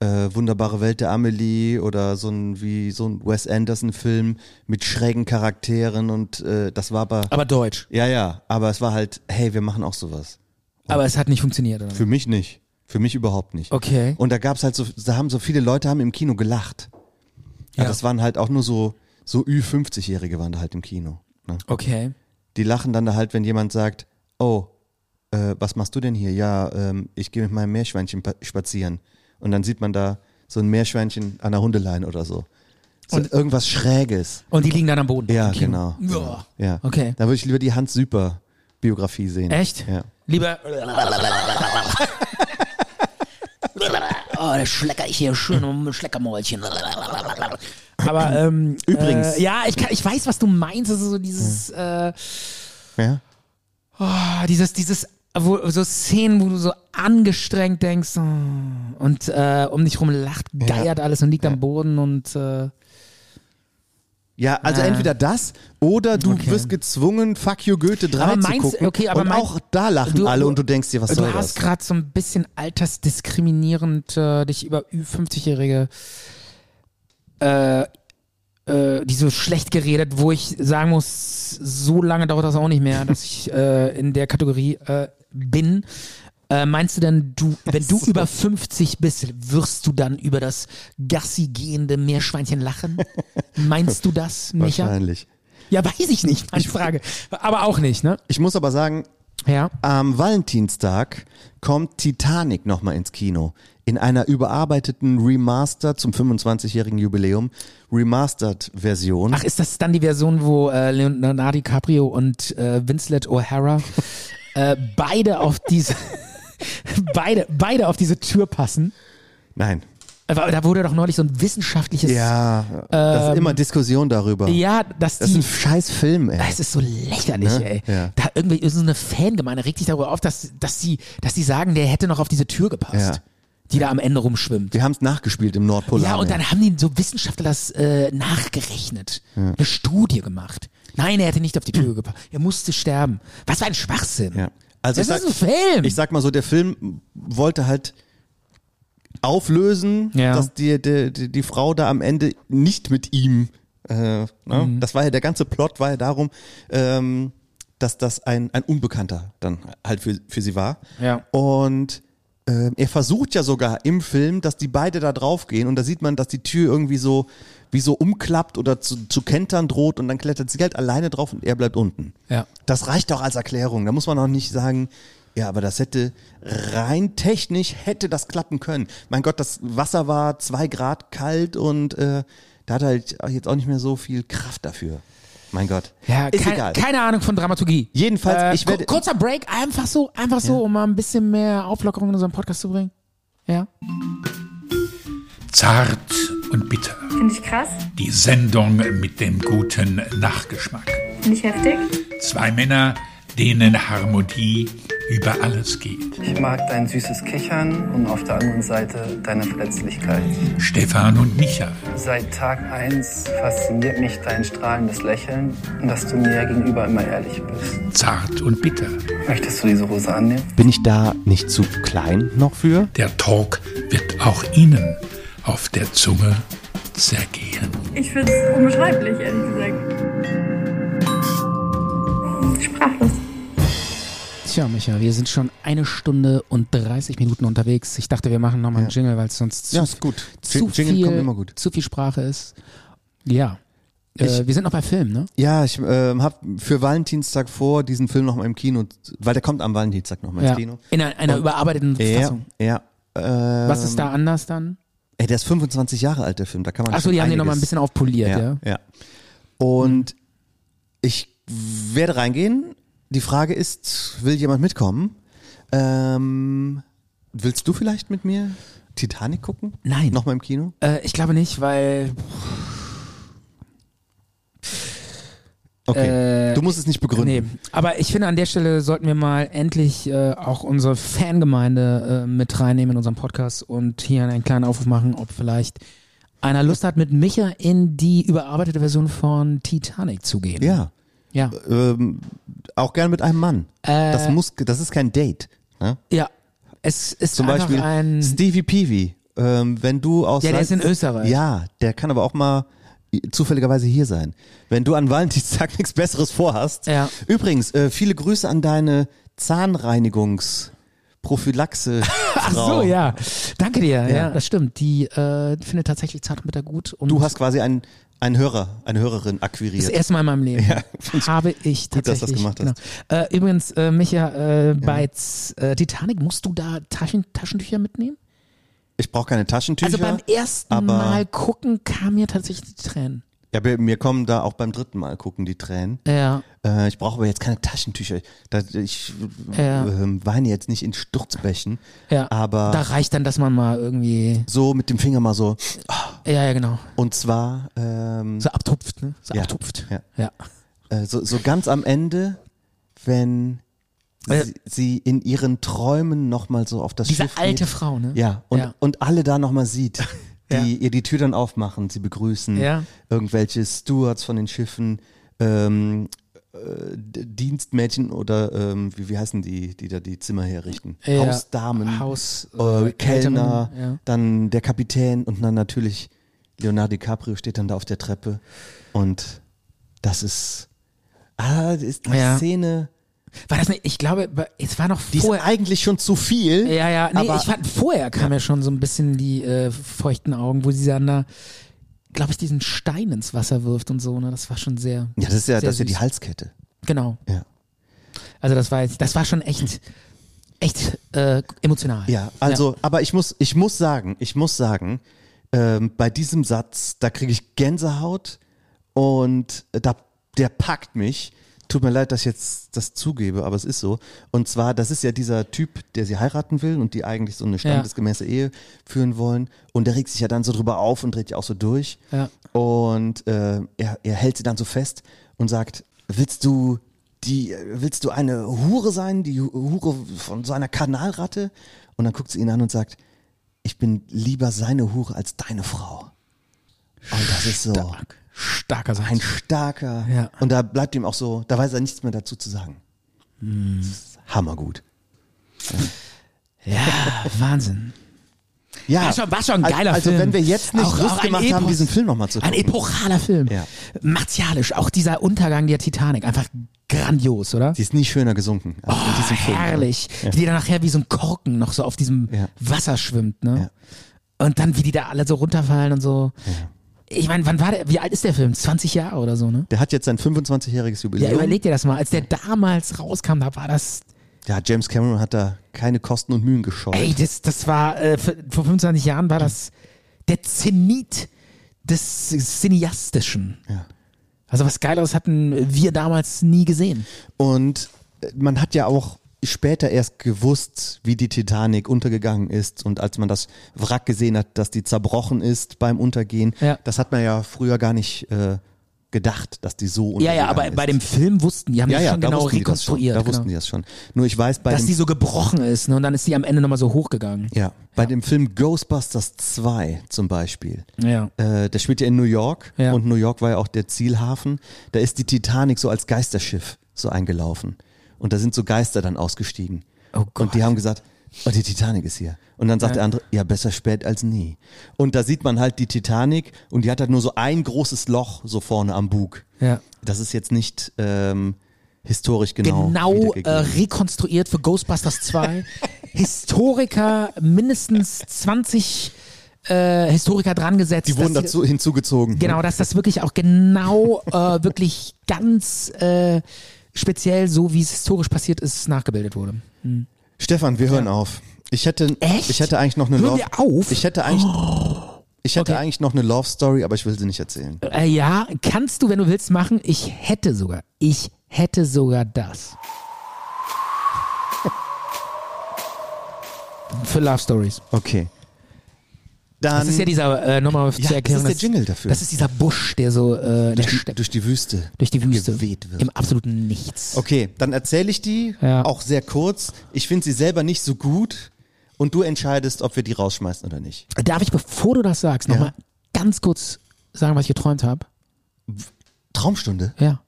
äh, wunderbare Welt der Amelie oder so ein wie so ein Wes Anderson Film mit schrägen Charakteren und äh, das war aber
Aber deutsch.
ja ja, aber es war halt hey, wir machen auch sowas.
Aber es hat nicht funktioniert, oder?
Für mich nicht, für mich überhaupt nicht.
Okay.
Und da gab's halt so da haben so viele Leute haben im Kino gelacht. Ja,
Ja.
das waren halt auch nur so so Ü50-Jährige waren da halt im Kino. Ne?
Okay.
die lachen dann da halt, wenn jemand sagt, oh, äh, was machst du denn hier? Ja, ähm, ich gehe mit meinem Meerschweinchen pa- spazieren. Und dann sieht man da so ein Meerschweinchen an der Hundeleine oder so. so
Und-
und irgendwas Schräges.
Und die liegen dann am Boden.
Ja,
im Kino.
genau.
Ja.
Ja.
Okay.
Da würde ich lieber die Hans Süper Biografie sehen.
Echt?
Ja.
Lieber. Oh, da schlecker ich hier schön um ein Schleckermäulchen. Aber ähm,
Übrigens.
Äh, ja, ich, kann, ich weiß, was du meinst. Das ist so dieses, äh,
Ja.
oh, dieses, dieses, wo, so Szenen, wo du so angestrengt denkst oh, und äh, um dich rum lacht, geiert alles und liegt am Boden und äh,
Ja, also entweder das oder du
Okay.
wirst gezwungen, Fuck you Goethe 3
Aber
zu
meinst-
gucken.
okay, aber
und
meinst-
auch da lachen
du-
alle und du denkst dir, was
Äh, du
soll
hast
das?
gerade so ein bisschen altersdiskriminierend äh, dich über Ü50-Jährige, äh, äh, die so schlecht geredet, wo ich sagen muss, so lange dauert das auch nicht mehr, dass ich äh, in der Kategorie äh, bin. Äh, meinst du denn, du, wenn du über 50 bist, wirst du dann über das Gassi gehende Meerschweinchen lachen? Meinst du das, Micha?
Wahrscheinlich.
Ja, weiß ich nicht, meine Frage. Aber auch nicht, ne?
Ich muss aber sagen,
Ja.
Am Valentinstag kommt Titanic nochmal ins Kino. In einer überarbeiteten Remaster zum 25-jährigen Jubiläum. Remastered-Version.
Ach, ist das dann die Version, wo äh, Leonardo DiCaprio und äh, Winslet O'Hara äh, beide auf diese beide beide auf diese Tür passen?
Nein.
Aber Da wurde doch neulich so ein wissenschaftliches
Ja, das ist immer Diskussion darüber.
Ähm. ja, dass
Das ist
die
ein scheiß Film, ey.
es ist so lächerlich,
Ne?
ey.
Ja.
Da irgendwie so eine Fangemeinde regt sich darüber auf, dass dass die dass die sagen, der hätte noch auf diese Tür gepasst,
Ja.
die da am Ende rumschwimmt.
Wir haben es nachgespielt im Nordpolar.
Ja, und dann haben die so Wissenschaftler das äh, nachgerechnet, eine Studie gemacht. Nein, er hätte nicht auf die Tür gepasst. Er musste sterben. Was für ein Schwachsinn.
Ja. Also
das
ich
ist
sag-
ein Film.
Ich sag mal so, der Film wollte halt auflösen,
Ja.
dass die, die, die, die Frau da am Ende nicht mit ihm. Äh, ne?
Mhm.
Das war ja der ganze Plot, war ja darum, ähm, dass das ein, ein Unbekannter dann halt für, für sie war.
Ja.
Und ähm, er versucht ja sogar im Film, dass die beide da draufgehen und da sieht man, dass die Tür irgendwie so wie so umklappt oder zu, zu kentern droht und dann klettert sie halt alleine drauf und er bleibt unten.
ja.
Das reicht doch als Erklärung. Da muss man auch nicht sagen, ja, aber das hätte rein technisch hätte das klappen können. Mein Gott, das Wasser war zwei Grad kalt und äh, da hat er halt jetzt auch nicht mehr so viel Kraft dafür. Mein Gott.
Ja,
ist
kein,
egal.
keine Ahnung von Dramaturgie.
Jedenfalls,
Äh,
ich werde-
ku- kurzer Break, einfach so, einfach so, um mal ein bisschen mehr Auflockerung in unseren Podcast zu bringen. Ja.
Zart und bitter.
Finde ich krass,
Die Sendung mit dem guten Nachgeschmack.
finde ich heftig.
Zwei Männer, denen Harmonie über alles geht.
Ich mag dein süßes Kichern und auf der anderen Seite deine Verletzlichkeit.
Stefan und Micha,
Seit Tag 1 fasziniert mich dein strahlendes Lächeln und dass du mir gegenüber immer ehrlich bist.
zart und bitter.
Möchtest du diese Rose annehmen?
Bin ich da nicht zu klein noch für?
Der Talk wird auch ihnen auf der Zunge zergehen.
Ich finde es unbeschreiblich, ehrlich gesagt. Sprachlos.
Tja, Micha, wir sind schon eine Stunde und 30 Minuten unterwegs. Ich dachte, wir machen nochmal einen Jingle, weil es sonst zu,
Ja, ist gut.
zu,
Jing- Jingle
viel,
kommt immer gut.
zu viel Sprache ist. Ja. Äh,
Ich-
wir sind noch bei Film, ne?
Ja, ich ähm, habe für Valentinstag vor, diesen Film nochmal im Kino, weil der kommt am Valentinstag nochmal ins
Ja.
Kino.
In einer- einer
Und-
überarbeiteten
ja,
Fassung.
Ja. Ähm,
Was ist da anders dann?
Ey, der ist 25 Jahre alt, der Film. Da kann man
Ach so,
schon
die haben den noch mal ein
einiges-
bisschen aufpoliert, ja.
ja. Und ich werde reingehen. Die Frage ist, will jemand mitkommen? Ähm, willst du vielleicht mit mir Titanic gucken?
Nein.
Nochmal im Kino?
Äh, ich glaube nicht, weil
Okay.
Äh,
du musst es nicht begründen.
Nee, aber ich finde, an der Stelle sollten wir mal endlich äh, auch unsere Fangemeinde äh, mit reinnehmen in unserem Podcast und hier einen kleinen Aufruf machen, ob vielleicht einer Lust hat, mit Micha in die überarbeitete Version von Titanic zu gehen.
Ja.
Ja.
Ähm, auch gerne mit einem Mann.
Äh,
das, muss, das ist kein Date. Ne?
Ja. Es ist
Zum
einfach
Beispiel
ein.
Stevie Peavy. Ähm, wenn du aus
Ja, der
Salz-
ist in Österreich.
Ja, der kann aber auch mal zufälligerweise hier sein. Wenn du an Valentinstag nichts Besseres vorhast.
Ja.
Übrigens, äh, viele Grüße an deine Zahnreinigungsprophylaxe.
Ach so, ja. Danke dir. Ja, das stimmt. Die äh, findet tatsächlich Zart und Bitter gut. Und
Du hast quasi einen, einen Hörer, eine Hörerin akquiriert.
Das erste Mal in meinem Leben habe ich
gut, dass du das
tatsächlich.
gemacht hast.
Genau. Äh, übrigens, äh, Micha, äh, bei Z- äh, Titanic musst du da Taschen, Taschentücher mitnehmen?
Ich brauche keine Taschentücher.
also beim ersten
aber-
Mal gucken kam mir tatsächlich die Tränen.
Ja, bei mir kommen da auch beim dritten Mal gucken die Tränen.
Ja.
Äh, ich brauche aber jetzt keine Taschentücher. Da, ich
Ja.
ähm, weine jetzt nicht in Sturzbächen.
Ja.
Aber
da reicht dann, dass man mal irgendwie.
so mit dem Finger mal so.
Ja, ja, genau.
Und zwar. Ähm,
So abtupft, ne? So
ja,
abtupft.
Ja.
Ja.
Äh, so, so ganz am Ende, wenn
Äh,
sie, sie in ihren Träumen nochmal so auf das
Diese
Schiff
alte
geht.
Frau, ne?
Ja, und,
Ja.
und alle da nochmal sieht, die
Ja.
ihr die Tür dann aufmachen, sie begrüßen,
Ja.
irgendwelche Stewards von den Schiffen, ähm, äh, D- Dienstmädchen oder ähm, wie, wie heißen die, die da die Zimmer herrichten?
Ja.
Hausdamen,
Haus,
äh,
äh,
Kellner,
Kellnerin, ja.
dann der Kapitän und dann natürlich Leonardo DiCaprio steht dann da auf der Treppe und das ist, ah, das ist die
Ja.
Szene,
War das nicht? Ich glaube, bei- es war noch
die ist
vorher.
eigentlich schon zu viel.
Ja, ja, nee,
aber
ich fand, vorher kam ja schon so ein bisschen die äh, feuchten Augen, wo sie dann da, glaube ich, diesen Stein ins Wasser wirft und so, ne? Das war schon sehr.
ja, das ist ja,
sehr
das ist ja die
süß.
Halskette.
Genau.
Ja.
Also das war jetzt, das war schon echt, echt äh, emotional.
Ja, also, aber ich muss, ich muss sagen, ich muss sagen, ähm, bei diesem Satz, da kriege ich Gänsehaut und äh, da, der packt mich. Tut mir leid, dass ich jetzt das zugebe, aber es ist so. Und zwar, das ist ja dieser Typ, der sie heiraten will und die eigentlich so eine standesgemäße Ehe führen wollen. Und der regt sich ja dann so drüber auf und dreht ja auch so durch.
Ja.
Und äh, er, er hält sie dann so fest und sagt, willst du die, willst du eine Hure sein, die Hure von so einer Kanalratte? Und dann guckt sie ihn an und sagt, ich bin lieber seine Hure als deine Frau. Und das ist so
Starker Satz.
ein starker.
Ja.
Und da bleibt ihm auch so, da weiß er nichts mehr dazu zu sagen.
Hm.
Das ist Hammergut.
Ja, Wahnsinn.
Ja,
War schon, war schon ein
Al-
geiler
also
Film.
wenn wir jetzt nicht
Auch-
Lust
auch ein
gemacht haben,
Epos.
diesen Film nochmal zu
Ein
gucken.
epochaler Film.
Ja.
Martialisch, auch dieser Untergang der Titanic, einfach grandios, oder?
Die ist nie schöner gesunken als in diesem Film.
Oh, Ah, herrlich,
Ja.
wie die dann nachher wie so ein Korken noch so auf diesem
Ja.
Wasser schwimmt, ne? Und dann, wie die da alle so runterfallen und so. Ich meine, wann war der, wie alt ist der Film? 20 Jahre oder so, ne?
Der hat jetzt sein 25-jähriges
Ja,
Jubiläum.
überleg dir das mal. Als der damals rauskam, da war das,
Ja, James Cameron hat da keine Kosten und Mühen gescheut.
ey, das, das war, äh, vor 25 Jahren war das der Zenit des Cineastischen.
Ja.
Also was Geileres hatten wir damals nie gesehen.
Und äh, man hat ja auch später erst gewusst, wie die Titanic untergegangen ist. Und als man das Wrack gesehen hat, dass die zerbrochen ist beim Untergehen,
Ja.
das hat man ja früher gar nicht äh, gedacht, dass die so
Ja, ja,
untergegangen
aber
ist.
bei dem Film wussten, die haben
ja,
das
ja,
schon
da
genau
wussten die das schon.
rekonstruiert.
Da
genau.
wussten die das schon. Nur ich weiß bei
Dass
dem
die so gebrochen ist ne? und dann ist die am Ende nochmal so hochgegangen.
Ja, bei dem Film Ghostbusters 2 zum Beispiel.
Ja.
Äh, der spielt ja in New York
Ja.
und New York war ja auch der Zielhafen. Da ist die Titanic so als Geisterschiff so eingelaufen. Und da sind so Geister dann ausgestiegen.
Oh
Und die haben gesagt, oh, die Titanic ist hier. Und dann sagt der andere, ja, besser spät als nie. Und da sieht man halt die Titanic und die hat halt nur so ein großes Loch so vorne am Bug.
Ja.
Das ist jetzt nicht ähm, historisch genau.
Genau äh,
wiedergegeben.
rekonstruiert für Ghostbusters 2. Historiker, mindestens 20 äh, Historiker dran gesetzt.
die wurden
dass
dazu hinzugezogen.
Genau, dass das wirklich auch genau, äh, wirklich ganz äh, speziell, so wie es historisch passiert ist, nachgebildet wurde. Hm.
Stefan, wir hören auf. Ich hätte,
Echt?
ich hätte eigentlich noch eine
Hören
Love.
wir auf? Oh.
Ich hätte eigentlich, ich hätte
Okay.
eigentlich noch eine Love Story, aber ich will sie nicht erzählen.
Äh, ja, kannst du, wenn du willst, machen. Ich hätte sogar, ich hätte sogar das. Für Love Stories.
Okay. Dann
Das ist ja dieser, äh, nochmal zur
Ja, das
Erklärung.
ist der Jingle dafür.
Das ist dieser Busch, der so äh, der
durch, die,
steppt
durch die Wüste.
durch die Wüste.
geweht wird.
Im absoluten Nichts.
Okay, dann erzähle ich die
Ja.
auch sehr kurz. Ich finde sie selber nicht so gut und du entscheidest, ob wir die rausschmeißen oder nicht.
Darf ich, bevor du das sagst, nochmal ganz kurz sagen, was ich geträumt habe?
Traumstunde.
Ja.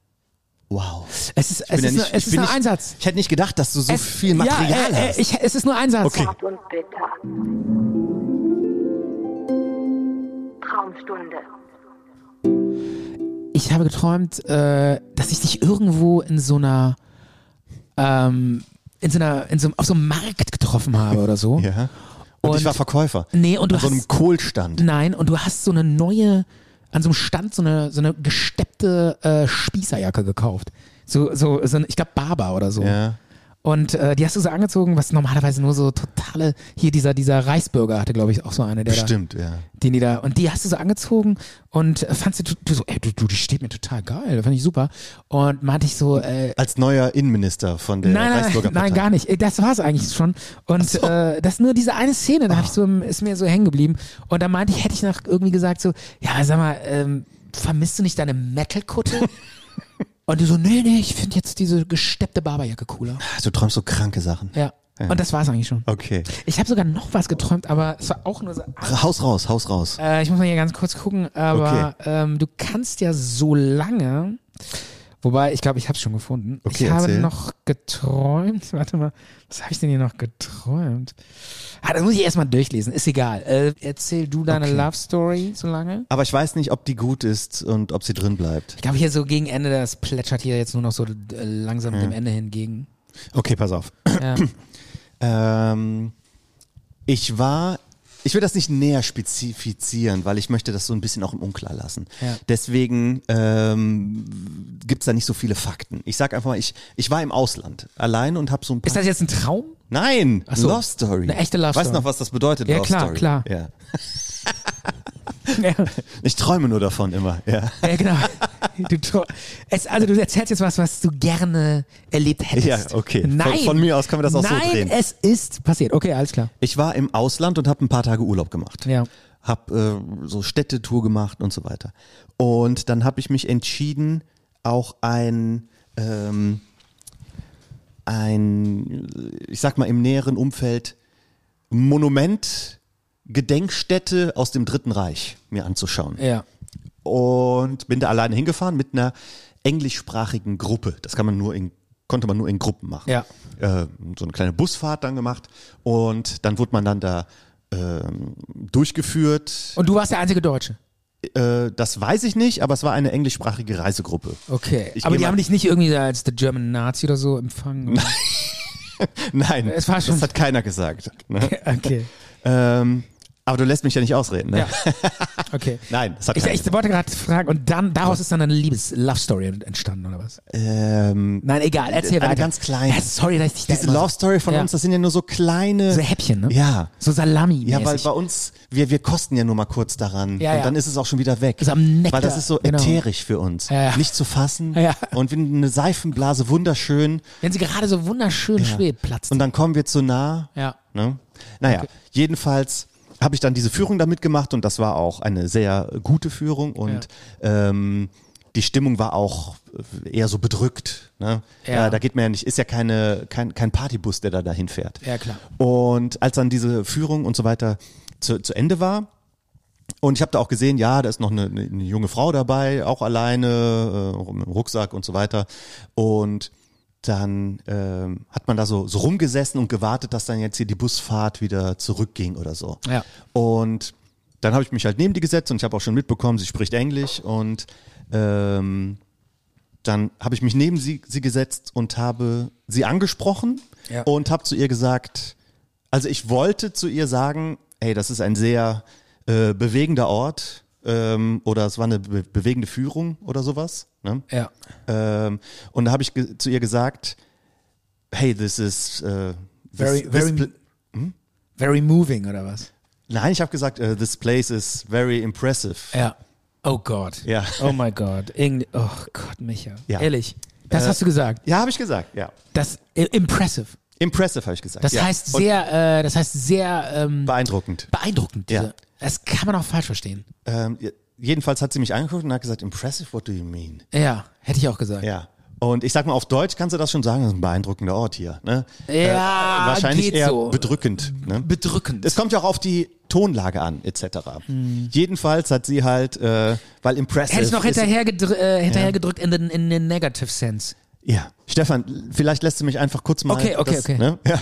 Wow.
Es ist,
Ich bin
es ist, nur-
ja nicht-
es
ich
ist
bin
nur
nicht-
ein Satz.
Ich hätte nicht gedacht, dass du so
es,
viel Material
ja, äh,
hast.
äh, ich, Es ist nur ein Satz.
Okay.
Zart und bitter. Traumstunde.
Ich habe geträumt, äh, dass ich dich irgendwo in so einer, ähm, in so einer, in so, einem- auf so einem Markt getroffen habe oder so.
Ja. Und, ich
Und-
war Verkäufer.
Nee, und du
An so
hast-
einem Kohlstand.
Nein, und du hast so eine neue, an so einem Stand so eine, so eine gesteppte äh, Spießerjacke gekauft. So, so, so ein, ich glaube Barber oder so.
Ja.
Und äh, die hast du so angezogen, was normalerweise nur so totale, hier dieser, dieser Reichsbürger hatte, glaube ich, auch so eine, der da,
Bestimmt, ja.
den die da, und die hast du so angezogen und äh, fandst du, du so, ey, du, du, die steht mir total geil, fand ich super. Und meinte ich so, äh,
Als neuer Innenminister von der
nein, nein,
Reichsbürger Partei.
nein, gar nicht. Äh, Das war's eigentlich schon. Und äh, das ist nur diese eine Szene, da hab
Ah.
ich so, ist mir so hängen geblieben. Und da meinte ich, hätte ich noch irgendwie gesagt so, ja, sag mal, ähm, vermisst du nicht deine Metal-Kutte? Und du so, nee, nee, ich finde jetzt diese gesteppte Barberjacke cooler.
Also, Du träumst so kranke Sachen.
Ja.
Ja.
Und das war's eigentlich schon.
Okay.
Ich habe sogar noch was geträumt, aber es war auch nur so.
Haus raus, Haus raus.
Äh, ich muss mal hier ganz kurz gucken, aber ähm, du kannst ja so lange. Wobei, ich glaube, ich habe es schon gefunden.
Okay,
ich habe
erzähl.
noch geträumt. Warte mal, was habe ich denn hier noch geträumt? Ah, das muss ich erstmal durchlesen. Ist egal. Äh, erzähl du deine
Okay.
Love Story so lange.
Aber ich weiß nicht, ob die gut ist und ob sie drin bleibt.
Ich glaube, hier so gegen Ende, das plätschert hier jetzt nur noch so äh, langsam dem Ende hingegen.
Okay, pass auf.
Ja.
Ähm, ich war, ich will das nicht näher spezifizieren, weil ich möchte das so ein bisschen auch im Unklar lassen.
Ja.
Deswegen ähm, gibt es da nicht so viele Fakten. Ich sag einfach mal, ich, ich war im Ausland allein und habe so ein paar...
Ist das jetzt ein Traum?
Nein,
Ach so.
Love Story.
Eine echte Love
Weißt du
Story.
noch, was das bedeutet,
Ja,
Love
klar,
Story?
klar.
Ja.
ja,
Ich träume nur davon immer, ja.
ja, genau. Du, trau- es, also du erzählst jetzt was, was du gerne erlebt hättest.
Ja, okay. Von-
Nein.
von mir aus können wir das auch so
Nein,
drehen.
es ist passiert. Okay, alles klar.
Ich war im Ausland und habe ein paar Tage Urlaub gemacht.
Ja.
Hab äh, so Städtetour gemacht und so weiter. Und dann habe ich mich entschieden, auch ein, ähm, ein, ich sag mal, im näheren Umfeld Monument, Gedenkstätte aus dem Dritten Reich mir anzuschauen.
Ja.
Und bin da alleine hingefahren mit einer englischsprachigen Gruppe. Das kann man nur in, konnte man nur in Gruppen machen
Ja.
äh, so eine kleine Busfahrt dann gemacht und dann wurde man dann da ähm, durchgeführt.
Und du warst der einzige Deutsche.
Äh, das weiß ich nicht, aber es war eine englischsprachige Reisegruppe.
Okay.
Ich
Aber
geh
die
mal-
haben dich nicht irgendwie da als The German Nazi oder so empfangen. Nein.
Nein,
Es war schon-
das hat keiner gesagt. Ne?
Okay.
ähm, aber du lässt mich ja nicht ausreden. Ne?
Ja. Okay.
Nein, das hat
Ich,
keiner
ich
gesagt.
wollte gerade fragen, und dann daraus ist dann eine Liebes-Love-Story entstanden, oder was?
Ähm,
Nein, egal, erzähl
eine
weiter.
ganz kleine.
Ja, sorry, dass ich dich da
diese
immer so-
Love Story von
ja.
uns, das sind ja nur so kleine.
So Häppchen, ne?
Ja.
So salami
Ja, weil bei uns, wir, wir kosten ja nur mal kurz daran
Ja,
und
ja.
dann ist es auch schon wieder weg.
Ist am Nektar,
Weil das ist so
genau.
ätherisch für uns.
Ja, ja.
Nicht zu fassen.
Ja.
Und wenn eine Seifenblase wunderschön
Wenn sie gerade so wunderschön schwebt, platzt.
und dann kommen wir zu nah.
Ja.
Ne? Naja, jedenfalls habe ich dann diese Führung da mitgemacht und das war auch eine sehr gute Führung und ähm, die Stimmung war auch eher so bedrückt. Ne?
Ja.
Da, da geht man ja nicht, ist ja keine, kein, kein Partybus, der da dahin fährt.
Ja, klar.
Und als dann diese Führung und so weiter zu, zu Ende war, und ich habe da auch gesehen, ja, da ist noch eine, eine junge Frau dabei, auch alleine, äh, mit dem Rucksack und so weiter. Und dann ähm, hat man da so, so rumgesessen und gewartet, dass dann jetzt hier die Busfahrt wieder zurückging oder so.
Ja.
Und dann habe ich mich halt neben die gesetzt und ich habe auch schon mitbekommen, sie spricht Englisch und ähm, dann habe ich mich neben sie, sie gesetzt und habe sie angesprochen
Ja.
und habe zu ihr gesagt, also ich wollte zu ihr sagen, hey, das ist ein sehr äh, bewegender Ort ähm, oder es war eine be bewegende Führung oder sowas. Ne?
Ja.
Ähm, und da habe ich ge- zu ihr gesagt, hey, this is äh, this,
Very, very,
this pl-
very moving oder was?
Nein, ich habe gesagt, äh, this place is very impressive.
Ja. Oh Gott.
Ja.
Oh mein Gott. Irgendwie, oh Gott, Micha.
Ja.
Ehrlich. Das
Äh,
hast du gesagt.
Ja, habe ich gesagt, ja.
Das i- impressive.
Impressive habe ich gesagt.
Das
ja.
heißt
Und
sehr, äh, das heißt sehr ähm,
beeindruckend.
beeindruckend.
Ja.
diese- Das kann man auch falsch verstehen.
Ähm, j- jedenfalls hat sie mich angeguckt und hat gesagt, impressive, what do you mean?
Ja, hätte ich auch gesagt.
Ja. Und ich sag mal, auf Deutsch kannst du das schon sagen, das ist ein beeindruckender Ort hier. Ne?
Ja,
wahrscheinlich
geht
eher
so.
bedrückend. Ne?
Bedrückend.
Es kommt ja auch auf die Tonlage an, etc. Jedenfalls hat sie halt, äh, weil impressive.
Hm. Hätte ich noch hinterher, gedr äh, hinterher
Ja.
gedrückt in den, in den negative sense.
Ist, ja. Stefan, vielleicht lässt du mich einfach kurz mal.
Okay, okay,
das,
okay.
Ne? Ja.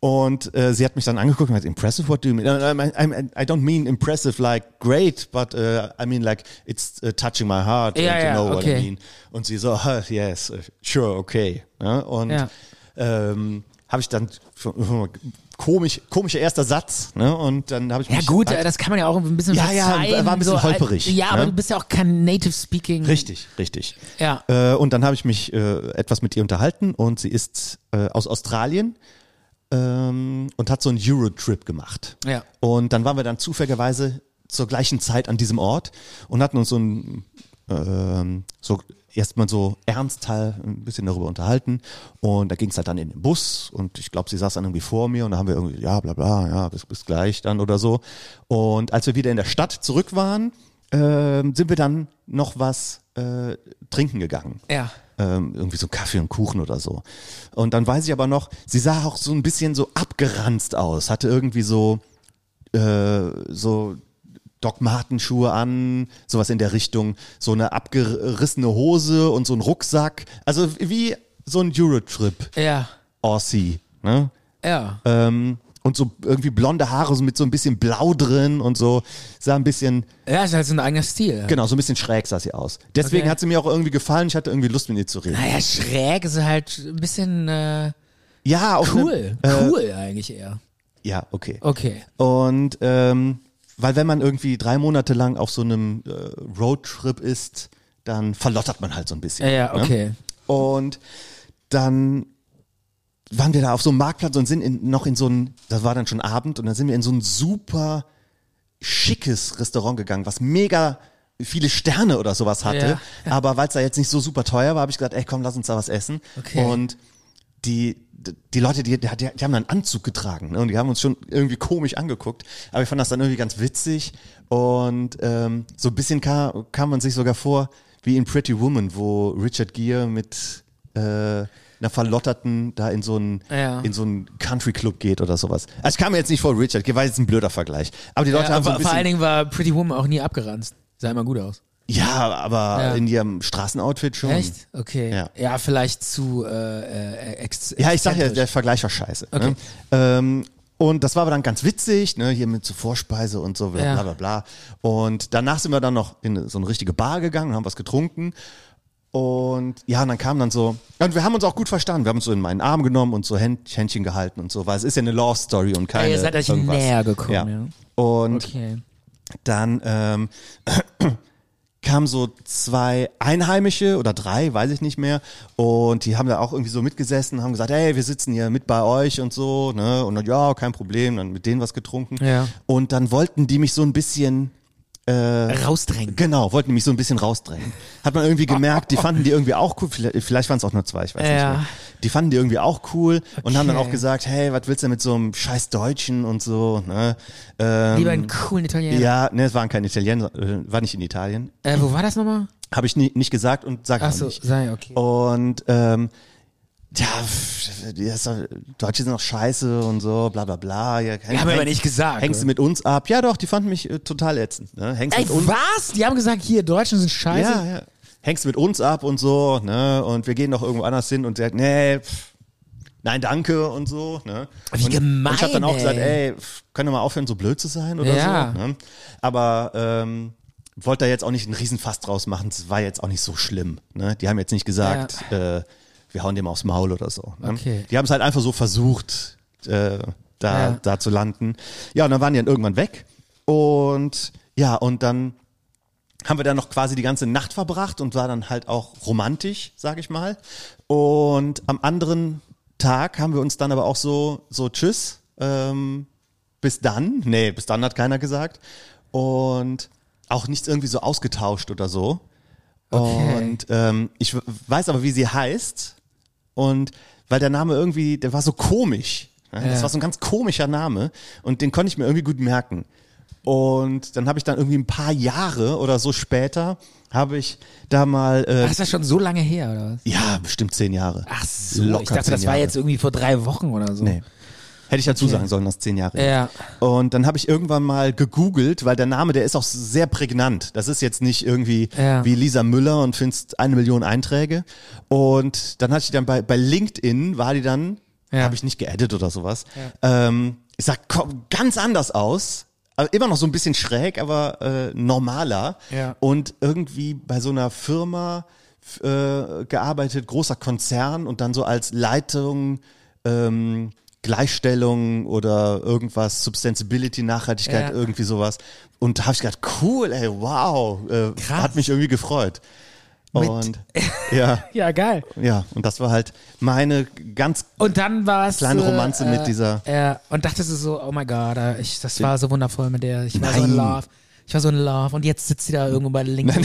Und äh, sie hat mich dann angeguckt und hat impressive, what do you mean? I, I, I, I don't mean impressive like great, but uh, I mean like it's uh, touching my heart
Ja,
and you
ja,
know what
okay.
I mean. Und sie so, "Ah, yes, uh, sure, okay. Ne? Und
Ja.
ähm, habe ich dann schon- komisch, komischer erster Satz. Ne? Und dann habe ich
Ja
mich
gut,
halt-
äh, das kann man ja auch ein bisschen
Ja, ja,
verzeihen.
war ein bisschen
so, äh,
holperig,
Ja, aber
ne?
du bist ja auch kein Native Speaking.
Richtig, richtig.
Ja.
Äh, und dann habe ich mich äh, etwas mit ihr unterhalten und sie ist äh, aus Australien ähm, und hat so einen Eurotrip gemacht.
Ja.
Und dann waren wir dann zufälligerweise zur gleichen Zeit an diesem Ort und hatten uns so ein ähm, so erstmal so ernsthaft ein bisschen darüber unterhalten und da ging es halt dann in den Bus und ich glaube, sie saß dann irgendwie vor mir und da haben wir irgendwie, ja, bla bla, ja, bis, bis gleich dann oder so. Und als wir wieder in der Stadt zurück waren, ähm, sind wir dann noch was äh, trinken gegangen.
Ja.
Ähm, irgendwie so Kaffee und Kuchen oder so. Und dann weiß ich aber noch, sie sah auch so ein bisschen so abgeranzt aus, hatte irgendwie so, äh, so Doc Martenschuhe an, sowas in der Richtung, so eine abgerissene Hose und so ein Rucksack. Also wie so ein Eurotrip
Ja.
Aussie, ne?
Ja.
Ähm, und so irgendwie blonde Haare so mit so ein bisschen Blau drin und so. Sah ein bisschen,
Ja, ist halt so ein eigener Stil.
genau, so ein bisschen schräg sah sie aus. Deswegen
Okay.
hat sie mir auch irgendwie gefallen. Ich hatte irgendwie Lust, mit ihr zu reden.
Naja, schräg ist halt ein bisschen äh,
ja, auf
cool.
eine- äh,
cool eigentlich eher.
Ja, okay.
Okay.
Und ähm, weil wenn man irgendwie drei Monate lang auf so einem äh, Roadtrip ist, dann verlottert man halt so ein bisschen.
Ja, ja, okay.
Ne? Und dann waren wir da auf so einem Marktplatz und sind in, noch in so ein, das war dann schon Abend, und dann sind wir in so ein super schickes Restaurant gegangen, was mega viele Sterne oder sowas hatte. Aber weil es da jetzt nicht so super teuer war, habe ich gesagt, ey komm, lass uns da was essen.
Okay.
Und die, die Leute, die, die, die haben einen Anzug getragen ne? und die haben uns schon irgendwie komisch angeguckt. Aber ich fand das dann irgendwie ganz witzig und ähm, so ein bisschen kam, kam man sich sogar vor wie in Pretty Woman, wo Richard Gere mit äh, einer Verlotterten da in so einen,
Ja.
in so einen Country Club geht oder sowas. Also ich kam mir jetzt nicht vor Richard Gere, war jetzt ein blöder Vergleich. Aber die Leute
ja,
haben so
aber
ein
vor allen
bisschen,
Dingen war Pretty Woman auch nie abgeranzt. Sah immer gut aus.
ja, aber
Ja.
in ihrem Straßenoutfit schon.
Echt? Okay.
Mhm. Ja.
vielleicht zu äh, äh, ex
Ja, ich sag ja,
exzentrisch.
der Vergleich war scheiße.
Okay.
Ne? Ähm, und das war aber dann ganz witzig, ne? hier mit so Vorspeise und so, bla
Ja.
bla bla bla. Und danach sind wir dann noch in so eine richtige Bar gegangen und haben was getrunken. Und ja, und dann kam dann so, und wir haben uns auch gut verstanden. Wir haben uns so in meinen Arm genommen und so Händ, Händchen gehalten und so, weil es ist ja eine Love Story und keine.
Ja, ihr seid euch
irgendwas.
näher gekommen,
Ja.
ja.
Und
Okay.
dann ähm, kamen so zwei Einheimische oder drei, weiß ich nicht mehr. Und die haben da auch irgendwie so mitgesessen, haben gesagt, hey, wir sitzen hier mit bei euch und so. Ne? Und dann, ja, kein Problem, dann mit denen was getrunken.
Ja.
Und dann wollten die mich so ein bisschen... Äh,
Rausdrängen.
Genau, wollten die mich so ein bisschen rausdrängen. Hat man irgendwie gemerkt, die fanden die irgendwie auch cool. Vielleicht, vielleicht waren es auch nur zwei, ich weiß
Ja.
nicht mehr. Die fanden die irgendwie auch cool und haben dann
Okay.
auch gesagt, hey, was willst du mit so einem scheiß Deutschen und so. Ne? Ähm,
Lieber einen coolen Italiener.
ja, ne, es waren keine Italiener, äh, war nicht in Italien.
Äh, wo war das nochmal?
Habe ich nie, nicht gesagt und sage
Ach
auch
so,
nicht.
sei okay.
Und ähm, ja, pff, die ist doch- Deutsche sind doch scheiße und so, bla bla bla. Ja, häng-
haben wir aber
häng-
nicht gesagt,
Hängst du
oder?
mit uns ab? Ja doch, die fanden mich äh, total ätzend. Ne? Hängst
Ey,
mit uns
was? Die haben gesagt, hier, Deutschen sind scheiße.
Ja, ja. Hängst mit uns ab und so, ne? Und wir gehen doch irgendwo anders hin und sagt, nee, pff, nein, danke und so, ne?
Wie
und,
gemein,
Und ich habe dann auch gesagt,
ey.
ey, pff, können wir mal aufhören, so blöd zu sein oder
Ja.
so. Ne? Aber ähm, wollte da jetzt auch nicht einen Riesenfass draus machen, es war jetzt auch nicht so schlimm. Ne? Die haben jetzt nicht gesagt, äh, wir hauen dem aufs Maul oder so. Ne?
Okay.
Die haben es halt einfach so versucht, äh, da,
Ja.
da zu landen. Ja, und dann waren die dann irgendwann weg. Und ja, und dann haben wir dann noch quasi die ganze Nacht verbracht und war dann halt auch romantisch, sag ich mal. Und am anderen Tag haben wir uns dann aber auch so, so tschüss, ähm, bis dann. Nee, bis dann hat keiner gesagt. Und auch nichts irgendwie so ausgetauscht oder so. Und ähm, ich w- weiß aber, wie sie heißt. Und weil der Name irgendwie, der war so komisch. Ne? Das
Ja.
war so ein ganz komischer Name. Und den konnte ich mir irgendwie gut merken. Und dann habe ich dann irgendwie ein paar Jahre oder so später, habe ich da mal. Äh,
Das ist ja schon so lange her, oder was?
ja, bestimmt zehn Jahre.
Ach so,
Locker
ich dachte,
zehn
das war
Jahre.
jetzt irgendwie vor drei Wochen oder so.
Nee. Also Hätte ich dazu sagen sollen, dass zehn Jahre.
Ja.
Und dann habe ich irgendwann mal gegoogelt, weil der Name, der ist auch sehr prägnant. Das ist jetzt nicht irgendwie
Ja.
wie Lisa Müller und findest eine Million Einträge. Und dann hatte ich dann bei, bei LinkedIn, war die dann, habe ich nicht geedit oder sowas. Ähm, ich sag, komm, ganz anders aus. Aber Immer noch so ein bisschen schräg, aber äh, normaler.
Ja.
Und irgendwie bei so einer Firma f- äh, gearbeitet, großer Konzern und dann so als Leitung ähm, Gleichstellung oder irgendwas, Substantibility, Nachhaltigkeit,
Ja.
irgendwie sowas. Und da habe ich gedacht, cool, ey, wow. Äh,
Krass.
hat mich irgendwie gefreut.
Mit-
Und ja,
Ja, geil.
ja, und das war halt meine ganz
Und dann war es.
Kleine Romanze mit dieser-
Ja, und dachtest du so, oh my god, äh, ich, das war so wundervoll mit der. Ich war so in
Nein.
love. Ich war so in love. Und jetzt sitzt sie da irgendwo bei LinkedIn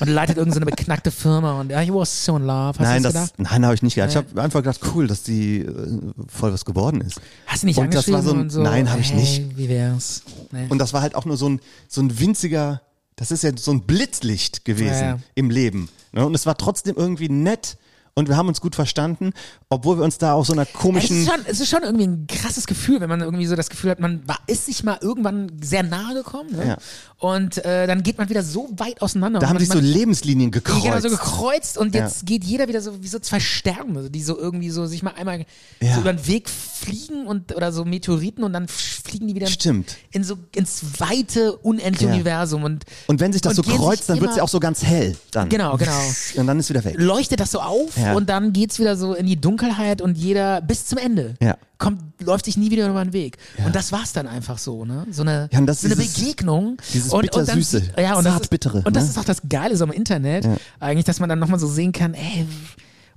und leitet irgendeine so eine beknackte Firma. Und I was so in love. Hast du
nein,
das
das,
gedacht?
nein, habe ich nicht gedacht. Ich
Nee.
habe einfach gedacht, cool, dass die äh, voll was geworden ist.
Hast du nicht
und das war
angeschrieben
so ein-
und so?
Nein, habe ich
hey,
nicht.
Wie wär's? Nee.
Und das war halt auch nur so ein, so ein winziger, das ist ja so ein Blitzlicht gewesen
Ja, ja.
im Leben. Ne? Und es war trotzdem irgendwie nett und wir haben uns gut verstanden, obwohl wir uns da auf so einer
Es
komischen.
ist, schon, es ist schon irgendwie ein krasses Gefühl, wenn man irgendwie so das Gefühl hat, man war, ist sich mal irgendwann sehr nahe gekommen. Ne?
Ja.
Und äh, dann geht man wieder so weit auseinander.
da
und
haben
man,
sich so
man-
Lebenslinien
Die
gekreuzt.
genau so gekreuzt und
Ja.
jetzt geht jeder wieder so wie so zwei Sterne, also die so irgendwie so sich mal einmal
Ja.
so über den Weg fliegen und oder so Meteoriten und dann fliegen die wieder
Stimmt.
in so ins weite unendliche
Ja.
Universum und
Und wenn sich das
und
so
gehen
kreuzt, dann wird
immer-
sie auch so ganz hell. Dann.
Genau, genau.
Und dann ist wieder weg.
leuchtet das so auf
Ja.
und dann geht's wieder so in die Dunkelheit und jeder bis zum Ende
Ja.
kommt läuft sich nie wieder über den Weg und das war's dann einfach so ne so eine
Ja, und das
so eine
dieses-
Begegnung
dieses
und, und dann,
Bittersüße,
ja und das,
Zartbittere,
und das
ne?
ist auch das Geile so im Internet
Ja.
eigentlich dass man dann nochmal so sehen kann ey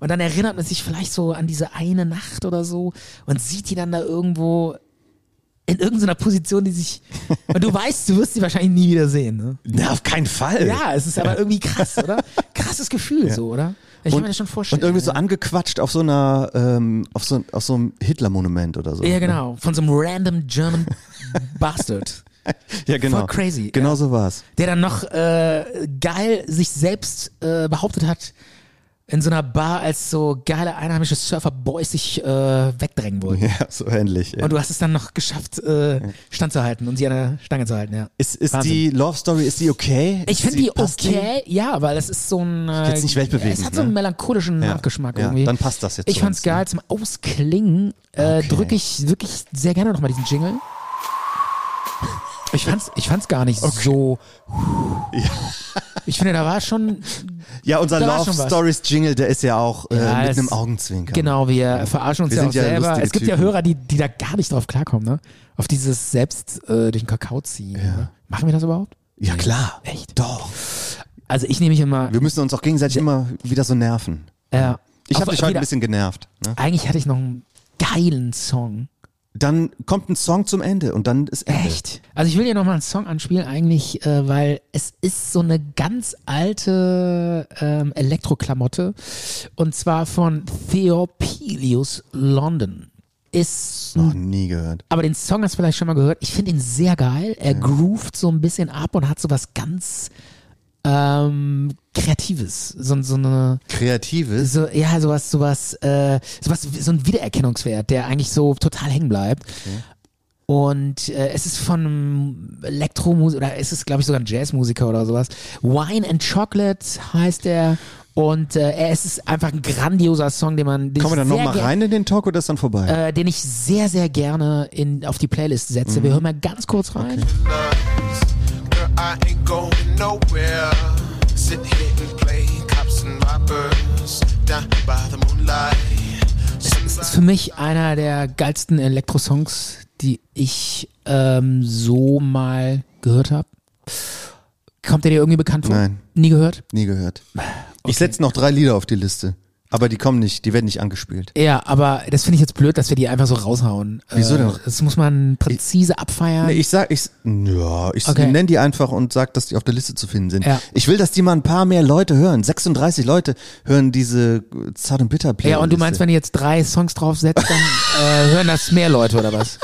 und dann erinnert man sich vielleicht so an diese eine Nacht oder so und sieht die dann da irgendwo in irgendeiner Position, die sich. Und du weißt, du wirst sie wahrscheinlich nie wieder sehen. Ne?
Na, auf keinen Fall.
Ja, es ist aber irgendwie krass, oder? Krasses Gefühl so, oder? Ich kann mir das schon vorstellen.
Und irgendwie so
ja.
angequatscht auf so einer, ähm, auf so, auf so einem Hitler-Monument oder so.
Ja, genau. Von so einem random German Bastard.
Ja, genau.
Voll crazy,
Genau
ja.
so war's.
Der dann noch äh, geil sich selbst äh, behauptet hat, in so einer Bar, als so geile einheimische Surfer-Boys sich äh, wegdrängen wollten.
Ja, so ähnlich. Ja.
Und du hast es dann noch geschafft, äh, standzuhalten und sie an der Stange zu halten, ja.
Ist, ist
Wahnsinn.
die Love Story, ist die okay?
Ich
Ist
finde die
passt
okay, ja, weil das ist so ein. Äh,
Jetzt nicht weltbewegend,
Es hat so einen
ne?
melancholischen
Ja,
Nachgeschmack
ja,
irgendwie.
dann passt das jetzt
Ich
zu
fand's
uns,
geil.
ne?
Zum Ausklingen äh,
Okay.
drücke ich wirklich sehr gerne nochmal diesen Jingle. Ich fand's, ich fand's gar nicht so. Ich finde, da war schon,
Ja, unser
Da war
Love
schon was.
Stories Jingle, der ist ja auch äh,
Ja,
mit
es-
einem Augenzwinkern.
genau, wir verarschen uns
Wir
ja auch
sind ja
selber.
lustige
Es gibt ja
Typen.
Hörer, die, die da gar nicht drauf klarkommen, ne? Auf dieses selbst äh, durch den Kakao ziehen. ne? Machen wir das überhaupt?
Ja, klar.
Echt?
Doch.
Also ich nehme mich immer,
Wir müssen uns auch gegenseitig immer wieder so nerven.
äh,
Ich
auf-
habe dich heute
wieder-
ein bisschen genervt. Ne?
Eigentlich hatte ich noch einen geilen Song.
Dann kommt ein Song zum Ende und dann ist Ende.
Echt? Also ich will dir nochmal einen Song anspielen eigentlich, äh, weil es ist so eine ganz alte ähm, Elektroklamotte und zwar von Theopilius London. Ist,
Noch nie gehört.
aber den Song hast du vielleicht schon mal gehört. Ich finde ihn sehr geil. Er groovt so ein bisschen ab und hat so was ganz ähm, Kreatives, so, so eine
Kreatives?
so, ja, sowas, sowas, äh, sowas, so ein Wiedererkennungswert, der eigentlich so total hängen bleibt. Und äh, es ist von einem Elektromusik oder es ist, glaube ich, sogar ein Jazzmusiker oder sowas. Wine and Chocolate heißt er. Und äh, er- es ist einfach ein grandioser Song, den man. den
Kommen wir
ich
dann
sehr
nochmal
ger-
rein in den Talk oder ist dann vorbei?
Äh, den ich sehr, sehr gerne in, auf die Playlist setze.
Mhm.
Wir hören mal ganz kurz rein.
Girl, I ain't going nowhere. Sit here and play cops and robbers down by the moonlight.
Es ist für mich einer der geilsten Elektro-Songs, die ich ähm, so mal gehört habe. Kommt der dir irgendwie bekannt vor?
Nein.
Nie gehört?
Nie gehört. Ich setze noch drei Lieder auf die Liste. Aber die kommen nicht, die werden nicht angespielt.
Ja, aber das finde ich jetzt blöd, dass wir die einfach so raushauen. Äh,
Wieso denn?
Das muss man präzise abfeiern.
Nee, ich sag, ich, ja, ich
Okay.
nenne die einfach und sag, dass die auf der Liste zu finden sind.
Ja.
Ich will, dass die mal ein paar mehr Leute hören. 36 Leute hören diese äh, Zart und Bitter Playlist.
ja, und du meinst, wenn du jetzt drei Songs draufsetzt, dann äh, hören das mehr Leute oder was?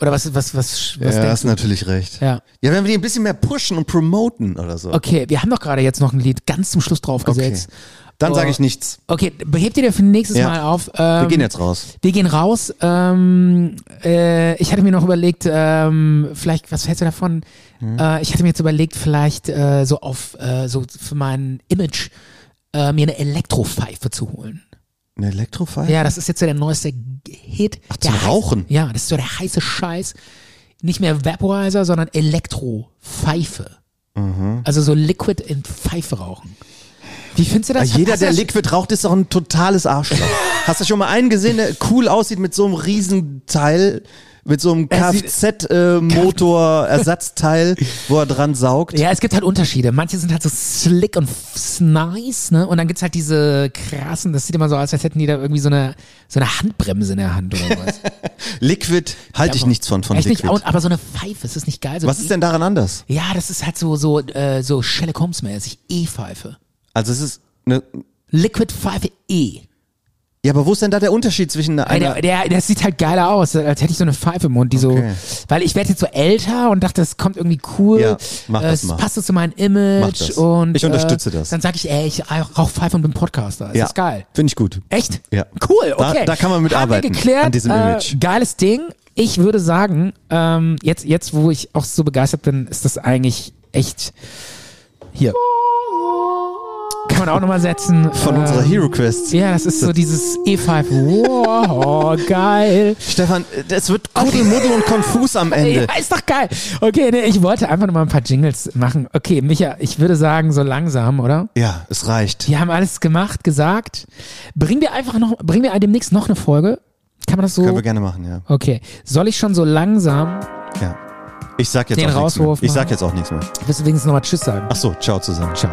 Oder was, was, was, was
ja,
denkst
hast
du?
natürlich recht.
Ja.
ja, wenn wir die ein bisschen mehr pushen und promoten oder so.
Okay, wir haben doch gerade jetzt noch ein Lied ganz zum Schluss draufgesetzt.
Dann
Oh.
sage ich nichts.
Okay, behebt ihr dir für nächstes
Ja.
Mal auf.
wir
ähm,
gehen jetzt raus.
Wir gehen raus. Ähm, äh, ich hatte mir noch überlegt, ähm, vielleicht, was hältst du davon?
Mhm.
Äh, ich hatte mir jetzt überlegt, vielleicht äh, so auf, äh, so für mein Image äh, mir eine Elektropfeife zu holen.
Eine Elektrofeife?
Ja, das ist jetzt so der neueste Hit. Ach,
Mhm. zum Rauchen?
Ja, das ist so der heiße Scheiß. Nicht mehr Vaporizer, sondern Elektropfeife.
Mhm.
Also so Liquid in Pfeife rauchen. Wie findest du das?
Ja, Ah, jeder,
Hast du
der
das-
Liquid raucht, ist doch ein totales Arschloch. Hast du schon mal einen gesehen, der cool aussieht mit so einem Riesenteil, mit so einem
Er sieht-
Kfz-Motor-Ersatzteil, wo er dran saugt?
Ja, es gibt halt Unterschiede. Manche sind halt so slick und f- nice, ne? Und dann gibt's halt diese krassen, das sieht immer so aus, als hätten die da irgendwie so eine, so eine Handbremse in der Hand oder sowas.
Liquid halte ich
Aber-
nichts von, von
Echt
Liquid.
Nicht, also au- aber so eine Pfeife, ist das nicht geil? So
Was
eine
ist denn daran anders?
E- Ja, das ist halt so, so, äh, so Sherlock Holmes-mäßig. E-Pfeife.
Also es ist eine...
Liquid Pfeife E.
Ja, aber wo ist denn da der Unterschied zwischen einer...
Ey, Der, der, das sieht halt geiler aus, als hätte ich so eine Pfeife im Mund, die
Okay.
so, weil ich werde jetzt so älter und dachte, das kommt irgendwie cool.
Ja, mach
äh,
das
es
mal.
passt so zu meinem
Mach
Image
das.
und äh,
Ich unterstütze das.
Dann sage ich, ey, ich rauche Pfeife und bin Podcaster. Das
ja,
ist geil.
Finde ich gut.
Echt?
Ja.
Cool,
Da-
okay.
da kann man mit
Haben
arbeiten,
Wir geklärt,
an diesem Image.
Äh, geiles Ding. Ich würde sagen, ähm, jetzt, jetzt, wo ich auch so begeistert bin, ist das eigentlich echt hier. Kann man auch nochmal setzen. Ähm,
Von unserer Hero Quest.
Ja, das ist so dieses E5. Wow, geil.
Stefan, äh, es wird kuddelmuddel und konfus am Ende.
Ja, ist doch geil. Okay, nee, ich wollte einfach nochmal ein paar Jingles machen. Okay, Micha, ich würde sagen, so langsam, oder?
Ja, es reicht.
Wir haben alles gemacht, gesagt. Bringen wir einfach noch, bringen wir demnächst noch eine Folge. Kann man das so?
Können wir gerne machen, ja.
Okay. Soll ich schon so langsam,
ja. Ich sag jetzt
Den
auch nichts mehr.
Rauswurf
Ich sag
machen.
jetzt auch nichts mehr.
ich muss wenigstens nochmal Tschüss sagen.
Ach so, ciao zusammen.
Ciao.